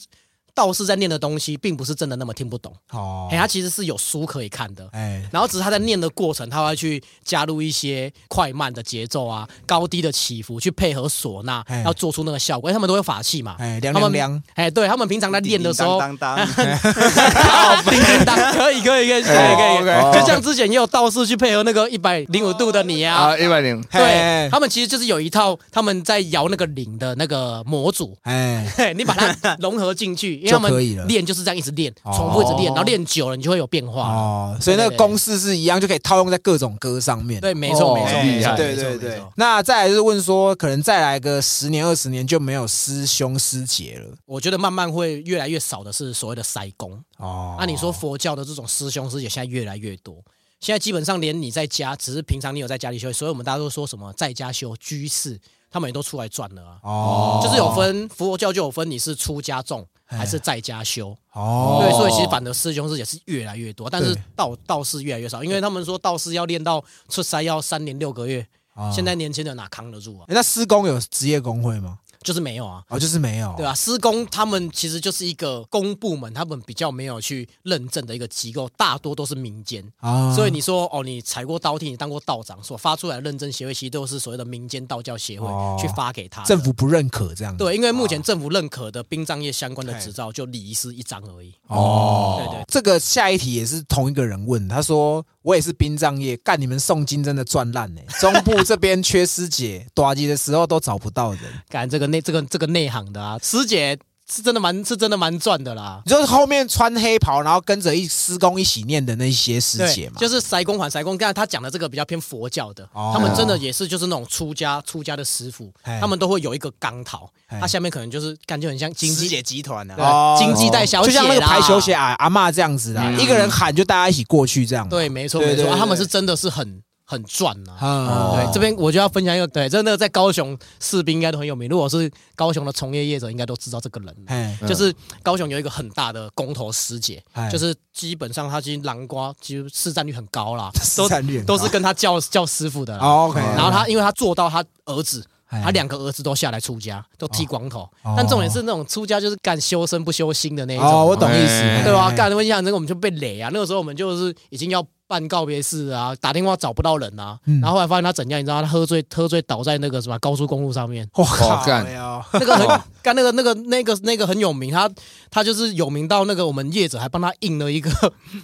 [SPEAKER 4] 道士在念的东西，并不是真的那么听不懂，
[SPEAKER 3] 哦
[SPEAKER 1] 好
[SPEAKER 4] 哎、，他其实是有书可以看的，
[SPEAKER 1] 哎，
[SPEAKER 4] 然后只是他在念的过程，他会去加入一些快慢的节奏啊、高低的起伏，去配合唢呐
[SPEAKER 1] 哎，
[SPEAKER 4] 要做出那个效果。因为他们都有法器嘛，
[SPEAKER 1] 哎，凉
[SPEAKER 4] 他
[SPEAKER 1] 凉
[SPEAKER 4] 们
[SPEAKER 1] 凉，
[SPEAKER 4] 哎，对他们平常在练的时候，
[SPEAKER 3] 叮叮当当， 哎
[SPEAKER 4] 靠叮叮当，可以可以可以可以
[SPEAKER 1] 哎
[SPEAKER 4] 可以哎可
[SPEAKER 2] 哦
[SPEAKER 4] 以，就像之前也有道士去配合那个一百零五度的你
[SPEAKER 3] 哦
[SPEAKER 4] 啊
[SPEAKER 2] 啊，。一百 零，
[SPEAKER 3] 哎
[SPEAKER 1] 嘿
[SPEAKER 4] 对他们其实就是有一套他们在摇那个铃的那个模组，
[SPEAKER 1] 哎，
[SPEAKER 4] 嘿你把 它融合进去，因为他
[SPEAKER 1] 就可以了
[SPEAKER 4] 们练就是这样一直练，
[SPEAKER 1] 哦
[SPEAKER 4] 重复一直练，然后练久了你就会有变化。
[SPEAKER 1] 哦，所以那个公式是一样，就可以套用在各种歌上面。
[SPEAKER 4] 对，，没错
[SPEAKER 2] 哦
[SPEAKER 4] 没错，
[SPEAKER 2] 厉害
[SPEAKER 4] 没错
[SPEAKER 1] 对对
[SPEAKER 4] 没错
[SPEAKER 1] 对
[SPEAKER 4] 没错
[SPEAKER 1] 那再来就是问说，可能再来个十年二十年就没有师兄师姐了。
[SPEAKER 4] 我觉得慢慢会越来越少的是所谓的塞工。
[SPEAKER 1] 哦，
[SPEAKER 4] 啊按、你说佛教的这种师兄师姐现在越来越多，现在基本上连你在家，只是平常你有在家里修，所以我们大家都说什么在家修居士，他们也都出来赚了啊。
[SPEAKER 1] 哦
[SPEAKER 4] 就是有分佛教就有分你是出家众还是在家修，
[SPEAKER 1] 哦，
[SPEAKER 4] 对，所以其实反而师兄师姐是越来越多，但是
[SPEAKER 1] 对
[SPEAKER 4] 道道士越来越少，因为他们说道士要练到出山要三年六个月，
[SPEAKER 1] 哦
[SPEAKER 4] 现在年轻人哪扛得住啊？
[SPEAKER 1] 诶那施工有职业工会吗？
[SPEAKER 4] 就是没有啊。
[SPEAKER 1] 哦，就是没有，
[SPEAKER 4] 对啊，施工他们其实就是一个公部门，他们比较没有去认证的一个机构，大多都是民间。
[SPEAKER 1] 啊，
[SPEAKER 4] 所以你说哦，你踩过刀剃，你当过道长，所发出来的认证协会，其实都是所谓的民间道教协会
[SPEAKER 1] 哦
[SPEAKER 4] 去发给他的
[SPEAKER 1] 政府啊不认可这样子，
[SPEAKER 4] 对，因为目前政府认可的殡葬业相关的执照就礼仪师一张而已。
[SPEAKER 1] 哦，
[SPEAKER 4] 对对
[SPEAKER 1] 这个下一题也是同一个人问，他说我也是殡葬业，干你们诵经真的赚烂呢。欸 中部这边缺师姐，短集的时候都找不到人。
[SPEAKER 4] 干这个内这个这个内行的啊，师姐是真的蛮是真的蛮赚的啦。
[SPEAKER 1] 你就是后面穿黑袍，然后跟着一施工一起念的那些师
[SPEAKER 4] 对
[SPEAKER 1] 姐嘛，
[SPEAKER 4] 就是塞公还塞公。刚才他讲的这个比较偏佛教的，
[SPEAKER 1] 哦
[SPEAKER 4] 他们真的也是就是那种出家出家的师傅，
[SPEAKER 1] 嘿
[SPEAKER 4] 他们都会有一个钢讨，
[SPEAKER 1] 嘿
[SPEAKER 4] 他下面可能就是感觉很像经
[SPEAKER 3] 师
[SPEAKER 4] 济
[SPEAKER 3] 姐集团
[SPEAKER 4] 对
[SPEAKER 3] 啊，
[SPEAKER 1] 哦
[SPEAKER 4] 呃经济带小姐
[SPEAKER 1] 就
[SPEAKER 4] 啦，
[SPEAKER 1] 像那个排球鞋啊阿阿嬷这样子啦，
[SPEAKER 4] 嗯
[SPEAKER 1] 一个人喊就大家一起过去这样嘛。
[SPEAKER 4] 对，没错
[SPEAKER 1] 对
[SPEAKER 4] 没错，
[SPEAKER 1] 对
[SPEAKER 4] 啊
[SPEAKER 1] 对
[SPEAKER 4] 他们是真的是很很赚呐、啊。
[SPEAKER 1] 嗯，
[SPEAKER 4] 对，
[SPEAKER 1] 对，
[SPEAKER 4] 这
[SPEAKER 1] 这
[SPEAKER 4] 边我就要分享一个，对，真的在高雄士兵应该都很有名。如果是高雄的从业业者，应该都知道这个人。
[SPEAKER 1] 哎
[SPEAKER 4] 就是高雄有一个很大的公投师姐
[SPEAKER 1] 哎，，
[SPEAKER 4] 就是基本上她其实南瓜其实市占率很高啦
[SPEAKER 1] 市
[SPEAKER 4] 都
[SPEAKER 1] 占率很高
[SPEAKER 4] 都是跟她叫叫师傅的啦。
[SPEAKER 1] 啊哦 OK，
[SPEAKER 4] 然后她因为她做到她儿子，
[SPEAKER 1] 哎
[SPEAKER 4] 她两个儿子都下来出家，都剃光头
[SPEAKER 1] 哦。
[SPEAKER 4] 但重点是那种出家就是干修身不修心的那一种。
[SPEAKER 1] 哦，我懂意思，
[SPEAKER 2] 哎
[SPEAKER 4] 对吧？
[SPEAKER 1] 哎
[SPEAKER 4] 干，我想那个我们就被雷啊。那个时候我们就是已经要办告别式啊，打电话找不到人啊。
[SPEAKER 1] 嗯。
[SPEAKER 4] 然后后来发现他怎样，你知道吗他喝醉，喝醉倒在那个什么高速公路上面
[SPEAKER 1] 我靠，
[SPEAKER 2] 干
[SPEAKER 1] 哎呦
[SPEAKER 4] 那个很干，那个那个那个那个很有名，他他就是有名到那个我们业者还帮他印了一个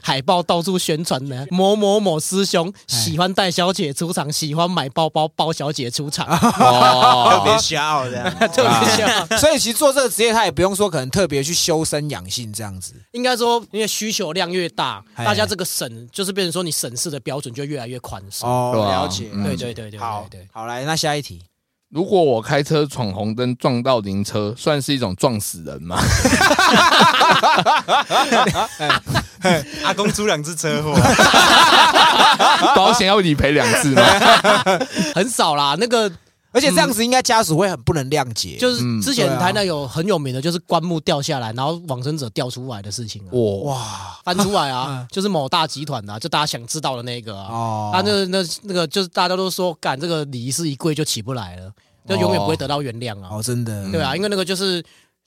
[SPEAKER 4] 海报，到处宣传呢。 某某某师兄
[SPEAKER 1] 哎
[SPEAKER 4] 喜欢带小姐出场，喜欢买包包包小姐出场，
[SPEAKER 1] 啊
[SPEAKER 4] 啊
[SPEAKER 3] 特别
[SPEAKER 2] 哦，
[SPEAKER 3] 瞎哦这 样。
[SPEAKER 4] 特别像。
[SPEAKER 1] 所以其实做这个职业，他也不用说可能特别去修身养性这样子。
[SPEAKER 4] 应该说，因为需求量越大，
[SPEAKER 1] 哎
[SPEAKER 4] 大家这个审就是变成说你审视的标准就越来越宽松。
[SPEAKER 1] 哦
[SPEAKER 2] 对啊
[SPEAKER 3] 了解
[SPEAKER 2] 嗯
[SPEAKER 4] 对对对对，
[SPEAKER 1] 好
[SPEAKER 4] 对对，
[SPEAKER 1] 好来，那下一题，
[SPEAKER 2] 如果我开车闯红灯撞到灵车，算是一种撞死人 吗？
[SPEAKER 3] 阿公出两次车祸，
[SPEAKER 2] 保险要理赔两次吗？
[SPEAKER 4] 很少啦。那个
[SPEAKER 1] 而且这样子应该家属会很不能谅解，
[SPEAKER 4] 就是是
[SPEAKER 2] 嗯
[SPEAKER 4] 之前
[SPEAKER 1] 对啊
[SPEAKER 4] 台南有很有名的，就是棺木掉下来，然后往生者掉出来的事情啊，
[SPEAKER 2] 哇，
[SPEAKER 1] 哇
[SPEAKER 4] 翻出来啊，就是某大集团啊，就大家想知道的那个啊。
[SPEAKER 1] 哦，
[SPEAKER 4] 他那那那个就是大家都说，干这个礼仪是一跪就起不来了，就永远不会得到原谅啊。
[SPEAKER 1] 哦真的
[SPEAKER 3] 嗯
[SPEAKER 4] 对啊，因为那个就是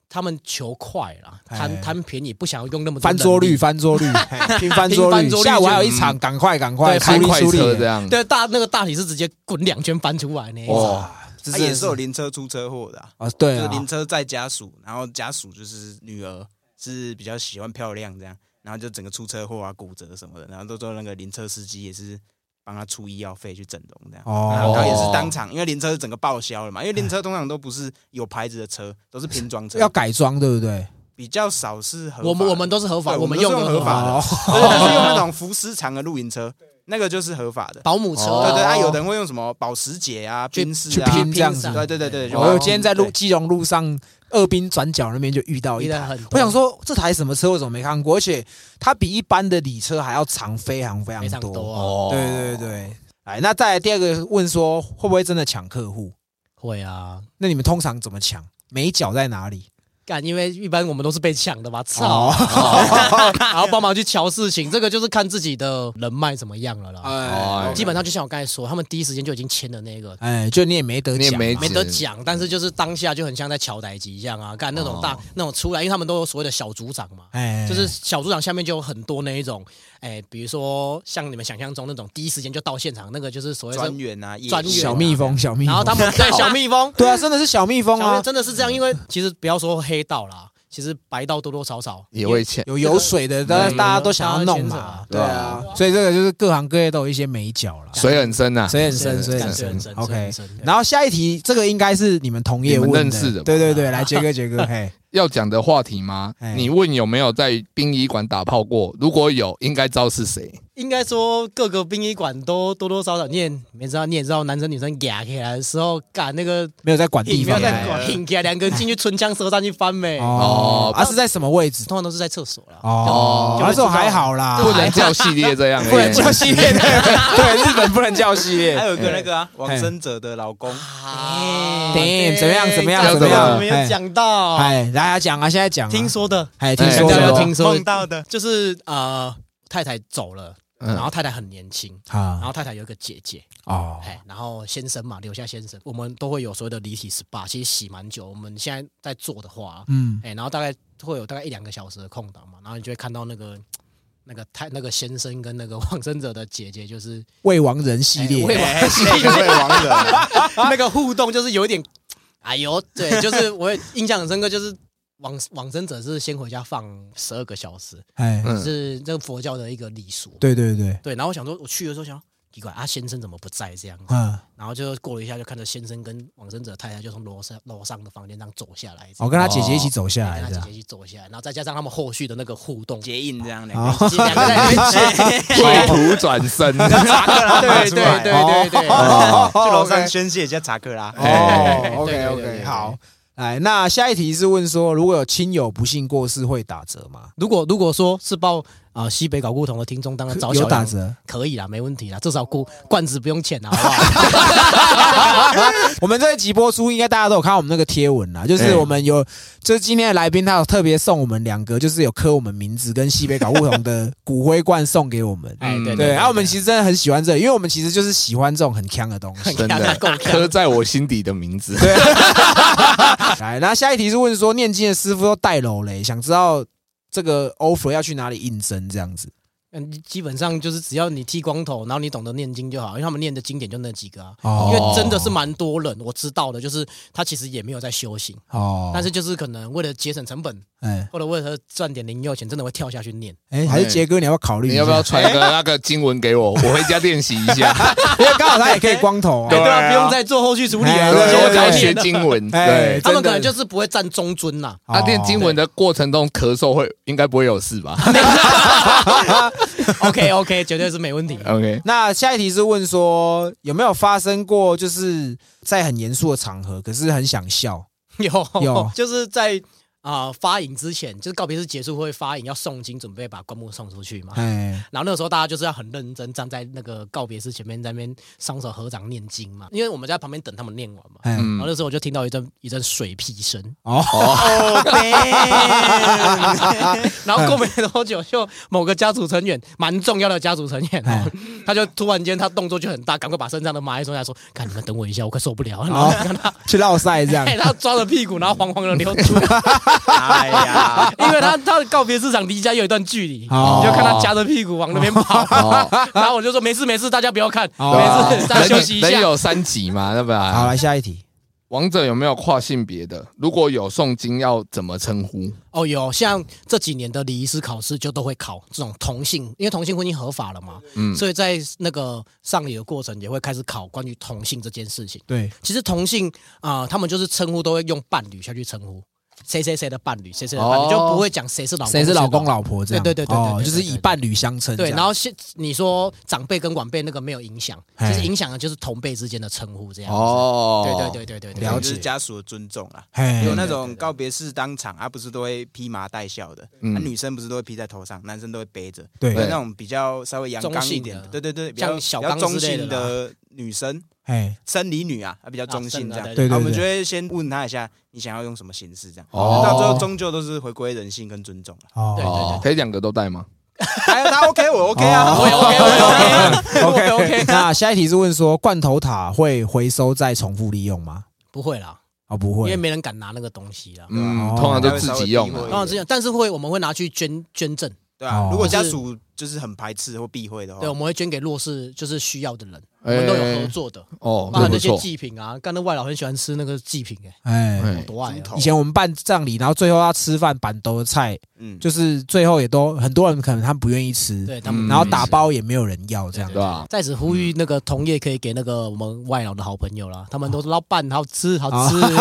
[SPEAKER 4] 他们求快啦，贪
[SPEAKER 1] 哎
[SPEAKER 4] 贪便宜，不想要用那么多
[SPEAKER 1] 翻桌
[SPEAKER 4] 人力
[SPEAKER 1] 率，翻桌 率，嘿拼翻桌
[SPEAKER 4] 拼翻
[SPEAKER 1] 率
[SPEAKER 4] 桌，率
[SPEAKER 1] 下午
[SPEAKER 4] 就
[SPEAKER 1] 还有一场，赶快赶快
[SPEAKER 4] 对
[SPEAKER 1] 处
[SPEAKER 2] 开
[SPEAKER 1] 理
[SPEAKER 2] 嗯快
[SPEAKER 1] 处
[SPEAKER 2] 车这
[SPEAKER 1] 理，
[SPEAKER 2] 样，
[SPEAKER 4] 对，大那个大体是直接滚两圈翻出来那一
[SPEAKER 3] 哦
[SPEAKER 4] 种。
[SPEAKER 2] 哇，
[SPEAKER 1] 这
[SPEAKER 3] 他
[SPEAKER 1] 真的
[SPEAKER 3] 也是有灵车出车祸的啊，
[SPEAKER 1] 哦对
[SPEAKER 3] 就是
[SPEAKER 1] 啊，
[SPEAKER 3] 灵车载家属，然后家属就是女儿是比较喜欢漂亮这样，然后就整个出车祸啊、骨折什么的，然后都说那个灵车司机也是帮他出医药费去整容这样。然
[SPEAKER 1] 哦
[SPEAKER 3] 后也是当场，因为灵车是整个报销了嘛，因为灵车通常都不是有牌子的车，都是拼装车，
[SPEAKER 1] 要改装对不对？
[SPEAKER 3] 比较少是合法的。
[SPEAKER 4] 我们我们都是合法，
[SPEAKER 3] 对
[SPEAKER 4] 我
[SPEAKER 3] 我
[SPEAKER 4] 们
[SPEAKER 3] 们
[SPEAKER 4] 用
[SPEAKER 3] 都是
[SPEAKER 4] 的
[SPEAKER 3] 用合法的
[SPEAKER 1] 哦
[SPEAKER 3] 对就是用那种福斯长的露营车，那个就是合法的。
[SPEAKER 4] 保姆车
[SPEAKER 3] 对
[SPEAKER 4] 啊，
[SPEAKER 3] 对，啊，有的人会用什么保时捷啊、
[SPEAKER 4] 去
[SPEAKER 3] 宾士
[SPEAKER 1] 哦去
[SPEAKER 3] 啊，
[SPEAKER 1] 拼这样子
[SPEAKER 4] 上
[SPEAKER 3] 对对对对，就
[SPEAKER 1] 我
[SPEAKER 3] 把
[SPEAKER 1] 今天在路
[SPEAKER 3] 对
[SPEAKER 1] 基隆路上二滨转角那边就遇到一
[SPEAKER 4] 遇到
[SPEAKER 1] 台
[SPEAKER 4] 很多，
[SPEAKER 1] 我想说这台什么车我怎么没看过？而且它比一般的礼车还要长非常非
[SPEAKER 4] 非常
[SPEAKER 1] 常
[SPEAKER 4] 多
[SPEAKER 1] 多。
[SPEAKER 4] 啊，
[SPEAKER 2] 哦，
[SPEAKER 1] 对对对，哎，那再来第二个问说会不会真的抢客户？
[SPEAKER 4] 会啊。
[SPEAKER 1] 那你们通常怎么抢？美角在哪里？
[SPEAKER 4] 干，因为一般我们都是被抢的嘛，操
[SPEAKER 1] 哦，
[SPEAKER 4] 然后帮忙去瞧事情，这个就是看自己的人脉怎么样了
[SPEAKER 3] 啊
[SPEAKER 4] 啦。
[SPEAKER 1] 哦
[SPEAKER 2] 哎
[SPEAKER 4] 基本上就像我刚才说，他们第一时间就已经签了那个，
[SPEAKER 1] 哎，就你也没得
[SPEAKER 2] 你也
[SPEAKER 1] 讲嘛，
[SPEAKER 2] 没
[SPEAKER 4] 没得讲，但是就是当下就很像在桥台级一样啊，干那种大那种出来，因为他们都有所谓的小组长嘛，
[SPEAKER 1] 哎，
[SPEAKER 4] 就是小组长下面就有很多那一种，哎，比如说像你们想象中那种第一时间就到现场，那个就是所谓
[SPEAKER 3] 专
[SPEAKER 4] 的，
[SPEAKER 3] 员啊、业
[SPEAKER 4] 专员
[SPEAKER 3] 务啊
[SPEAKER 1] 小蜜，蜂，小蜜蜂。
[SPEAKER 4] 然后他们对小蜜蜂，
[SPEAKER 1] 对啊，真的是小蜜蜂
[SPEAKER 4] 小蜜
[SPEAKER 1] 啊
[SPEAKER 4] 蜂，真的是这样，因为其实不要说黑道啦，其实白道多多少少
[SPEAKER 2] 也会欠，
[SPEAKER 1] 有油水的，大家
[SPEAKER 4] 对
[SPEAKER 1] 大家都想要弄
[SPEAKER 4] 大
[SPEAKER 1] 嘛
[SPEAKER 4] 家，
[SPEAKER 1] 对
[SPEAKER 2] 牵扯啊啊
[SPEAKER 1] 啊，所以这个就是各行各业都有一些美角了，
[SPEAKER 2] 水很深呐，
[SPEAKER 1] 水很深，水很
[SPEAKER 4] 感
[SPEAKER 1] 深
[SPEAKER 4] 觉。很深
[SPEAKER 1] OK
[SPEAKER 4] 很深对
[SPEAKER 1] 然后下一题，这个应该是你们同业
[SPEAKER 2] 你
[SPEAKER 1] 问
[SPEAKER 2] 们认识的吧
[SPEAKER 1] 对对对，来杰哥杰哥，嘿，
[SPEAKER 2] 要讲的话题吗
[SPEAKER 1] 哎？
[SPEAKER 2] 你问有没有在殡仪馆打炮过？如果有，应该知道是谁。
[SPEAKER 4] 应该说各个殡仪馆都多多少少，你也你也知道，你也知道，男生女生压起来的时候，干那个
[SPEAKER 1] 没有在管地
[SPEAKER 4] 硬不要
[SPEAKER 1] 方
[SPEAKER 2] 没有在
[SPEAKER 4] 再
[SPEAKER 1] 啊。
[SPEAKER 4] 管，硬起来两个人进去唇枪舌战去翻呗。
[SPEAKER 1] 哦
[SPEAKER 2] 哦，
[SPEAKER 1] 啊是在什么位置？
[SPEAKER 4] 通常都是在厕所啦。
[SPEAKER 1] 哦，
[SPEAKER 4] 就会
[SPEAKER 1] 那
[SPEAKER 4] 知
[SPEAKER 1] 时
[SPEAKER 4] 道
[SPEAKER 1] 候还好啦，
[SPEAKER 2] 不能叫系列这 样，
[SPEAKER 1] 啊不能叫系列，哎对日本不能叫系
[SPEAKER 3] 还
[SPEAKER 1] 列。
[SPEAKER 3] 有一个那个啊，往生者的老 公，
[SPEAKER 4] 啊
[SPEAKER 1] Damn，怎么样怎么样
[SPEAKER 4] 这个
[SPEAKER 2] 怎么样
[SPEAKER 4] 我没有讲到，
[SPEAKER 1] 哎，来啊讲啊，现在讲啊，
[SPEAKER 4] 哦听说的，
[SPEAKER 1] 哎，听
[SPEAKER 2] 哎
[SPEAKER 1] 说
[SPEAKER 2] 大家
[SPEAKER 1] 的
[SPEAKER 2] 都
[SPEAKER 4] 听说
[SPEAKER 3] 梦到的，
[SPEAKER 4] 就是呃，太太走了，
[SPEAKER 2] 嗯
[SPEAKER 4] 然后太太很年轻，然
[SPEAKER 1] 啊
[SPEAKER 4] 后太太有一个姐姐，
[SPEAKER 1] 哦，
[SPEAKER 4] 哎，然后先生嘛，留下先生，我们都会有所谓的离体 SPA，其实洗蛮久。我们现在在做的话，
[SPEAKER 1] 嗯，
[SPEAKER 4] 哎，然后大概会有大概一两个小时的空档嘛，然后你就会看到那个那个太那个先生跟那个 往生者的姐姐，就是
[SPEAKER 1] 未亡人系列，
[SPEAKER 3] 哎那个位王 者，
[SPEAKER 4] 那个互动，就是有一点，啊 哎呦，对，就是我也印象很深刻，就是往往生者是先回家放十二个小时，
[SPEAKER 1] 哎，
[SPEAKER 2] 嗯
[SPEAKER 4] 是这个佛教的一个礼俗。
[SPEAKER 1] 对对对，
[SPEAKER 4] 对，然后我想说，我去的时候想。奇怪啊，先生怎么不在这样子？
[SPEAKER 1] 嗯，
[SPEAKER 4] 然后就过了一下，就看着先生跟往生者太太就从楼上楼上的房间这样走下来，
[SPEAKER 1] 我跟他姐姐一起走下
[SPEAKER 4] 对
[SPEAKER 1] 来
[SPEAKER 4] 跟他
[SPEAKER 1] 这
[SPEAKER 4] 姐
[SPEAKER 1] 样
[SPEAKER 4] 姐。一起哦走下来，然后再加上他们后续的那个互动，
[SPEAKER 3] 结印这样的，
[SPEAKER 1] 哦
[SPEAKER 4] 其实两个在里面 接
[SPEAKER 2] 绘图转 身，
[SPEAKER 3] 查克 拉哦
[SPEAKER 4] 对对对对对对，
[SPEAKER 3] 去楼上宣泄一下查克拉。
[SPEAKER 1] 哦
[SPEAKER 4] 对对
[SPEAKER 1] ，OK
[SPEAKER 4] 对
[SPEAKER 1] OK，
[SPEAKER 4] 对
[SPEAKER 1] 好，来，那下一题是问说，如果有亲友不幸过世会打折吗？
[SPEAKER 4] 如果如果说是报啊西北搞故同的听众，当然找
[SPEAKER 1] 有
[SPEAKER 4] 小
[SPEAKER 1] 打
[SPEAKER 4] 杨
[SPEAKER 1] 折，
[SPEAKER 4] 可以啦，没问题啦，至少故罐子不用钱啦，啊好不 好？
[SPEAKER 1] 我们这一集播出，应该大家都有看到我们那个贴文啦，就是
[SPEAKER 2] 嗯
[SPEAKER 1] 我们有，就是今天的来宾，他有特别送我们两个，就是有刻我们名字跟西北搞不同的骨灰罐送给我们。
[SPEAKER 4] 哎，对
[SPEAKER 1] 嗯对，然后我们
[SPEAKER 4] 实
[SPEAKER 1] 其实真的很喜欢这个因为我们其实就是喜欢这种很强的东西。
[SPEAKER 2] 真的刻在我心底的名字。
[SPEAKER 1] 来，那下一题是问说，念经的师傅都带楼嘞，想知道这个 offer 要去哪里应征这样子。
[SPEAKER 4] 嗯，基本上就是只要你剃光头，然后你懂得念经就好，因为他们念的经典就那几个啊。
[SPEAKER 1] 哦
[SPEAKER 4] 因为真的是蛮多人，我知道的，就是他其实也没有在修行，
[SPEAKER 1] 哦，
[SPEAKER 4] 但是就是可能为了节省成本，
[SPEAKER 1] 哎
[SPEAKER 4] 或者为了赚点零用钱，真的会跳下去念。
[SPEAKER 1] 哎，还是杰哥，你要不要考虑一
[SPEAKER 2] 你
[SPEAKER 1] 下？
[SPEAKER 2] 要不要传一个那个经文 给我？我回家练习一下。
[SPEAKER 1] 因 为刚好他也可以光头、
[SPEAKER 2] 对
[SPEAKER 1] 啊。
[SPEAKER 2] 啊
[SPEAKER 4] 啊，不用再做后续处理
[SPEAKER 1] 哎
[SPEAKER 4] 了，
[SPEAKER 1] 对
[SPEAKER 4] 直接
[SPEAKER 1] 对
[SPEAKER 2] 我只要
[SPEAKER 4] 念
[SPEAKER 2] 学
[SPEAKER 4] 了
[SPEAKER 2] 经文。
[SPEAKER 1] 哎哦
[SPEAKER 2] 对，
[SPEAKER 4] 他
[SPEAKER 1] 真
[SPEAKER 4] 们
[SPEAKER 1] 的
[SPEAKER 4] 可能就是不会占中尊呐。
[SPEAKER 2] 他练经
[SPEAKER 1] 文
[SPEAKER 2] 文的过程中咳嗽会应该不会有事吧
[SPEAKER 4] OK OK，绝对是没问题。
[SPEAKER 1] 哦
[SPEAKER 2] ？OK，
[SPEAKER 1] 那下一题是问说有没有发生过，就是在很严肃的场合，可是很想笑，
[SPEAKER 4] 有
[SPEAKER 1] 有
[SPEAKER 4] 就是在啊、发影之前，就是告别式结束会发影，要诵经，准备把棺木送出去嘛。
[SPEAKER 1] 哎，
[SPEAKER 4] 然后那个时候大家就是要很认真站在那个告别式前面，在那边双手合掌念经嘛，因为我们在旁边等他们念完嘛。
[SPEAKER 1] 哎，
[SPEAKER 4] 然后
[SPEAKER 2] 嗯，
[SPEAKER 4] 那时候我就听到一阵一阵水屁 声，
[SPEAKER 1] 哦，
[SPEAKER 3] 哦， 哎
[SPEAKER 4] 然后过没多久，就某个家族成员，蛮重要的家族成员
[SPEAKER 1] 嗯
[SPEAKER 4] 哦，他就突然间他动作就很大，赶快把身上的麻衣松下，说：“看你们等我一下，我快受不了了。”然后
[SPEAKER 1] 哦去绕赛这样
[SPEAKER 4] 哎、， 他抓着屁股，然后黄黄的流出，因
[SPEAKER 3] 哎 呀，
[SPEAKER 4] 为他他的告别市场离家有一段距离，
[SPEAKER 1] 哦
[SPEAKER 4] 你就看他夹着屁股往那边跑。
[SPEAKER 2] 哦，
[SPEAKER 4] 然后我就说没事没事，大家不要看，
[SPEAKER 1] 哦
[SPEAKER 4] 没事，大家休息一
[SPEAKER 2] 啊人
[SPEAKER 4] 下。
[SPEAKER 2] 有三级嘛，对吧？
[SPEAKER 1] 好，来下一题，
[SPEAKER 2] 王者有没有跨性别的？如果有诵经要怎么称呼？
[SPEAKER 4] 哦，有像这几年的礼仪师考试就都会考这种同性，因为同性婚姻合法了嘛，
[SPEAKER 2] 嗯
[SPEAKER 4] 所以在那个上礼的过程也会开始考关于同性这件事情。
[SPEAKER 1] 对，
[SPEAKER 4] 其实同性啊、呃他们就是称呼都会用伴侣下去称呼，谁谁谁的伴侣，谁谁的伴侣，
[SPEAKER 2] 哦
[SPEAKER 4] 就不会讲谁是老公，
[SPEAKER 1] 谁是老公。老婆这样，
[SPEAKER 4] 对对对对对
[SPEAKER 1] 哦
[SPEAKER 4] 对对
[SPEAKER 1] 就是以伴侣相称这
[SPEAKER 4] 对，
[SPEAKER 1] 样，
[SPEAKER 4] 然后现你说长辈跟晚辈那个没有影响，
[SPEAKER 1] 嘿
[SPEAKER 4] 其实影响的就是同辈之间的称呼这样。哦，
[SPEAKER 2] 哦，
[SPEAKER 4] 对对对对对
[SPEAKER 1] 了
[SPEAKER 4] 对
[SPEAKER 1] 解
[SPEAKER 3] 就是家属的尊重啦。
[SPEAKER 1] 嘿
[SPEAKER 3] 有那种告别式当场啊，不是都会披麻戴孝的，那、
[SPEAKER 2] 嗯
[SPEAKER 3] 女生不是都会披在头上，男生都会背着。
[SPEAKER 1] 对
[SPEAKER 3] 有那种比较稍微阳刚一点的，啊
[SPEAKER 4] 中性的
[SPEAKER 3] 对对对，比
[SPEAKER 4] 像
[SPEAKER 3] 较
[SPEAKER 4] 小
[SPEAKER 3] 比较
[SPEAKER 4] 刚之
[SPEAKER 3] 中
[SPEAKER 4] 类的
[SPEAKER 3] 性的女生，
[SPEAKER 1] 哎，
[SPEAKER 3] 生理女啊，比较中性这样。
[SPEAKER 4] 啊
[SPEAKER 1] 对
[SPEAKER 3] 啊
[SPEAKER 1] 对
[SPEAKER 3] 我们就
[SPEAKER 1] 对，
[SPEAKER 3] 会先问她一下，你想要用什么形式这样。
[SPEAKER 2] 哦
[SPEAKER 3] 到最后终究都是回归人性跟尊重了。
[SPEAKER 4] 对
[SPEAKER 1] 哦
[SPEAKER 4] 对
[SPEAKER 2] 哦，可以两个都带吗？
[SPEAKER 3] 哎，他 OK，我 OK 啊，
[SPEAKER 1] 哦
[SPEAKER 4] 我也 OK，我 也 OK，我也
[SPEAKER 1] OK
[SPEAKER 4] OK，
[SPEAKER 1] 那下一题是问说罐头塔会回收再重复利用吗？
[SPEAKER 4] 不会啦，
[SPEAKER 1] 哦，不
[SPEAKER 4] 因
[SPEAKER 1] 会
[SPEAKER 4] 为，没人敢拿那个东西啦。
[SPEAKER 1] 哦
[SPEAKER 2] 嗯，通常都自己用
[SPEAKER 3] 稍微避
[SPEAKER 2] 啊
[SPEAKER 3] 讳
[SPEAKER 4] 当然这样，但是会我们会拿去捐捐赠，
[SPEAKER 3] 对
[SPEAKER 1] 哦
[SPEAKER 3] 啊。如果家属就是很排斥或避讳的话
[SPEAKER 4] 对，我，们会捐给弱势就是需要的人，
[SPEAKER 2] 哦
[SPEAKER 4] 我
[SPEAKER 2] 哎
[SPEAKER 4] 们都有合作的，
[SPEAKER 2] 哦，
[SPEAKER 4] 包
[SPEAKER 2] 那
[SPEAKER 4] 含
[SPEAKER 2] 不
[SPEAKER 4] 啊那些
[SPEAKER 2] 错。
[SPEAKER 4] 祭品啊，干那外老很喜欢吃那个祭品，
[SPEAKER 1] 哎。
[SPEAKER 4] 哎，
[SPEAKER 2] 哎
[SPEAKER 4] 多爱
[SPEAKER 3] 猪
[SPEAKER 4] 啊
[SPEAKER 3] 头！
[SPEAKER 1] 以前我们办葬礼，然后最后要吃饭板兜的菜，
[SPEAKER 3] 嗯，
[SPEAKER 1] 就是最后也都很多人可能他们不愿意吃，
[SPEAKER 4] 对他们，
[SPEAKER 2] 嗯
[SPEAKER 1] 然后打包也没有人要这样
[SPEAKER 2] 对。吧？
[SPEAKER 4] 在此呼吁那个同业可以给那个我们外劳的好朋友啦，他们都是老板好吃好吃，
[SPEAKER 2] 哦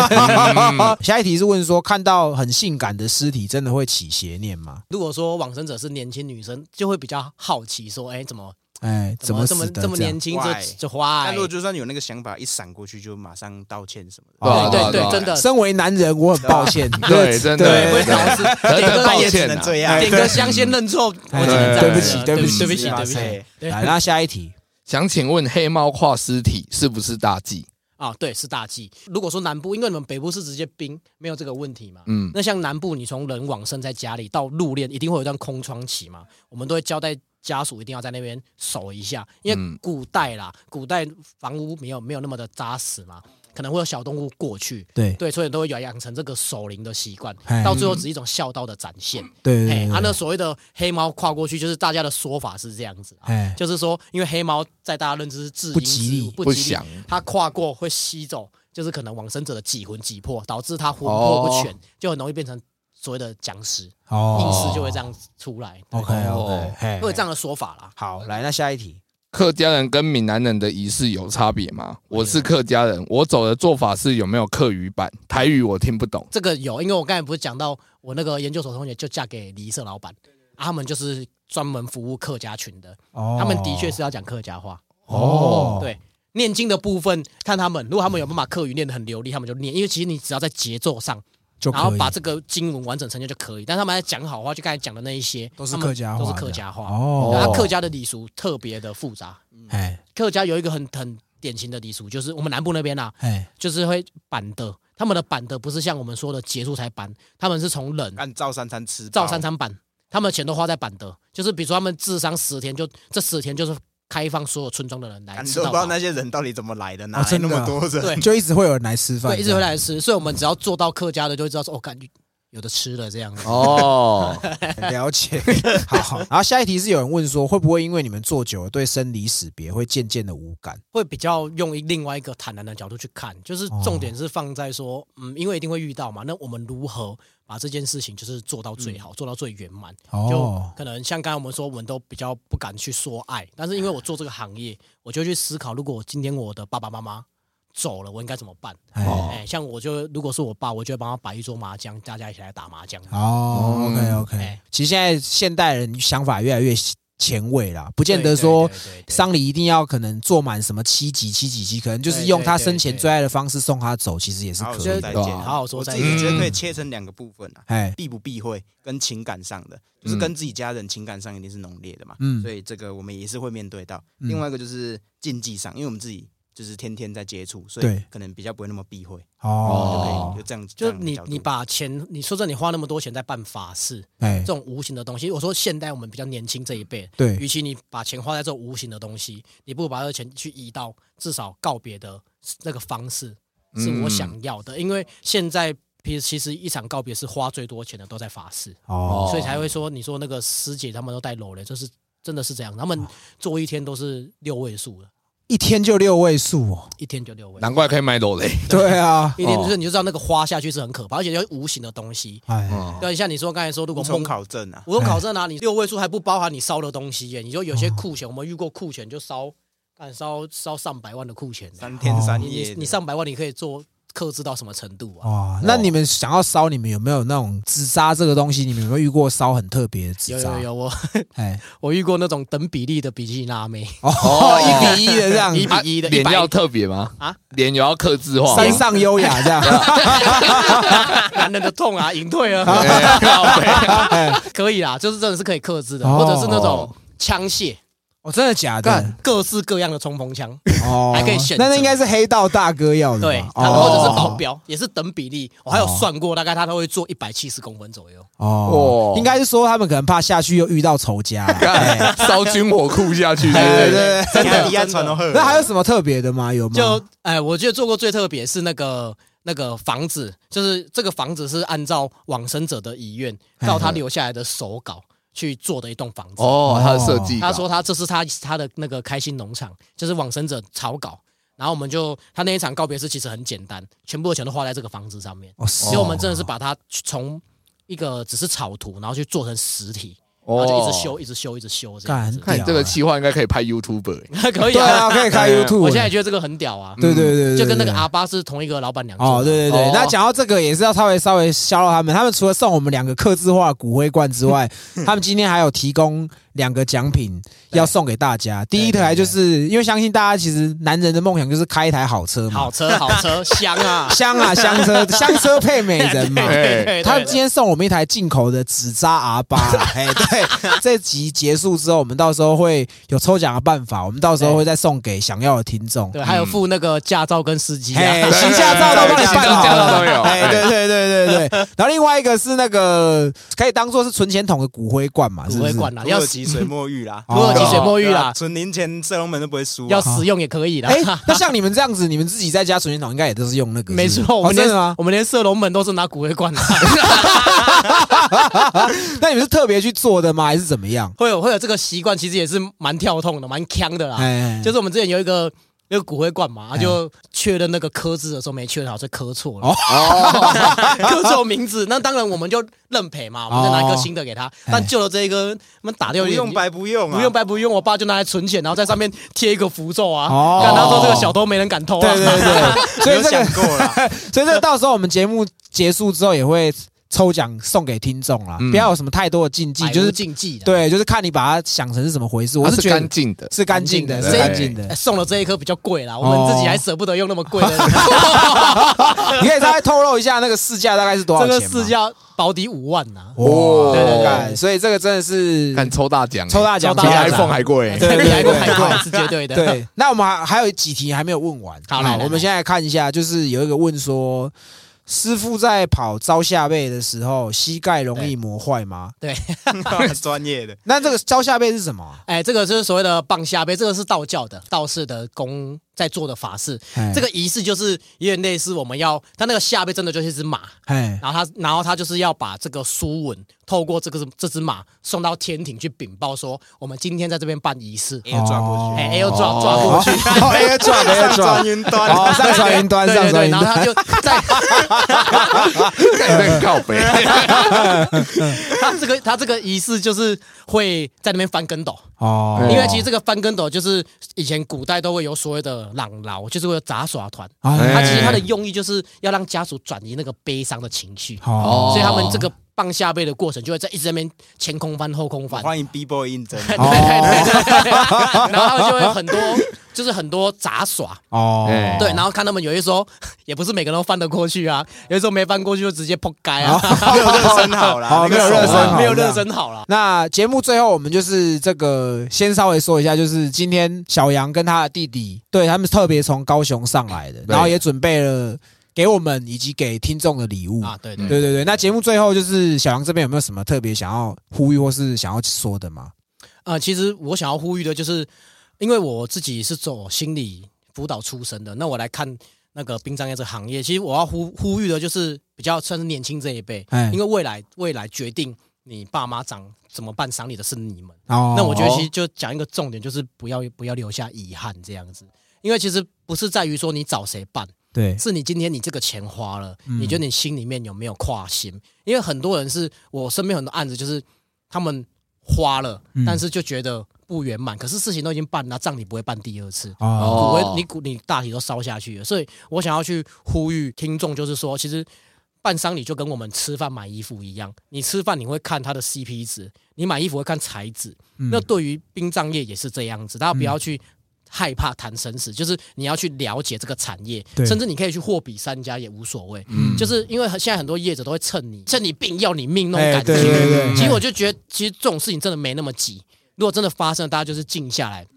[SPEAKER 1] 下一题是问说，看到很性感的尸体，真的会起邪念吗？
[SPEAKER 4] 如果说往生者是年轻女生，就会比较好奇，说，哎，怎么
[SPEAKER 1] 哎，
[SPEAKER 4] 怎
[SPEAKER 1] 怎么
[SPEAKER 4] 这么
[SPEAKER 1] 死的
[SPEAKER 4] 这么
[SPEAKER 1] 样
[SPEAKER 4] 年轻就
[SPEAKER 3] Why？
[SPEAKER 4] 就花？
[SPEAKER 3] 但如果就算有那个想法一闪过去，就马上道歉什么的。
[SPEAKER 2] 对啊
[SPEAKER 4] 对对
[SPEAKER 2] 对啊
[SPEAKER 4] 对，真的，
[SPEAKER 1] 身为男人，我很抱歉。
[SPEAKER 2] 对，真的，
[SPEAKER 1] 对
[SPEAKER 2] 对
[SPEAKER 4] 不好意思
[SPEAKER 2] 真的
[SPEAKER 3] 他
[SPEAKER 2] 抱
[SPEAKER 3] 也只
[SPEAKER 2] 歉
[SPEAKER 3] 能
[SPEAKER 2] 啊
[SPEAKER 3] 这样，啊
[SPEAKER 1] 哎
[SPEAKER 4] 点
[SPEAKER 1] 对
[SPEAKER 4] 个香先认错，我只能
[SPEAKER 2] 哎
[SPEAKER 4] 这样
[SPEAKER 2] 对不
[SPEAKER 4] 子
[SPEAKER 2] 起
[SPEAKER 4] 了
[SPEAKER 1] 对
[SPEAKER 4] 对
[SPEAKER 1] 不起
[SPEAKER 4] 对不起，
[SPEAKER 1] 哇
[SPEAKER 4] 对不
[SPEAKER 1] 塞
[SPEAKER 4] 起，对
[SPEAKER 1] 来，那下一题，
[SPEAKER 2] 想请问黑猫跨尸体是不是大忌？
[SPEAKER 4] 啊，对，是大忌。如果说南部，因为你们北部是直接冰，没有这个问题嘛。
[SPEAKER 2] 嗯，
[SPEAKER 4] 那像南部，你从人往生在家里到入殓，一定会有一段空窗期嘛。我们都会交代家属一定要在那边守一下，因
[SPEAKER 2] 嗯
[SPEAKER 4] 为古代啦，古代房屋没有没有那么的扎实嘛，可能会有小动物过去。
[SPEAKER 1] 对
[SPEAKER 4] 对，所以都会养养成这个守灵的习惯
[SPEAKER 1] 哎，
[SPEAKER 4] 到最后只是一种孝道的展现。
[SPEAKER 1] 对
[SPEAKER 4] 哎
[SPEAKER 1] 对，
[SPEAKER 4] 啊，那
[SPEAKER 1] 对，
[SPEAKER 4] 所谓的黑猫跨过去，就是大家的说法是这样子啊，
[SPEAKER 1] 哎，
[SPEAKER 4] 就是说，因为黑猫在大家认知是至
[SPEAKER 1] 不
[SPEAKER 4] 阴
[SPEAKER 1] 吉
[SPEAKER 4] 之
[SPEAKER 1] 利
[SPEAKER 4] 物
[SPEAKER 2] 不
[SPEAKER 4] 不吉利
[SPEAKER 2] 祥，
[SPEAKER 4] 它跨过会吸走，就是可能往生者的几魂几魄，导致他魂魄不全，就很容易变成所谓的僵尸，硬
[SPEAKER 1] 哦
[SPEAKER 4] 尸就会这样出来。对
[SPEAKER 1] ，OK
[SPEAKER 2] 哦
[SPEAKER 1] OK，
[SPEAKER 4] 会有这样的说法啦。
[SPEAKER 1] 好，来，那下一题，
[SPEAKER 2] 客家人跟闽南人的仪式有差别吗？我是客家人，我走的做法是有没有客语版？台语我听不懂。
[SPEAKER 4] 这个有，因为我刚才不是讲到我那个研究所同学就嫁给礼仪社老板，啊，他们就是专门服务客家群的，
[SPEAKER 1] 哦，
[SPEAKER 4] 他们的确是要讲客家话。
[SPEAKER 1] 哦，
[SPEAKER 4] 对，念经的部分看他们，如果他们有办法客语念得很流利，他们就念，因为其实你只要在节奏上，
[SPEAKER 1] 就
[SPEAKER 4] 然后
[SPEAKER 1] 可以
[SPEAKER 4] 把这个经文完整呈现就可以。但他们在讲好话，就刚才讲的那一些，
[SPEAKER 1] 都是
[SPEAKER 4] 他们
[SPEAKER 1] 客家话
[SPEAKER 4] 都是
[SPEAKER 1] 这
[SPEAKER 4] 客
[SPEAKER 1] 样
[SPEAKER 4] 家话。
[SPEAKER 1] 哦，
[SPEAKER 4] 然后客家的礼俗特别的复杂，
[SPEAKER 1] 哎
[SPEAKER 4] 客家有一个很很典型的礼俗，就是我们南部那边啊，
[SPEAKER 1] 哎
[SPEAKER 4] 就是会板的，他们的板的不是像我们说的结束才板，他们是从冷
[SPEAKER 3] 按照三餐吃，
[SPEAKER 4] 照三，餐板，他们的钱都花在板的，就是比如说他们治伤十天，就这十天就是开放所有村庄的人来
[SPEAKER 3] 干你
[SPEAKER 4] 吃
[SPEAKER 3] 都不
[SPEAKER 4] 到
[SPEAKER 3] 知道
[SPEAKER 4] 饱。哦
[SPEAKER 3] 那些人到底怎么来的，哪
[SPEAKER 1] 啊
[SPEAKER 3] 来
[SPEAKER 1] 真
[SPEAKER 3] 那
[SPEAKER 1] 的啊
[SPEAKER 3] 么多人？
[SPEAKER 4] 对
[SPEAKER 1] 就一直会有人来吃饭，
[SPEAKER 4] 对，一直回来吃，所以我们只要做到客家的，就会知道说，哦，感觉有的吃了这样子。
[SPEAKER 2] 哦，
[SPEAKER 1] 这样了解。 好好，然后下一题是有人问说，会不会因为你们做久了，对生离死别会渐渐的无感？
[SPEAKER 4] 会比较用一另外一个坦然的角度去看，就是重点是放在说，嗯，因为一定会遇到嘛，那我们如何把这件事情就是做到最好，做到最圆满？就
[SPEAKER 1] 哦，
[SPEAKER 4] 可能像刚才我们说，我们都比较不敢去说爱，但是因为我做这个行业，我就去思考，如果我今天我的爸爸妈妈走了，我应该怎么办？
[SPEAKER 1] 哎
[SPEAKER 2] 哦
[SPEAKER 4] 哎，像我就如果是我爸，我就会帮他摆一桌麻将，大家一起来打麻将。
[SPEAKER 1] 哦，OK
[SPEAKER 2] 嗯
[SPEAKER 1] OK，
[SPEAKER 4] 哎
[SPEAKER 1] 其实现在现代人想法越来越前卫啦，不
[SPEAKER 4] 对
[SPEAKER 1] 见得说。
[SPEAKER 4] 对对对对
[SPEAKER 1] 丧礼一定要可能做满什么七级、七几级，可能就是用他生前最爱的方式送他走，其实也是
[SPEAKER 3] 好好
[SPEAKER 1] 可
[SPEAKER 3] 说
[SPEAKER 1] 以
[SPEAKER 3] 再
[SPEAKER 1] 的。
[SPEAKER 2] 对
[SPEAKER 3] 见，
[SPEAKER 2] 啊
[SPEAKER 4] 好好说
[SPEAKER 3] 我自
[SPEAKER 4] 再
[SPEAKER 3] 己
[SPEAKER 4] 见嗯
[SPEAKER 3] 觉得可以切成两个部分啊，
[SPEAKER 1] 哎，
[SPEAKER 3] 避不避讳跟情感上的，就是跟自己家人情感上一定是浓烈的嘛，
[SPEAKER 1] 嗯
[SPEAKER 3] 所以这个我们也是会面对到。
[SPEAKER 1] 嗯
[SPEAKER 3] 另外一个就是禁忌上，因为我们自己就是天天在接触，所以
[SPEAKER 1] 对
[SPEAKER 3] 可能比较不会那么避讳，
[SPEAKER 1] 哦
[SPEAKER 3] 就可以，就这样，
[SPEAKER 4] 就
[SPEAKER 3] 这样的
[SPEAKER 4] 你
[SPEAKER 3] 角度
[SPEAKER 4] 你把钱，你说真的，你花那么多钱在办法事，
[SPEAKER 1] 哎
[SPEAKER 4] 这，种无形的东西，我说现代我们比较年轻这一辈，
[SPEAKER 1] 对
[SPEAKER 4] 与其你把钱花在这种无形的东西，你不如把这个钱去移到至少告别的那个方式，是我想要的。因为现在其实其实一场告别是花最多钱的，都在法事，
[SPEAKER 1] 哦，
[SPEAKER 4] 所以才会说你说那个师姐他们都带楼嘞，就是真的是这样，他们做一天都是六位数的，
[SPEAKER 1] 一天就六位数哦，
[SPEAKER 4] 一天就六位。
[SPEAKER 2] 难怪可以买楼嘞。
[SPEAKER 1] 对啊，
[SPEAKER 4] 一天就是你就知道那个花下去是很可怕，而且要无形的东西。
[SPEAKER 1] 哎，
[SPEAKER 2] 哦，
[SPEAKER 4] 对，像你说刚才说，如果
[SPEAKER 3] 无
[SPEAKER 4] 梦
[SPEAKER 3] 从考证啊，
[SPEAKER 4] 我有考证啊，你六位数还不包含你烧的东西耶。你说有些库钱，我们遇过库钱就烧，干烧烧上百万的库钱，欸
[SPEAKER 3] 三天
[SPEAKER 1] 哦
[SPEAKER 3] 三
[SPEAKER 4] 你
[SPEAKER 3] 夜
[SPEAKER 4] 你
[SPEAKER 3] 的
[SPEAKER 4] 你 上百万你可以做克制到什么程度啊？
[SPEAKER 1] 哇，那你们想要烧，你们有没有那种纸扎这个东西？你们有没有遇过烧很特别的
[SPEAKER 4] 有
[SPEAKER 1] 纸扎
[SPEAKER 4] 有？有，我
[SPEAKER 1] 哎，
[SPEAKER 4] 我遇过那种等比例的比基尼辣妹，
[SPEAKER 1] 哦， 一比一的这样，
[SPEAKER 4] 一比一
[SPEAKER 2] 啊
[SPEAKER 4] 的，
[SPEAKER 2] 脸
[SPEAKER 4] 100
[SPEAKER 2] 要特别吗？
[SPEAKER 4] 啊
[SPEAKER 2] 啊，脸有要克制化吗？
[SPEAKER 1] 山上优雅这样，
[SPEAKER 4] 男人的痛啊，隐退了，
[SPEAKER 2] 哎靠北
[SPEAKER 1] 哎，
[SPEAKER 4] 可以啦，就是真的是可以克制的，
[SPEAKER 1] 哦
[SPEAKER 4] 或者是那种枪械，
[SPEAKER 1] 哦，真的假的？
[SPEAKER 4] 各式各样的冲锋枪，
[SPEAKER 1] 哦，
[SPEAKER 4] 还可以选择
[SPEAKER 1] 那那应该是黑道大哥要的吧，
[SPEAKER 4] 对，
[SPEAKER 1] 哦
[SPEAKER 4] 然后或者是保镖，也是等比例，我还有
[SPEAKER 1] 哦
[SPEAKER 4] 算过，大概他都会做一百七十公分左右。
[SPEAKER 1] 哦
[SPEAKER 2] 哦，
[SPEAKER 1] 应该是说他们可能怕下去又遇到仇 家啦。哎
[SPEAKER 2] 干烧军火库下去，
[SPEAKER 1] 对对
[SPEAKER 2] 对不对？
[SPEAKER 1] 对，
[SPEAKER 4] 真的
[SPEAKER 3] 你还传到后，
[SPEAKER 1] 那还有什么特别的吗？有吗？
[SPEAKER 4] 就哎、我觉得做过最特别是那个那个房子，就是这个房子是按照往生者的遗愿，照他留下来的手稿去做的一栋房子。
[SPEAKER 2] 哦，他的设计稿，
[SPEAKER 4] 他说他这是他他的那个开心农场，就是往生者草稿。然后我们就他那一场告别式其实很简单，全部的钱都花在这个房子上面，
[SPEAKER 1] 哦，是
[SPEAKER 4] 所以我们真的是把它从一个只是草图，然后去做成实体，然
[SPEAKER 2] 哦
[SPEAKER 4] 后就一直修，一直修，一直修这样子
[SPEAKER 1] 干。
[SPEAKER 2] 看你这个企划应该可以拍 YouTuber 欸。
[SPEAKER 4] 可以
[SPEAKER 1] 对啊，
[SPEAKER 4] 啊，
[SPEAKER 1] 可以开 YouTube。
[SPEAKER 4] 我现在也觉得这个很屌啊，
[SPEAKER 1] 对对对，对
[SPEAKER 4] 就跟那
[SPEAKER 1] 对
[SPEAKER 4] 个阿巴是同一个老板娘做的
[SPEAKER 1] 哦，对对对
[SPEAKER 2] 哦，
[SPEAKER 1] 那讲到这个也是要稍微稍 微消耗他们。他们除了送我们两个刻字化骨灰罐之外，他们今天还有提供两个奖品要送给大家。第一台就是因为相信大家其实男人的梦想就是开一台好车嘛，
[SPEAKER 4] 好车好 车香啊！
[SPEAKER 1] 香 啊香车，香车配美人嘛。
[SPEAKER 2] 哎
[SPEAKER 1] 他今天送我们一台进口的纸扎 R 八， 哎，对，这集结束之后，我们到时候会有抽奖的办法，我们到时候会再送给想要的听众。
[SPEAKER 4] 对，还啊有附那个驾照跟司机啊
[SPEAKER 1] 哎，，行驾照都帮你办好
[SPEAKER 2] 驾
[SPEAKER 1] 了，
[SPEAKER 2] 照都有
[SPEAKER 1] 哎，对对对对 对。然后另外一个是那个可以当做是存钱筒的骨灰罐嘛，是
[SPEAKER 4] 不
[SPEAKER 1] 不
[SPEAKER 4] 会
[SPEAKER 1] 是？
[SPEAKER 4] 管啦，
[SPEAKER 3] 土
[SPEAKER 4] 啊要
[SPEAKER 3] 耳
[SPEAKER 4] 使
[SPEAKER 3] 其水墨浴啦，啊
[SPEAKER 1] 哦
[SPEAKER 4] 土耳其水墨浴啦，
[SPEAKER 3] 存零钱射龙门都不会输啊，
[SPEAKER 4] 要使用也可以啦。
[SPEAKER 1] 哎，那像你们这样子，你们自己在家存钱筒应该也都是用那个，
[SPEAKER 4] 没
[SPEAKER 1] 是不
[SPEAKER 4] 错，
[SPEAKER 1] 是
[SPEAKER 4] 我们
[SPEAKER 1] 哦真
[SPEAKER 4] 连
[SPEAKER 1] 的吗？
[SPEAKER 4] 我们连射龙门都是拿骨灰 罐的，
[SPEAKER 1] 那你们是特别去做的吗？还是怎么样？
[SPEAKER 4] 会有会有这个习惯，其实也是蛮跳痛的，蛮呛的啦。
[SPEAKER 1] 哎，
[SPEAKER 4] 就是是我们之前有一个那个骨灰罐嘛，他
[SPEAKER 1] 哎
[SPEAKER 4] 就确认那个刻字的时候没确认好，所以刻错了
[SPEAKER 1] 哦，
[SPEAKER 4] 刻错名字。那当然我们就认赔嘛，我们再拿一颗新的给
[SPEAKER 1] 哦
[SPEAKER 4] 他。但旧的这一根，我们打掉
[SPEAKER 3] 不
[SPEAKER 4] 一点
[SPEAKER 3] 用白不用啊，
[SPEAKER 4] 不用白不用，我爸就拿来存钱，然后在上面贴一个符咒啊。
[SPEAKER 1] 哦
[SPEAKER 4] 但他说这个小偷没人敢偷啊。
[SPEAKER 1] 对对对，所
[SPEAKER 3] 没
[SPEAKER 1] 以这
[SPEAKER 3] 有
[SPEAKER 1] 个
[SPEAKER 3] 想过啦，
[SPEAKER 1] 所以这个到时候我们节目结束之后也会抽奖送给听众啦，
[SPEAKER 2] 嗯
[SPEAKER 1] 不要有什么太多的禁忌，
[SPEAKER 4] 百
[SPEAKER 1] 就
[SPEAKER 4] 无
[SPEAKER 1] 是
[SPEAKER 4] 禁忌啊的。
[SPEAKER 1] 对，就是看你把它想成是什么回事。我
[SPEAKER 2] 它
[SPEAKER 1] 是
[SPEAKER 2] 是
[SPEAKER 1] 觉
[SPEAKER 2] 干
[SPEAKER 1] 得
[SPEAKER 2] 净的，
[SPEAKER 1] 是干净的，哦
[SPEAKER 4] 干
[SPEAKER 1] 是
[SPEAKER 4] 净的
[SPEAKER 1] 干净的
[SPEAKER 4] 哎。送了这一颗比较贵啦，我们自己还舍不得用那么 贵的。
[SPEAKER 1] 你可以大概透露一下那个市价大概是多少
[SPEAKER 4] 这
[SPEAKER 1] 钱吗
[SPEAKER 4] 个市价保底五万啊呐、
[SPEAKER 1] 哇，
[SPEAKER 2] 对对对
[SPEAKER 1] 干所以这个真的是
[SPEAKER 2] 敢抽大奖欸，
[SPEAKER 1] 抽大奖，
[SPEAKER 4] 抽
[SPEAKER 2] 比
[SPEAKER 4] 大奖
[SPEAKER 2] iPhone 还贵欸，
[SPEAKER 1] 对对
[SPEAKER 4] 比还
[SPEAKER 1] 对
[SPEAKER 4] 贵还贵是绝对的。
[SPEAKER 1] 对，那我们还还有几题还没有问完。
[SPEAKER 4] 好来来
[SPEAKER 1] 我们
[SPEAKER 4] 来
[SPEAKER 1] 现在看一下，就是有一个问说，师傅在跑招下背的时候，膝盖容易磨坏吗？
[SPEAKER 3] 专业的，
[SPEAKER 1] 那这个招下背是什么啊？
[SPEAKER 4] 哎，这个就是所谓的棒下杯，这个是道教的道士的功在做的法事。
[SPEAKER 1] 哎
[SPEAKER 4] 这个仪式就是有点类似我们要，他那个下杯真的就是一只马，
[SPEAKER 1] 哎
[SPEAKER 4] 然后他然后他就是要把这个书文透过这个这只马送到天庭去禀报说，我们今天在这边办仪式。
[SPEAKER 3] 也转过去，
[SPEAKER 4] 哎，要抓抓过去，
[SPEAKER 1] ，air drop air
[SPEAKER 3] 上传
[SPEAKER 1] drop，
[SPEAKER 3] 云
[SPEAKER 1] 哦，
[SPEAKER 3] 端，
[SPEAKER 1] 上传云端，
[SPEAKER 4] 对
[SPEAKER 1] 上
[SPEAKER 4] 对
[SPEAKER 1] 传
[SPEAKER 4] 对，
[SPEAKER 1] 云
[SPEAKER 4] 然后
[SPEAKER 1] 端。
[SPEAKER 4] 他就在
[SPEAKER 2] 干那个告白，
[SPEAKER 4] 他这个他这个仪式就是会在那边翻跟斗，
[SPEAKER 1] 哦
[SPEAKER 4] 因为其实这个翻跟斗就是以前古代都会有所谓的朗劳，就是会有杂耍团，
[SPEAKER 1] 哎
[SPEAKER 4] 它其实它的用意就是要让家属转移那个悲伤的情绪，
[SPEAKER 1] 哦
[SPEAKER 4] 所以他们这个棒下背的过程就会在一直在那边前空翻后空翻，
[SPEAKER 3] 欢迎 B boy 应征，
[SPEAKER 4] 对对 对对对，然后他们就会很多就是很多杂耍，
[SPEAKER 1] 哦
[SPEAKER 2] 哎，
[SPEAKER 4] 对，然后看他们有些时候也不是每个人都翻得过去啊，有些时候没翻过去就直接扑街 啊，
[SPEAKER 3] 没有热身好啦，
[SPEAKER 1] 好
[SPEAKER 3] 那个
[SPEAKER 1] 没有热身哦好
[SPEAKER 3] 手啊
[SPEAKER 4] 没有热身好了，
[SPEAKER 1] 那节目最后，我们就是这个先稍微说一下，就是今天小杨跟他的弟弟，对他们特别从高雄上来的，
[SPEAKER 2] 对
[SPEAKER 1] 然后也准备了给我们以及给听众的礼物。
[SPEAKER 4] 啊，对对
[SPEAKER 1] 对对对，那节目最后就是小杨这边有没有什么特别想要呼吁或是想要说的吗？
[SPEAKER 4] 呃，其实我想要呼吁的就是，因为我自己是走心理辅导出身的，那我来看那个殡葬业这个行业，其实我要呼呼吁的就是比较算是年轻这一辈
[SPEAKER 1] 哎，
[SPEAKER 4] 因为未来未来决定你爸妈长怎么办丧礼的是你们。
[SPEAKER 1] 哦，
[SPEAKER 4] 那我觉得其实就讲一个重点，就是不要不要留下遗憾这样子，因为其实不是在于说你找谁办。
[SPEAKER 1] 对，
[SPEAKER 4] 是你今天你这个钱花了，
[SPEAKER 1] 嗯
[SPEAKER 4] 你觉得你心里面有没有跨心？因为很多人是我身边很多案子，就是他们花了，
[SPEAKER 1] 嗯
[SPEAKER 4] 但是就觉得不圆满，可是事情都已经办了，葬礼不会办第二次。
[SPEAKER 1] 哦，
[SPEAKER 4] 骨
[SPEAKER 2] 哦
[SPEAKER 4] 灰，你骨你大体都烧下去了，所以我想要去呼吁听众，就是说，其实办丧礼就跟我们吃饭买衣服一样，你吃饭你会看它的 CP 值，你买衣服会看材质。
[SPEAKER 1] 嗯
[SPEAKER 4] 那对于殡葬业也是这样子，大家不要去。害怕谈生死，就是你要去了解这个产业，
[SPEAKER 1] 对
[SPEAKER 4] 甚至你可以去货比三家也无所谓。
[SPEAKER 2] 嗯
[SPEAKER 4] 就是因为很现在很多业者都会趁你趁你病要你命那种
[SPEAKER 1] 哎
[SPEAKER 4] 感觉。
[SPEAKER 1] 对对对
[SPEAKER 4] 其实我就觉得，其实这种事情真的没那么急。如果真的发生了，大家就是静下来，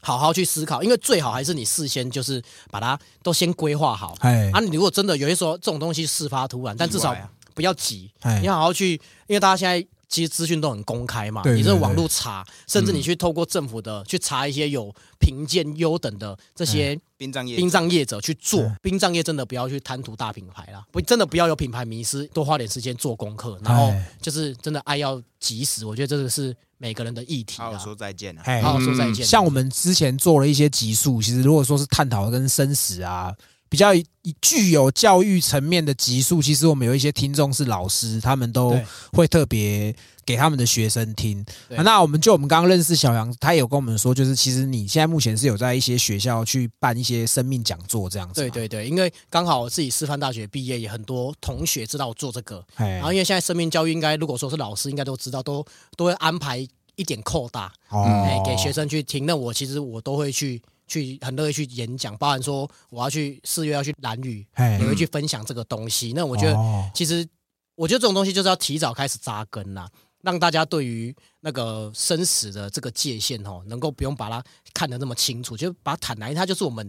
[SPEAKER 4] 好好去思考，因为最好还是你事先就是把它都先规划好。
[SPEAKER 1] 哎
[SPEAKER 4] 啊，你如果真的有些时候这种东西事发突然，但至少
[SPEAKER 3] 意外啊
[SPEAKER 4] 不要急，
[SPEAKER 1] 哎
[SPEAKER 4] 你好好去，因为大家现在其实资讯都很公开嘛，
[SPEAKER 1] 对对
[SPEAKER 4] 你这
[SPEAKER 1] 对嗯
[SPEAKER 4] 网络查，甚至你去透过政府的去查一些有评鉴优等的这
[SPEAKER 1] 哎
[SPEAKER 4] 些
[SPEAKER 3] 殡葬业
[SPEAKER 4] 殡葬业者去做
[SPEAKER 1] 嗯，
[SPEAKER 4] 殡葬业真的不要去贪图大品牌啦，不真的不要有品牌迷失，多花点时间做功课，然后
[SPEAKER 1] 哎
[SPEAKER 4] 就是真的爱要及时，我觉得这个是每个人的议题
[SPEAKER 3] 好
[SPEAKER 4] 啦
[SPEAKER 3] 好。说再见啊，
[SPEAKER 1] 哎
[SPEAKER 4] 好好说再见。
[SPEAKER 1] 像我们之前做了一些集数，其实如果说是探讨跟生死啊，比较以具有教育层面的集数，其实我们有一些听众是老师，他们都
[SPEAKER 4] 对
[SPEAKER 1] 会特别给他们的学生听。
[SPEAKER 4] 对
[SPEAKER 1] 啊那我们就我们刚刚认识小杨，他也有跟我们说，就是其实你现在目前是有在一些学校去办一些生命讲座这样子。啊
[SPEAKER 4] 对，对对，因为刚好我自己师范大学毕业，也很多同学知道我做这个，
[SPEAKER 1] 哎
[SPEAKER 4] 然后因为现在生命教育应该如果说是老师，应该都知道，都都会安排一点扣大，哎、
[SPEAKER 1] 哦，
[SPEAKER 4] 给学生去听。那我其实我都会去去很乐意去演讲，包含说我要去四月要去蓝屿，
[SPEAKER 1] 嘿
[SPEAKER 4] 也会去分享这个东西。那我觉得
[SPEAKER 1] 哎哦
[SPEAKER 4] 其实我觉得这种东西就是要提早开始扎根啦，让大家对于那个生死的这个界限哦，能够不用把它看得那么清楚，就把它坦然，它就是我们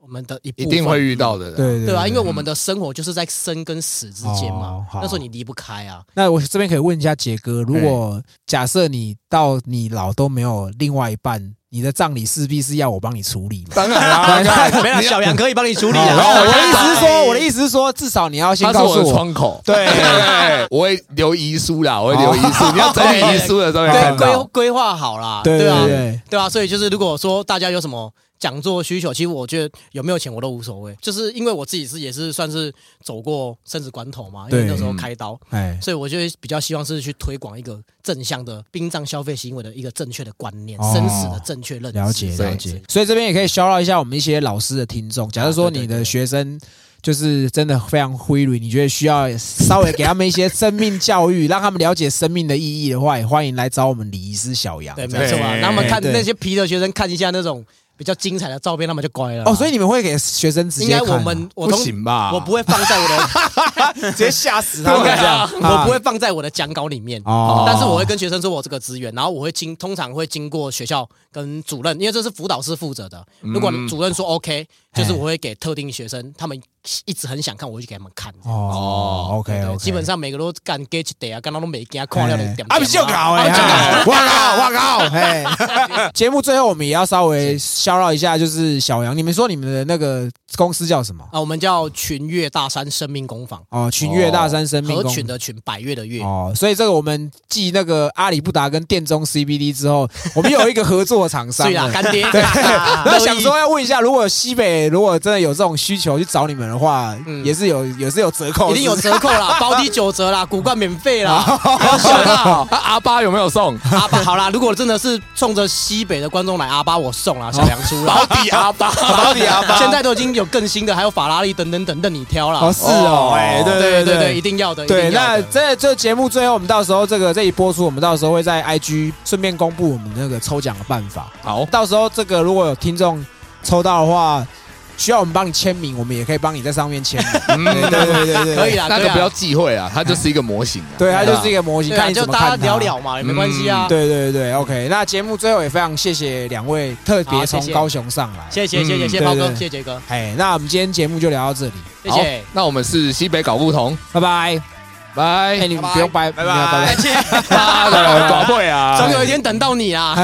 [SPEAKER 4] 我们的一部
[SPEAKER 2] 一
[SPEAKER 4] 分，
[SPEAKER 2] 定会遇到的啦。
[SPEAKER 1] 对
[SPEAKER 4] 对吧、
[SPEAKER 1] 对
[SPEAKER 4] 因为我们的生活就是在生跟死之间
[SPEAKER 1] 哦
[SPEAKER 4] 嘛，
[SPEAKER 1] 好
[SPEAKER 4] 那时候你离不开啊。
[SPEAKER 1] 那我这边可以问一下杰哥，如果假设你到你老都没有另外一半，你的葬礼势必是要我帮你处理嘛？
[SPEAKER 2] 当然啦，当 然
[SPEAKER 4] 没有小杨可以帮你处理
[SPEAKER 1] 然
[SPEAKER 4] 啊。
[SPEAKER 1] 后我的意思是说，
[SPEAKER 3] 哎
[SPEAKER 1] 我的意思是说，至少你要先
[SPEAKER 2] 他是
[SPEAKER 1] 告
[SPEAKER 2] 我
[SPEAKER 1] 诉
[SPEAKER 2] 的
[SPEAKER 1] 哦我。
[SPEAKER 2] 窗口，哎
[SPEAKER 1] 对
[SPEAKER 2] 对，我会留遗书啦，我会留遗书。你要整理遗书的时候会看
[SPEAKER 4] 对，规
[SPEAKER 2] 到，
[SPEAKER 4] 规划好啦，
[SPEAKER 1] 对
[SPEAKER 4] 啊，
[SPEAKER 1] 对对
[SPEAKER 4] 对啊，所以就是如果说大家有什么讲座需求，其实我觉得有没有钱我都无所谓，就是因为我自己是也是算是走过生死关头嘛，因为
[SPEAKER 1] 对
[SPEAKER 4] 那时候开刀，
[SPEAKER 1] 哎，
[SPEAKER 4] 所以我就会比较希望是去推广一个正向的殡葬消费行为的一个正确的观念，
[SPEAKER 1] 哦
[SPEAKER 4] 生死的正确认知。
[SPEAKER 1] 了解
[SPEAKER 2] 对
[SPEAKER 1] 了解，所以这边也可以消耗一下我们一些老师的听众。假如说
[SPEAKER 4] 啊对对
[SPEAKER 1] 你的学生就是真的非常灰驴，你觉得需要稍微给他们一些生命教育，让他们了解生命的意义的话，也欢迎来找我们礼仪师小杨。
[SPEAKER 4] 对，
[SPEAKER 1] 这
[SPEAKER 4] 没
[SPEAKER 1] 样
[SPEAKER 4] 错啊。
[SPEAKER 2] 对
[SPEAKER 4] 那他们看
[SPEAKER 1] 对
[SPEAKER 4] 那些皮的学生看一下那种比较精彩的照片，他们就乖了啦。
[SPEAKER 1] 哦，所以你们会给学生直
[SPEAKER 4] 应
[SPEAKER 1] 接
[SPEAKER 4] 该
[SPEAKER 1] 看啊
[SPEAKER 4] 我们我
[SPEAKER 2] 不
[SPEAKER 4] 通
[SPEAKER 2] 行吧？
[SPEAKER 4] 我不会放在我 的，
[SPEAKER 1] 直接吓死他们
[SPEAKER 4] 对
[SPEAKER 1] 这样
[SPEAKER 4] 啊，我不会放在我的讲稿里面。
[SPEAKER 1] 哦
[SPEAKER 4] 但是我会跟学生说我有这个资源，然后我会经通常会经过学校跟主任，因为这是辅导室负责的。
[SPEAKER 1] 嗯
[SPEAKER 4] 如果主任说 OK，就是我会给特定学生，他们一直很想看，我会去给他们看。
[SPEAKER 1] 哦，OK
[SPEAKER 4] 对
[SPEAKER 1] OK，
[SPEAKER 4] 基本上每个都干 get day 啊，干到都没给他看了两点。
[SPEAKER 1] 啊，不就搞哎，我靠我靠，嘿， 节目最后我们也要稍微骚扰一下，就是小杨，你们说你们的那个公司叫什么？
[SPEAKER 4] 啊，我们叫群越大山生命工坊，
[SPEAKER 1] 哦，群越大山生命
[SPEAKER 4] 哦合
[SPEAKER 1] 公
[SPEAKER 4] 群的群，百越的越。
[SPEAKER 1] 哦，所以这个我们继那个阿里不达跟电中 CBD 之后，我们有一个合作厂商
[SPEAKER 4] 对啦，
[SPEAKER 1] 了。
[SPEAKER 4] 干 啊爹。
[SPEAKER 1] 那想说要问一下，如果西北如果真的有这种需求去找你们的话，
[SPEAKER 4] 嗯
[SPEAKER 1] 也是有也是有折扣，
[SPEAKER 4] 一定有
[SPEAKER 1] 是不是
[SPEAKER 4] 折扣 啦，包低九折啦，骨罐免费啦，
[SPEAKER 1] 哦
[SPEAKER 4] 好小啦。
[SPEAKER 2] 啊阿巴有没有送？
[SPEAKER 4] 阿巴好啦，如果真的是冲着西北的观众来，阿巴我送啦，小杨出啦。
[SPEAKER 2] 保底阿 巴，
[SPEAKER 1] 保底哦阿巴
[SPEAKER 4] 现在都已经有更新的，还有法拉利等等等，任你挑
[SPEAKER 1] 哦，
[SPEAKER 4] 啦。
[SPEAKER 1] 是哦，哎，对
[SPEAKER 4] 对
[SPEAKER 1] 对
[SPEAKER 4] 对对，一定要的。
[SPEAKER 1] 对，
[SPEAKER 4] 一定要
[SPEAKER 1] 那
[SPEAKER 4] 的
[SPEAKER 1] 这这节目最后，我们到时候这个这一播出，我们到时候会在 IG 顺便公布我们那个抽奖的办法。
[SPEAKER 2] 好，
[SPEAKER 1] 到时候这个如果有听众抽到的话，需要我们帮你签名，我们也可以帮你在上面签名。
[SPEAKER 2] 嗯，
[SPEAKER 1] 对对对对对，
[SPEAKER 4] 可以啦，
[SPEAKER 2] 那
[SPEAKER 4] 可以
[SPEAKER 2] 个
[SPEAKER 4] 啦
[SPEAKER 2] 不要忌讳啊，它就是一个模型啊。
[SPEAKER 1] 对，它就是一个模型，
[SPEAKER 4] 对啊，
[SPEAKER 1] 看你
[SPEAKER 4] 就
[SPEAKER 1] 怎么
[SPEAKER 4] 大家
[SPEAKER 1] 看它嗯
[SPEAKER 4] 聊。聊嘛，也没关系啊。
[SPEAKER 1] 对对对，OK。那节目最后也非常谢谢两位特别
[SPEAKER 4] 好谢
[SPEAKER 1] 从
[SPEAKER 4] 谢
[SPEAKER 1] 高雄上来，
[SPEAKER 4] 谢谢谢谢
[SPEAKER 2] 嗯
[SPEAKER 4] 谢谢包
[SPEAKER 1] 对
[SPEAKER 4] 哥，
[SPEAKER 1] 对
[SPEAKER 4] 谢谢杰哥，
[SPEAKER 1] 哎，那我们今天节目就聊到这里，
[SPEAKER 4] 谢
[SPEAKER 2] 好
[SPEAKER 4] 谢。
[SPEAKER 2] 那我们是西北搞不同，
[SPEAKER 1] 拜
[SPEAKER 4] 哎
[SPEAKER 1] 拜。
[SPEAKER 2] 拜
[SPEAKER 1] 哎，。你们不用拜，
[SPEAKER 3] 拜
[SPEAKER 1] 你们要
[SPEAKER 3] 拜
[SPEAKER 1] 拜拜。
[SPEAKER 2] 他的宝贝啊，
[SPEAKER 4] 总有一天等到你啊。